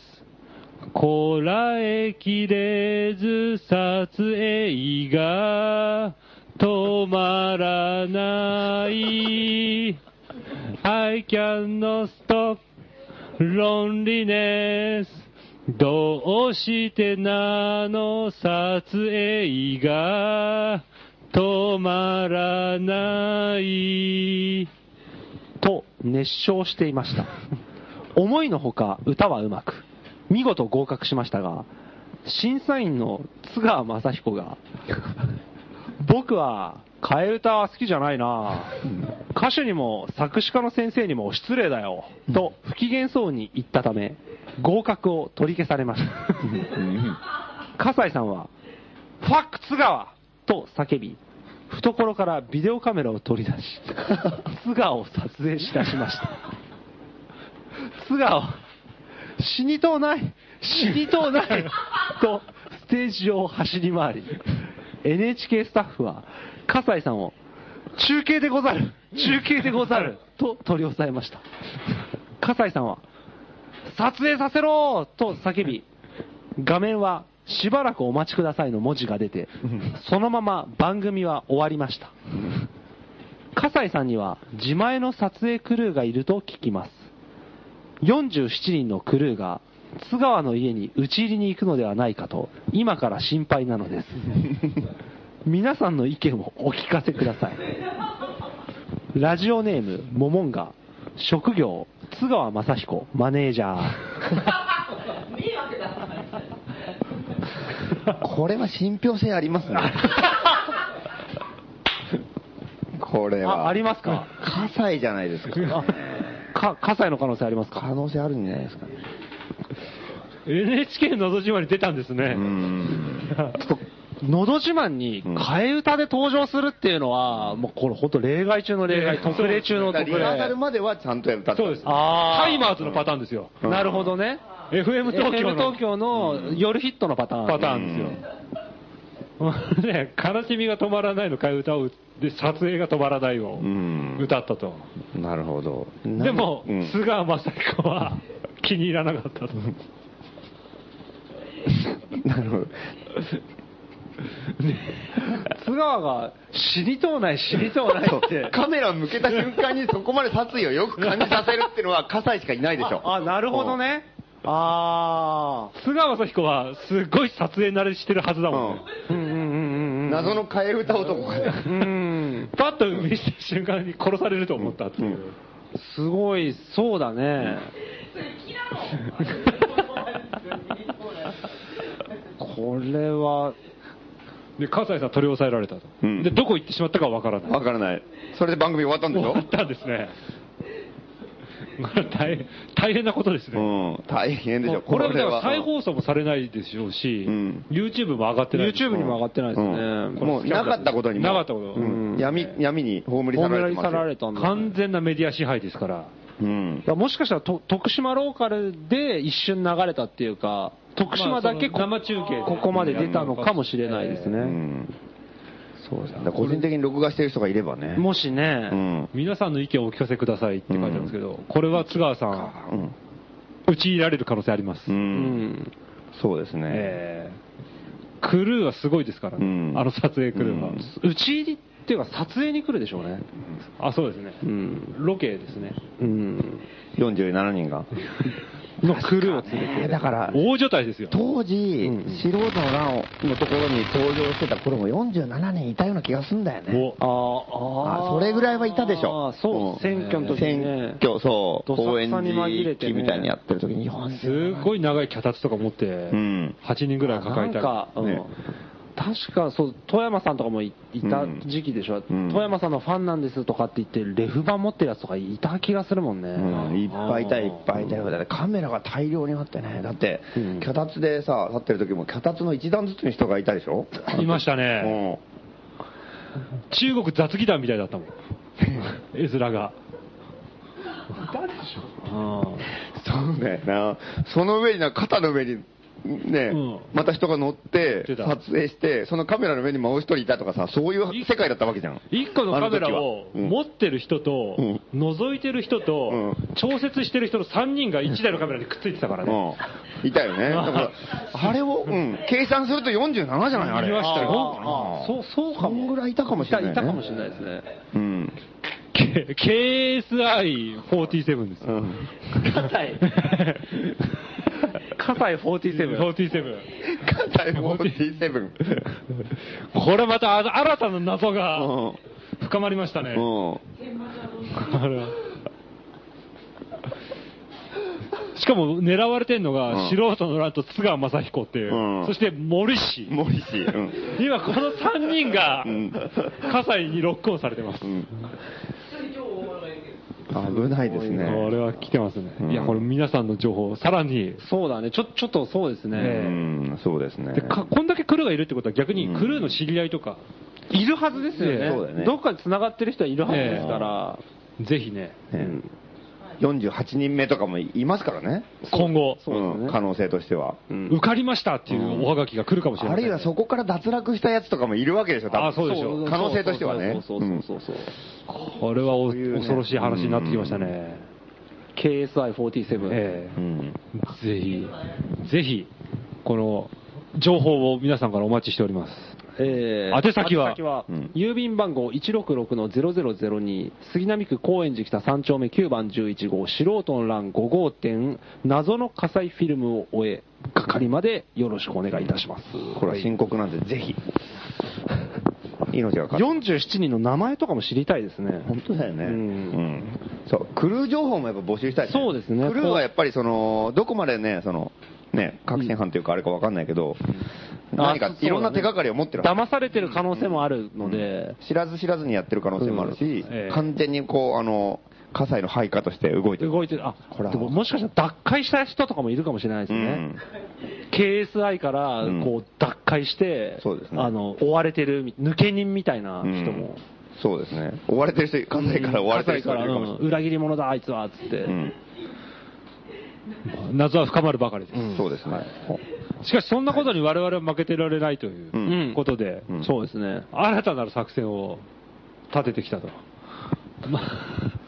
こらえきれず撮影が止まらない I cannot stop loneliness どうしてなの撮影が止まらない
と熱唱していました。思いのほか歌はうまく、見事合格しましたが、審査員の津川雅彦が、僕は替え歌は好きじゃないな歌手にも作詞家の先生にも失礼だよと不機嫌そうに言ったため合格を取り消されました笠井さんは「ファック津川!」と叫び懐からビデオカメラを取り出し津川を撮影しだしました津川死にとうない死にとうないとステージ上を走り回り NHK スタッフは葛西さんを中継でござる中継でござると取り押さえました葛西さんは撮影させろと叫び画面はしばらくお待ちくださいの文字が出てそのまま番組は終わりました葛西さんには自前の撮影クルーがいると聞きます47人のクルーが津川の家に討ち入りに行くのではないかと今から心配なのです皆さんの意見をお聞かせくださいラジオネームモモンガ職業津川雅彦マネージャー
これは信憑性ありますね。これは。
あありますか
葛西じゃないですか。
か葛西の可能性あります
可
か
能性あるんじゃないですかね。
NHK のど自慢に出たんですね、
うん。
のど自慢に
うん
替え歌で登場するっていうのは、もうこれ本当例外中の例外、特例中の
だから
特
リハーサル
例。
まではちゃんとやった
そうです
あー
タイマーズのパターンですよ
なるほどね。
FM 東京
FM
の
東京の夜ヒットのパターン。
パターンですよ。 ね、悲しみが止まらないの替え歌をで撮影が止まらないを
うん
歌ったと、
なるほど。
でも、
うん
菅田将暉は気に入らなかったと、
なるほ ど。
津川が死にとうない死にとうない
そう
って。
カメラ向けた瞬間にそこまで殺意をよく感じさせるっていうのは、葛西しかいないでしょ。
ああ、なるほどね。あ
菅田将暉はすごい撮影慣れしてるはずだ
う
もんね
ん。、
あ。うんうんうんうん。
謎の替え歌男が。
うん。
パッと見した瞬間に殺されると思ったっていう、
すごい、そうだね。これは、
で葛西さん取り押さえられたと、
うん
でどこ行ってしまったかわからない
わからない。それで番組終わったんでし
終
ょ
わったんですね これ大変大変なことですね、
うん、大変でしょ。
これはだから再放送もされないでしょうし、
うん
YouTube も上がってない
YouTube にも上がってないですね。
うん
これ
もうなかったことにも
なかったこと
うん闇闇に葬り去
褒
ら
め
れてます
さ
よ
られたんだね、
完全なメディア支配ですから、
うん
だからもしかしたらと徳島ローカルで一瞬流れたっていうか、徳島だけこ,、
まあその生中継で
ここまで出たのかもしれないです
う
ね。
んそうだから個人的に録画してる人がいればね
もしね、
うん
皆さんの意見をお聞かせくださいって書いてあるんですけど、これは津川さん、
うん
打ち入れられる可能性あります、
ううん
そうですね
えークルーはすごいですからね、
うん
あの撮影クルーは、
うん
打ち入りっていうか、撮影に来るでしょうね。
あそうですね、
うん、
ロケですね、
うん、
47人が
のクルーを連れて、
ねだから
大所帯ですよ、
当時
うん
素人の欄のところに登場してた頃も47人いたような気がするんだよね
お
あー
あ
あー
それぐらいはいたでしょ
あーそう、選挙の時に、ね
選、挙そう
どさ
応
く
援
さに紛れてね
みたいにやってる時に
すごい長い脚立とか持って、
ん
8人ぐらい抱えたり
なんか、うん
ね
確かそう富山さんとかもいいた
うん
時期でしょ、
うん
富山さんのファンなんですとかって言ってレフ版持ってるやつとかいた気がするもんね、
うんいっぱいいたいっぱいいたよだってカメラが大量にあってねだって
うん
脚立でさ立ってる時も脚立の一段ずつに人がいたでしょ
いましたね、
も
中国雑技団みたいだっ たもん、絵面が。
うんそうだよなその上にな肩の上にね、
うん
また人が乗って
出た
撮影してそのカメラの上にもう一人いたとかさそういう世界だったわけじゃん
1個のカメラを
あの時はうん
持ってる人と、
うん
覗いてる人と、
うん
調節してる人の3人が1台のカメラにくっついてたからね、
うんいたよ ねだからあれを、うん計算すると47じゃないあれ
いましたよ
あー
そうそうか
そん
も
ぐらいいたかもしれないね
いたいたかもしれないですね
うん、
K- KSI47 です、
うん
葛西葛西47
47、
肩47
これまたあ新たな謎が
うん
深まりましたね、
うん
あれはしかも狙われてるのが、
うん
素人の乱と津川雅彦っていう、
うん
そして森氏。
森氏、うん
今この3人が
うん
葛西にロックオンされてます、
危ないですね。
これは来てますね、
うん
いやこれ皆さんの情報さらに
そうだねちょちょっとそうですね、
え
うん、そうですね
で。かこんだけクルーがいるってことは逆にクルーの知り合いとか、
いるはずですよね,、
ええ
そうだよね
どっかでつながってる人はいるはずですから、
ぜひね
ね48人目とかもいますからね。
今後、
そうですね
ん可能性としては。
うん
受かりましたっていうおはがきが来るかもしれ
あ
ない、
るいはそこから脱落したやつとかもいるわけでしょ、多分
あそうでしょ
可能性としてはね。
そうそうそうそうそう、
これはお
そういうね
恐ろしい話になってきましたね、
KSI47、
え
うんうん
えぜひぜひこの情報を皆さんからお待ちしております
え
宛先は
うん
郵便番号166-0002杉並区高円寺北3丁目9番11号素人の欄5号店謎の火災フィルムを終え係までよろしくお願いいたします
これは深刻なんで、ぜひ。命がかかる。
47人の名前とかも知りたいですね
本当だよね、
う
うんんそうクルー情報もやっぱ募集したい、
そうですね
クルーはやっぱりそのどこまでねそのね確信犯というかあれかわかんないけど、何
あ
か
そう
いろんな手がかりを持ってるはず、
騙されてる可能性もあるので、
知らず知らずにやってる可能性もあるし、
ええ
完全にこうあの火災の配下として動いてる
動いてるあ
これは
でももしかしたら脱会した人とかもいるかもしれないです
う
ね、
ん
KSI から
うん
こう脱会して、
そうですね
あの追われてるみ、抜け人みたいな
うん
人も、
そうですね追われてる人火災から追われてる人がいるかもしれな
葛西か
い、
らうん裏切り者だ、あいつはっつって、
うん
謎は深まるばかりです。
そうですね。
しかし、そんなことに我々は負けてられないとい
うん
うことで、
うん
そうですね。
新たなる作戦を立ててきたと。ま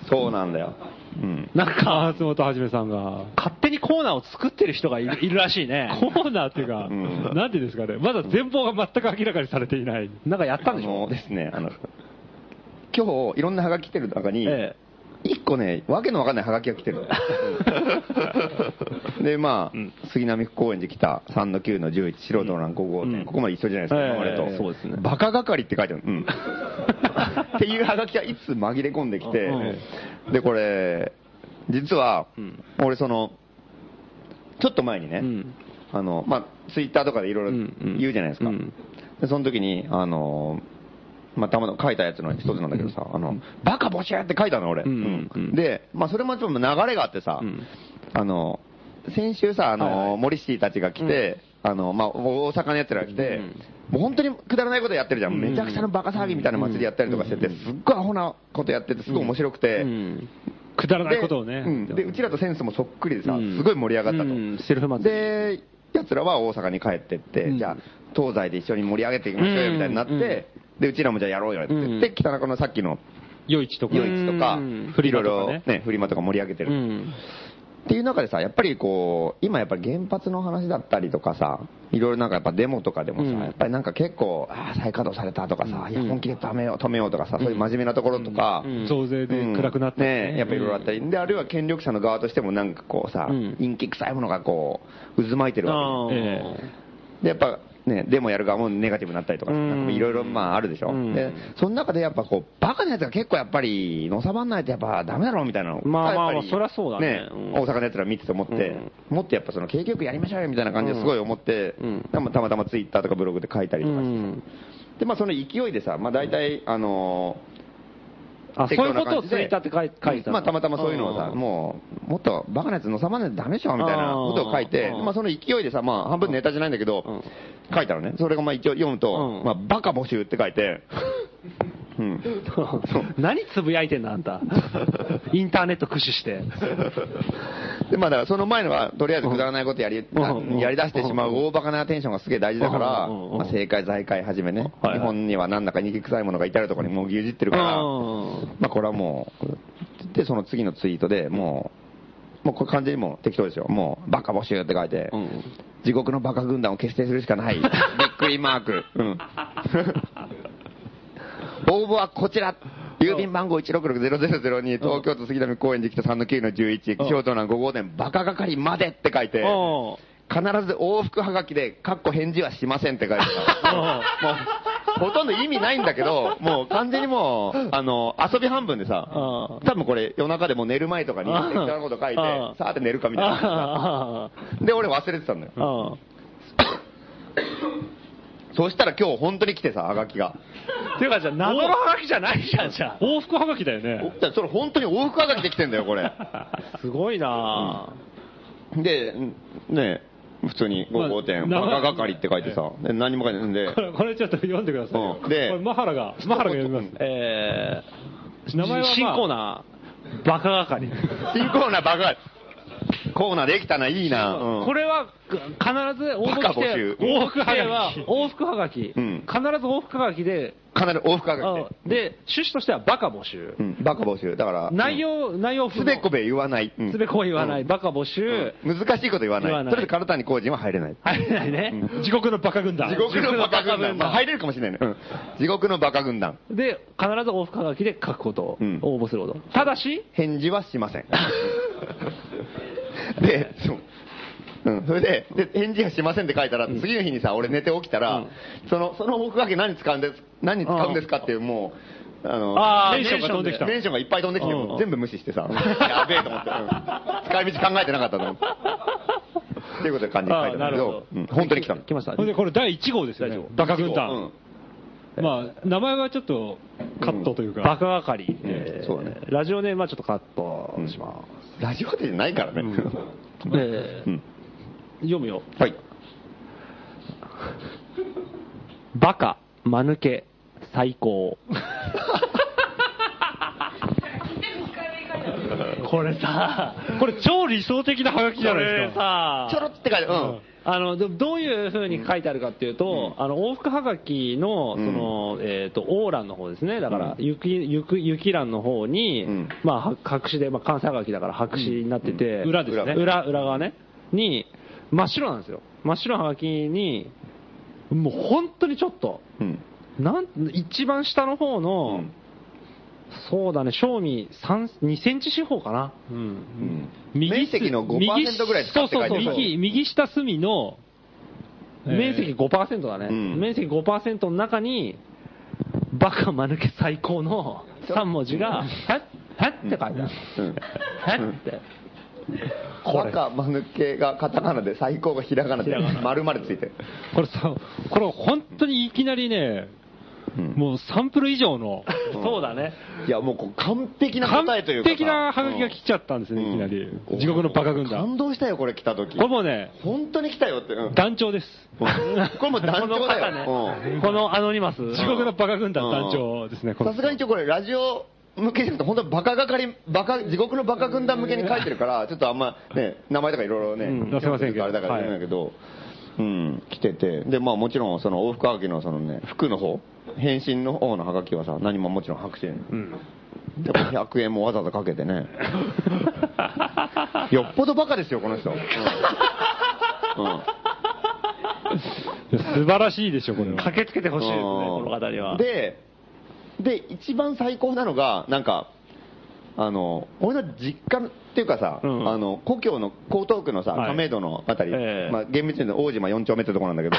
そうなんだよ。うん。
なんか、松本はじめさんが、
勝手にコーナーを作ってる人がい るいるらしいね。
コーナーっていうか、
ん
なんていうんですかね、まだ全貌が全く明らかにされていない。
なんかやったんでし
も
ょ
うですね、あの、今日、いろんなハガキ来てる中に、
え
一個ね、わけのわかんないハガキが来てるの で、まあ、杉並区公園で来た3の9の11、素人の欄5号店、ここまで一緒じゃないですか、
ええ
今までと、
ええそうですね
バカ係って書いてある。うんっていうハガキがいつ紛れ込んできて、で、これ、実は、俺その、ちょっと前にね、
ん
あの、まあ、ツイッターとかでいろいろ
んうん
言うじゃないですか。
うん
で、その時に、あの、まあ、たまたま書いたやつの一つなんだけどさ、あの、バカボシャーって書いたの、俺。
ん
うん
うん
で、まあ、それもちょっと流れがあってさ、
ん
あの、先週さ、あの、
はいはい
モリシーたちが来て、あの、まあ、大阪のやつらが来て、もう本当にくだらないことやってるじゃん。めちゃくちゃのバカ騒ぎみたいな祭りやったりとかしてて、すっごいアホなことやってて、すごい面白くて、
うん。
くだらないことをね。
うんで、うちらとセンスもそっくりでさ、
うん
すごい盛り上がったと。
うんセルフ祭り
で、やつらは大阪に帰ってって、
ん
じゃあ、東西で一緒に盛り上げていきましょうよみたいになって、
うん
で、うちらもじゃあやろうよって言って、
うん
北中のさっきの
夜市とか。
夜市とか、
うん
フリ
いろい
マとか
ろ
ね
ね、フリマとか盛り上げて
う
る。
ん。
っていう中でさ、やっぱりこう、今やっぱり原発の話だったりとかさ、いろいろなんかやっぱデモとかでもさ、
うん
やっぱりなんか結構、ああ、再稼働されたとかさ、いや、本気で止めよう、止めようとかさ、そういう真面目なところとか、
うん
増税で暗くなって、
ねえやっぱいろいろあったり、で、あるいは権力者の側としてもなんかこうさ、
うん
陰気臭いものがこう、渦巻いてるわ
あー
けで
え
で、やっぱね、デモやる側もネガティブになったりとかさ、
うん
なんかいろいろまああるでしょ。
うん
で、その中でやっぱこう、バカなやつが結構やっぱり、のさばんないとやっぱダメだろうみたいなの
まあまあまあ
やっぱり
そりゃそうだねうん
大阪のやつら見てて思って、もっとやっぱその景気よくやりましょうよみたいな感じですごい思って、
うん
たまたまツイッターとかブログで書いたり
う
とかして、
ん。
で、まあその勢いでさ、まあ大体、あのー
あ、そう
適当
いう
な
ことを
感じで
ツイッターって書い書いて
まあ、たまたまそういうのをさ、もう、もっとバカなやつのさまないとダメでしょみたいなことを書いて、
うん
まあ、その勢いでさ、まあ、半分ネタじゃないんだけど、書いたのね。それがまあ一応読むと
う、ん
まあ、バカ募集って書 いて、うん。
う。 何つぶやいてんだ、あん た。インターネット駆使して。
で、まあ、だからその前のは、とりあえずくだらないことやり、
うん
あ
うん
やり出してしまう大バカなテンションがすげえ大事だから、
うんうんうん
まあ、政界、財界はじめね、
はいはい
日本にはなんだか憎き臭いものがいたりとかにもう牛耳ってるから、
うん
まあ、これはもう、で、その次のツイートでもう、もうこれ完全にもう適当ですよ。もう、バカ募集って書いて、
うん
地獄のバカ軍団を結成するしかない。びっくりマーク。 うん。応募はこちら。郵便番号166-0002、東京都杉並公園で来た3の9の11、気象庁の5号店、バカ係までって書いて、
うん
必ず往復はがきで、かっこ返事はしませんって書いてた。もう、ほとんど意味ないんだけど、もう完全にもう、あの、遊び半分でさ、多
う
分これ夜中でもう寝る前とかに
うん
適当なこと書い
う
て、
ん
さーって寝るかみたいな。
あ
で、俺忘れてたんだよ。
あ。うん。
そしたら今日本当に来てさ、はがきが。
ていうかじゃあ、謎のハガキじゃないじゃん、じゃあ。
往復はがきだよね。
だからそれ本当に往復はがきで来てんだよ、これ。
すごいな
で、んね普通に5号店、
まあ
バカ係って書いてさ、で何も書いてないんで
こ、れこれちょっと読んでくださいよ
う。んで
これマハラが、マハラが読みます。
えー、
名前はまあ
新コーナー、バカ係。
新コーナーバカコーナーできたな、いいな。うん
これはく必ず応募
バカ
し
募
て
集、
往復はがきは、往復はがき、必ず
うん
往復はがきで、
かなり往復はがきで
あ。で、趣旨としてはバカ募集
う。ん、バカ募集。だから、
内容、内容不
すべこべ言わない。うん
すべこべ言わない、バカ募集、
難しいこと言わない。
言わない
とりあえず、唐谷浩人は入れない。
入れないね。
地獄のバカ軍団。
地獄のバカ軍団。まあ、入れるかもしれないね。うん地獄のバカ軍団。
で、必ず往復はがきで書くことを
うん
応募すること。ただし、
返事はしません。 で、そう。うん、それでで、返事はしませんって書いたら、次の日にさ、俺寝て起きたら、その、その僕だけ何使うんです、何使うんですかっていう、もう、あの、
あー
メンション
メンシ
が
ョ
飛
ン
ん
で
できた。メンションがいっぱい飛んできて、もう全部無視してさ、やべえと思って、うん使い道考えてなかったと 思って。っていうことで感じに書いたんだけど、うん本当に来たの。
来ました
ほ。んで、これ第1号ですよね。バカ軍
う
団
ん。
まあ、名前はちょっとカットという
バ
か、
カ係、えー
そうだね
ラジオネームはちょっとカットしま
ラジオでじゃないからね。
す。えー
うん
読むよ。
はい。
バカ、間抜け、最高。これさ、
これ超理想的なハガキじゃ
こ
ないで
れ
すか。
さ、
ちょろって書いて、うん。
あのでもどういうふうに書いてあるかっていうと、あの往復はがきのその、えー、とオーランの方ですねだから雪,、雪雪欄の方に、
うん
まあ、は白紙で、まあ、関西はがきだから白紙になってて、
うん裏ですね
裏裏側ねに真っ白なんですよ真っ白のはがきにもう本当にちょっと
うん。
なん一番下の方の、
うん
そうだね正味3 2センチ四方かな
うん
うん。
右
面
す
積の5%ぐらい使って書いて
そう
る。
そうそう
右右下隅の、
面積
えー
5%だね、
うん
面積5%の中に、バカ間抜け最高の3文字が、はっ、はっって書いてある、
うん
はっって、これ、
赤、間抜けがカタカナで、最高がひらがなで、丸までついてる。
これさ、これ本当にいきなりね、
うん
もうサンプル以上の、
そうだね、
いや、もうこう完璧な
完
答えというかさ。
璧なハガキが来ちゃったんですね、いきなり。地獄のバカ軍
感
団。
動したよ、これ来た時
これ。もうね、
本当に来たよって。うん
団長です。
これもう団長だよ。うん
このアノニマス、
地獄のバカ軍団団長ですね、この
さすがにちょっとこれラジオ向けじゃなくて本当にバカがかりバカ地獄のバカ軍団向けに書いてるからちょっとあんまね名前とかいろいろね、
ん出せませんけど
あれだから言えないけど、うん来ててでまあもちろんその往復はがきのそのね服の方返信の方のはがきはさ何ももちろん白紙でも100円もわざわざかけて ねよっぽどバカですよこの人、うんうん
いや素晴らしいでしょ、これは。
駆けつけてほしいですね、
うん
この方には。
で、で、一番最高なのが、なんか、あの、俺の実家っていうかさ、
うん
あの、故郷の江東区のさ、
はい
亀戸のあたり、
ええ
まあ厳密に言うと大島4丁目ってとこなんだけ ど、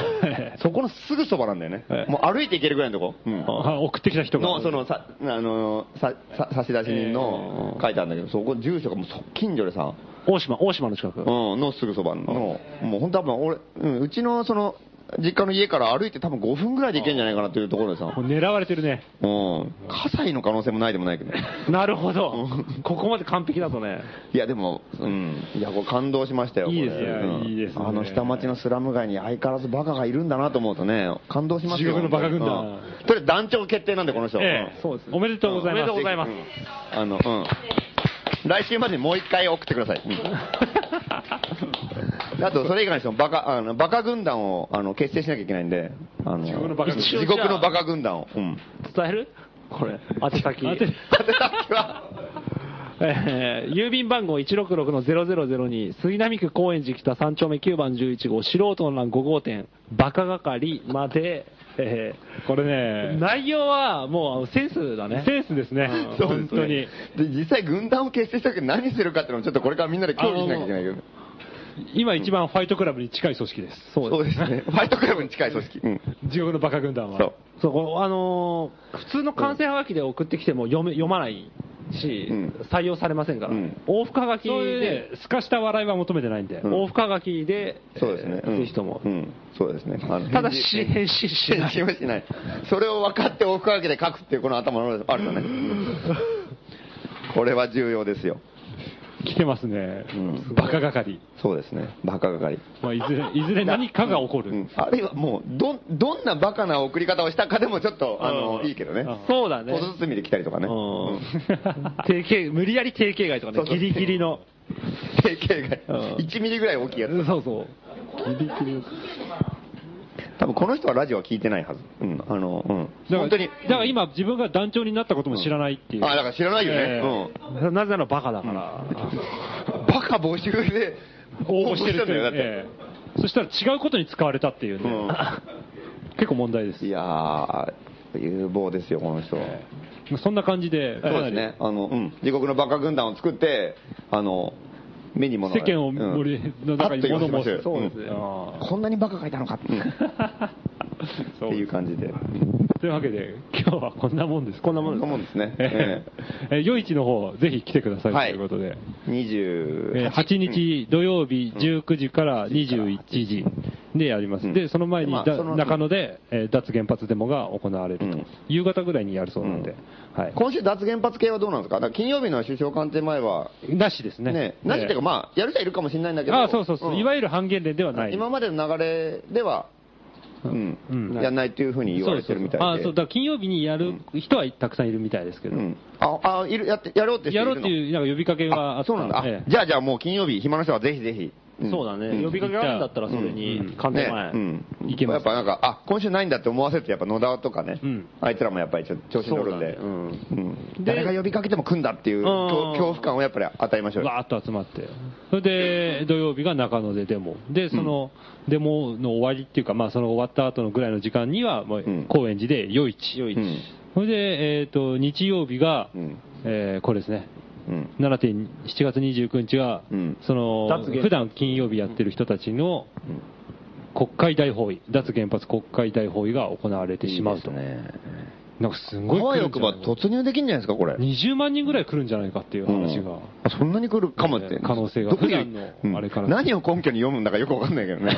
そこのすぐそばなんだよね。
ええ
もう歩いて行けるぐらいのとこ。うん
あ送ってきた人が。
のそのさあのささ差出人の書いてあるんだけど、そこ住所がもうそ近所でさ、
大島、大島の近く。
うん、のすぐそばの、もう本当は多分俺、うん、うちのその実家の家から歩いて多分5分ぐらいで行けるんじゃないかなというところでさ、
もう狙われてるね。
うん、葛西の可能性もないでもないけど、
なるほど、ここまで完璧だとね、
いや、でも、うん、いや、これ感動しましたよ、
いいです
これ
ね
うん
いいですね
あの下町のスラム街に相変わらずバカがいるんだなと思うとね、感動しますよ、
地獄のバカ軍団
うんとりあえず団長決定なんで、この人、
ええ
うん
そうですね
おめでとうございま
おめ
す。
でとうございます
ぜひうんあの、うん、来週までにもう一回送ってくだ さい。うんあと、それ以外の人もバカ、あの、バカ軍団を、あの、結成しなきゃいけないんで、あの、地獄
のバカ軍団
のバカ軍団を。うん。
伝えるこれ、宛先。
宛先
えー郵便番号166の0002杉並区高円寺北3丁目9番11号素人の欄5号店バカ係まで、え
これ
ー
ね、
内容はもうセンスだね
センスですね、
そう
本当に
で。すねで実際軍団を結成した時に何するかっていうのもちょっとこれからみんなで協議しなきゃいけないけど
今一番ファイトクラブに近い組織です。そ
そうです ねファイトクラブに近い組織うん
地獄のバカ軍団は。
そう
そうこうあのー普通の完成はがきで送ってきても読め読まないし、
うん
採用されませんから、
うん
往復はがき
そういう
で、
ね、すかした笑いは求めてないんで。
ん
往復はがきで、
そうですね
えー
うん
ぜひとも、
うんそうですねあの
ただし返信し
返
な
事
い
はしないそれを分かっておくわけで書くっていうこの頭のあるよね これは重要ですよ
来てますね
う。ん
バカ係。
そうですねバカ係
まあ、いずれ、いずれ何かが起こ
う
る
ん。あるいはもうどどんなバカな送り方をしたかでもちょっとあのいいけどね
そうだ ね
小包みで来たりとかね
うん
うん
定型無理やり定型外とか
そ
ね
うそう
ギリギリの
定型
う
が
ん
1ミリぐらい大きいやつ
そうそう
多分この人はラジオは聞いてないはず。うん。あの、うん。
だから
本当に。
だから今、自分が団長になったことも知らないっていう。
あ、だから知らないよね。
え
なぜならバカだから、
うん。バカ募集で
応募してる
んだよ、だって。
ええそしたら違うことに使われたっていうね。
うん
結構問題です
い。やー、有望ですよ、この人。
そんな感じで、
そうですね。あの、うん。地獄のバカ軍団を作って、あの、目にも
世間を森の中に物申す
そうです
かなり。ああ
こんなにバカがいたのかって。 っていう感じで。
というわけで、今日はこんなもんです。こんなも
んですこんなもんですね
えええ夜市の方、ぜひ来てくださ
はいい
ということで。えー
28
8日土曜日19時から21時でやります、
うん
でその前に
まあ
だ
その
中野で、えー脱原発デモが行われると、
うん
夕方ぐらいにやるそうなんで、はい、
今週脱原発系はどうなんですかだから金曜日の首相官邸前は
なしですね、
ね、なしっていうか、
え
まあ、やる人はいるかもしれないんだけ
ー
ど、
あーそうそうそう、
ん
いわゆる半減連ではない、
今までの流れでは、うん
うん
やんないというふうに言われてるみたいで。
そうですあそうだから金曜日にやる人はたくさんいるみたいですけど、
うんあ、あ、いる、やって、やろうって人
や
いる
ろ
の
うっていうなんか呼びかけがあ
あ
った
そうなんだ。あ
ええ
じゃあじゃあもう金曜日、暇な人はぜひぜひ。ん
そうだね、
ん
呼びかけがあるんだったらそれに関係ない、
ねうん、
いけます
やっぱなんか、あ今週ないんだって思わせると、やっぱ野田とかね、
うん
あいつらもやっぱりちょっと調子に乗るんで、
そうだね
うん誰が呼びかけても来んだっていう恐恐怖感をやっぱり与えましょうよ。
わーっと集まって、それで土曜日が中野でデモ、で、そのデモの終わりっていうか、まあ、その終わった後のぐらいの時間には、もうん高円寺で夜市、
夜市
うん
それで、えー、と日曜日が、
うん
えーこれですね。
うん
7点7月29日が、
うん
その
脱原
普段金曜日やってる人たちの国会大包囲、脱原発国会大包囲が行われてしまうと、
ね。
なんかすごい
あわ
来る
よ
んじ
く
ゃな
ば
いか
突入できんじゃないですか、これ。
20万人ぐらい来るんじゃないかっていう話
う
が
ん、あそんなに来るかもって。
可能性が
どこに
普段の
うん
あれから
何を根拠に読むんだかよくわかんないけどね。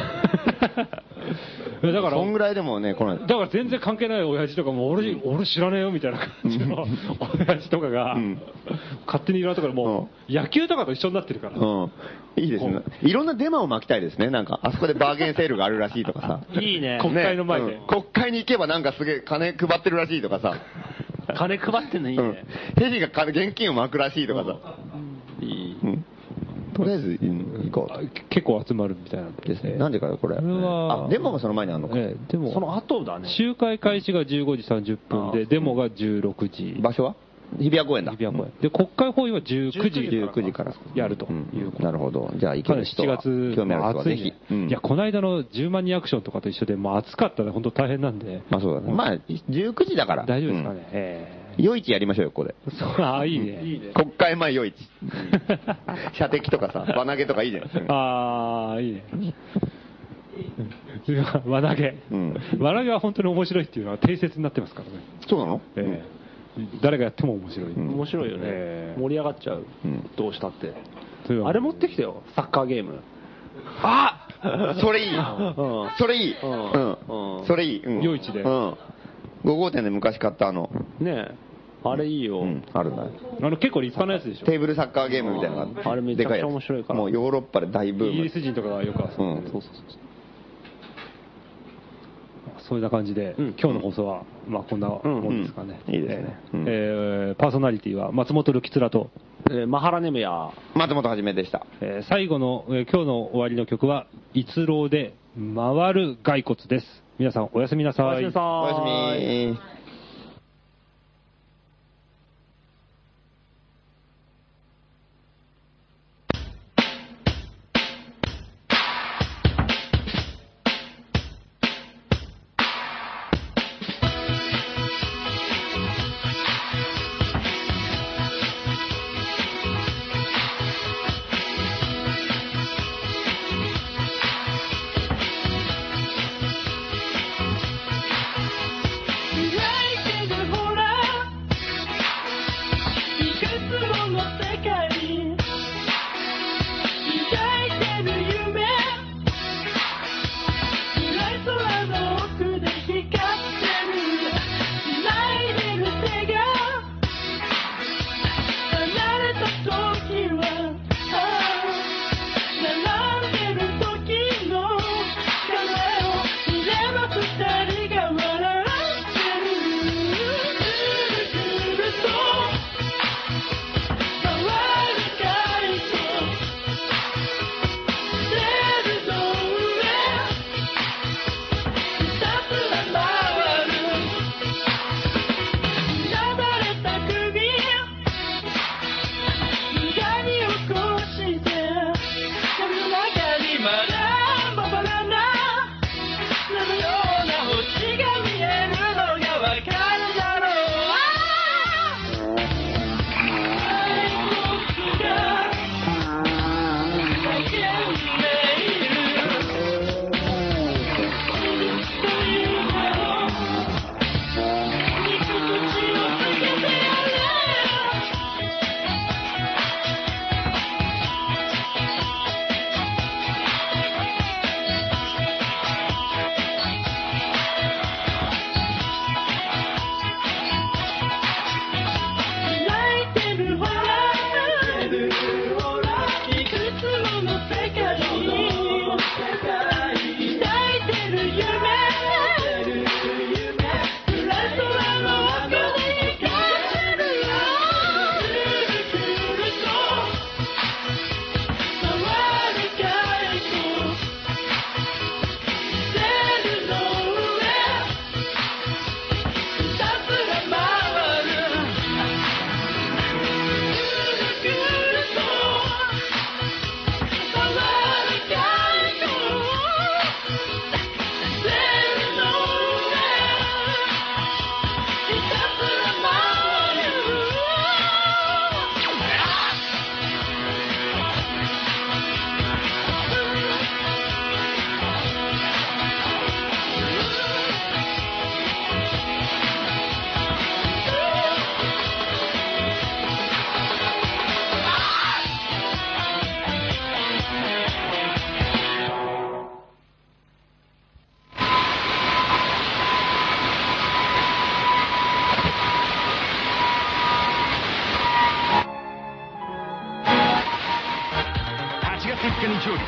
いやだから
そんぐらいでもね、この、
だから全然関係ない親父とかも俺、俺知らねえよみたいな感じの親父とかが、
うん
勝手にいろんなところもう、野球とかと一緒になってるから、
うん。いいですね。いろんなデマを巻きたいですね。なんか、あそこでバーゲンセールがあるらしいとかさ。
いいね、
国会の前で
うん国会に行けばなんかすげえ金配ってるらしいとかさ。
金配ってんのいい
うん
ね、。
ヘリが金現金を巻くらしいとかさ。うんとりあえず、うん行こう。
結構集まるみたいなん
ですね。何時からこれ。
これは
あ、デモがその前にあるのか。
ええでも
その後だね、
集会開始が15時30分で、デモが16時、
場所は日比谷公園だ。
日比谷公園で国会法要は19時
19時から。
やると
うん
いうこと
なるほど。じゃあ行
か
け
な
る
り
人
7
は、
月、
興味ある人は
暑
ぜ
い
ひ
ね。
うん
いや、この間の10万人アクションとかと一緒で、もう暑かったら本当大変なんで、
まあそうだね。まあ、19時だから。
大丈夫ですかね、
うん
え
夜市やりましょうよ、ここで。
えそう ああ、いいね。
国会前 夜市。射的とかさ、輪投げとかいいじゃないですか。
ああ、いいね。いや輪投げ、
うん
輪投げは本当に面白いっていうのは定説になってますからね、
そうなの
ええ誰がやっても面白い、
ん
面白いよね、
ええ
盛り上がっちゃう、
うん
どうしたって
というわ
あ
けで
れ持ってきてよサッカーゲーム
あそれいい
ん
それいい
うん
うん
うん
それいいうん
夜市で
うん5号店で昔買ったあの、
ねえあれいいよ、
うん、あるんだ
あの結構立派なやつでしょ、
テーブルサッカーゲームみたいなのがって
あれめちゃくちゃ
でか
面白いから
もうヨーロッパで大ブ
イギ
ー
リ
ム
ス人とかがよく遊んでる、
うんそう
そういった感じで、
うん
今日の放送は、まあ、こんなもんですかね、
うんいいですね
え
う
え
ん
ええパーソナリティは松本るきつらと、
えーマハラネムヤ
松本はじめでした
えー最後の、えー今日の終わりの曲は、逸郎で回る骸骨です。皆さんおやすみなさい。
おやすみなさい
おやすみ
「
徹底的に調理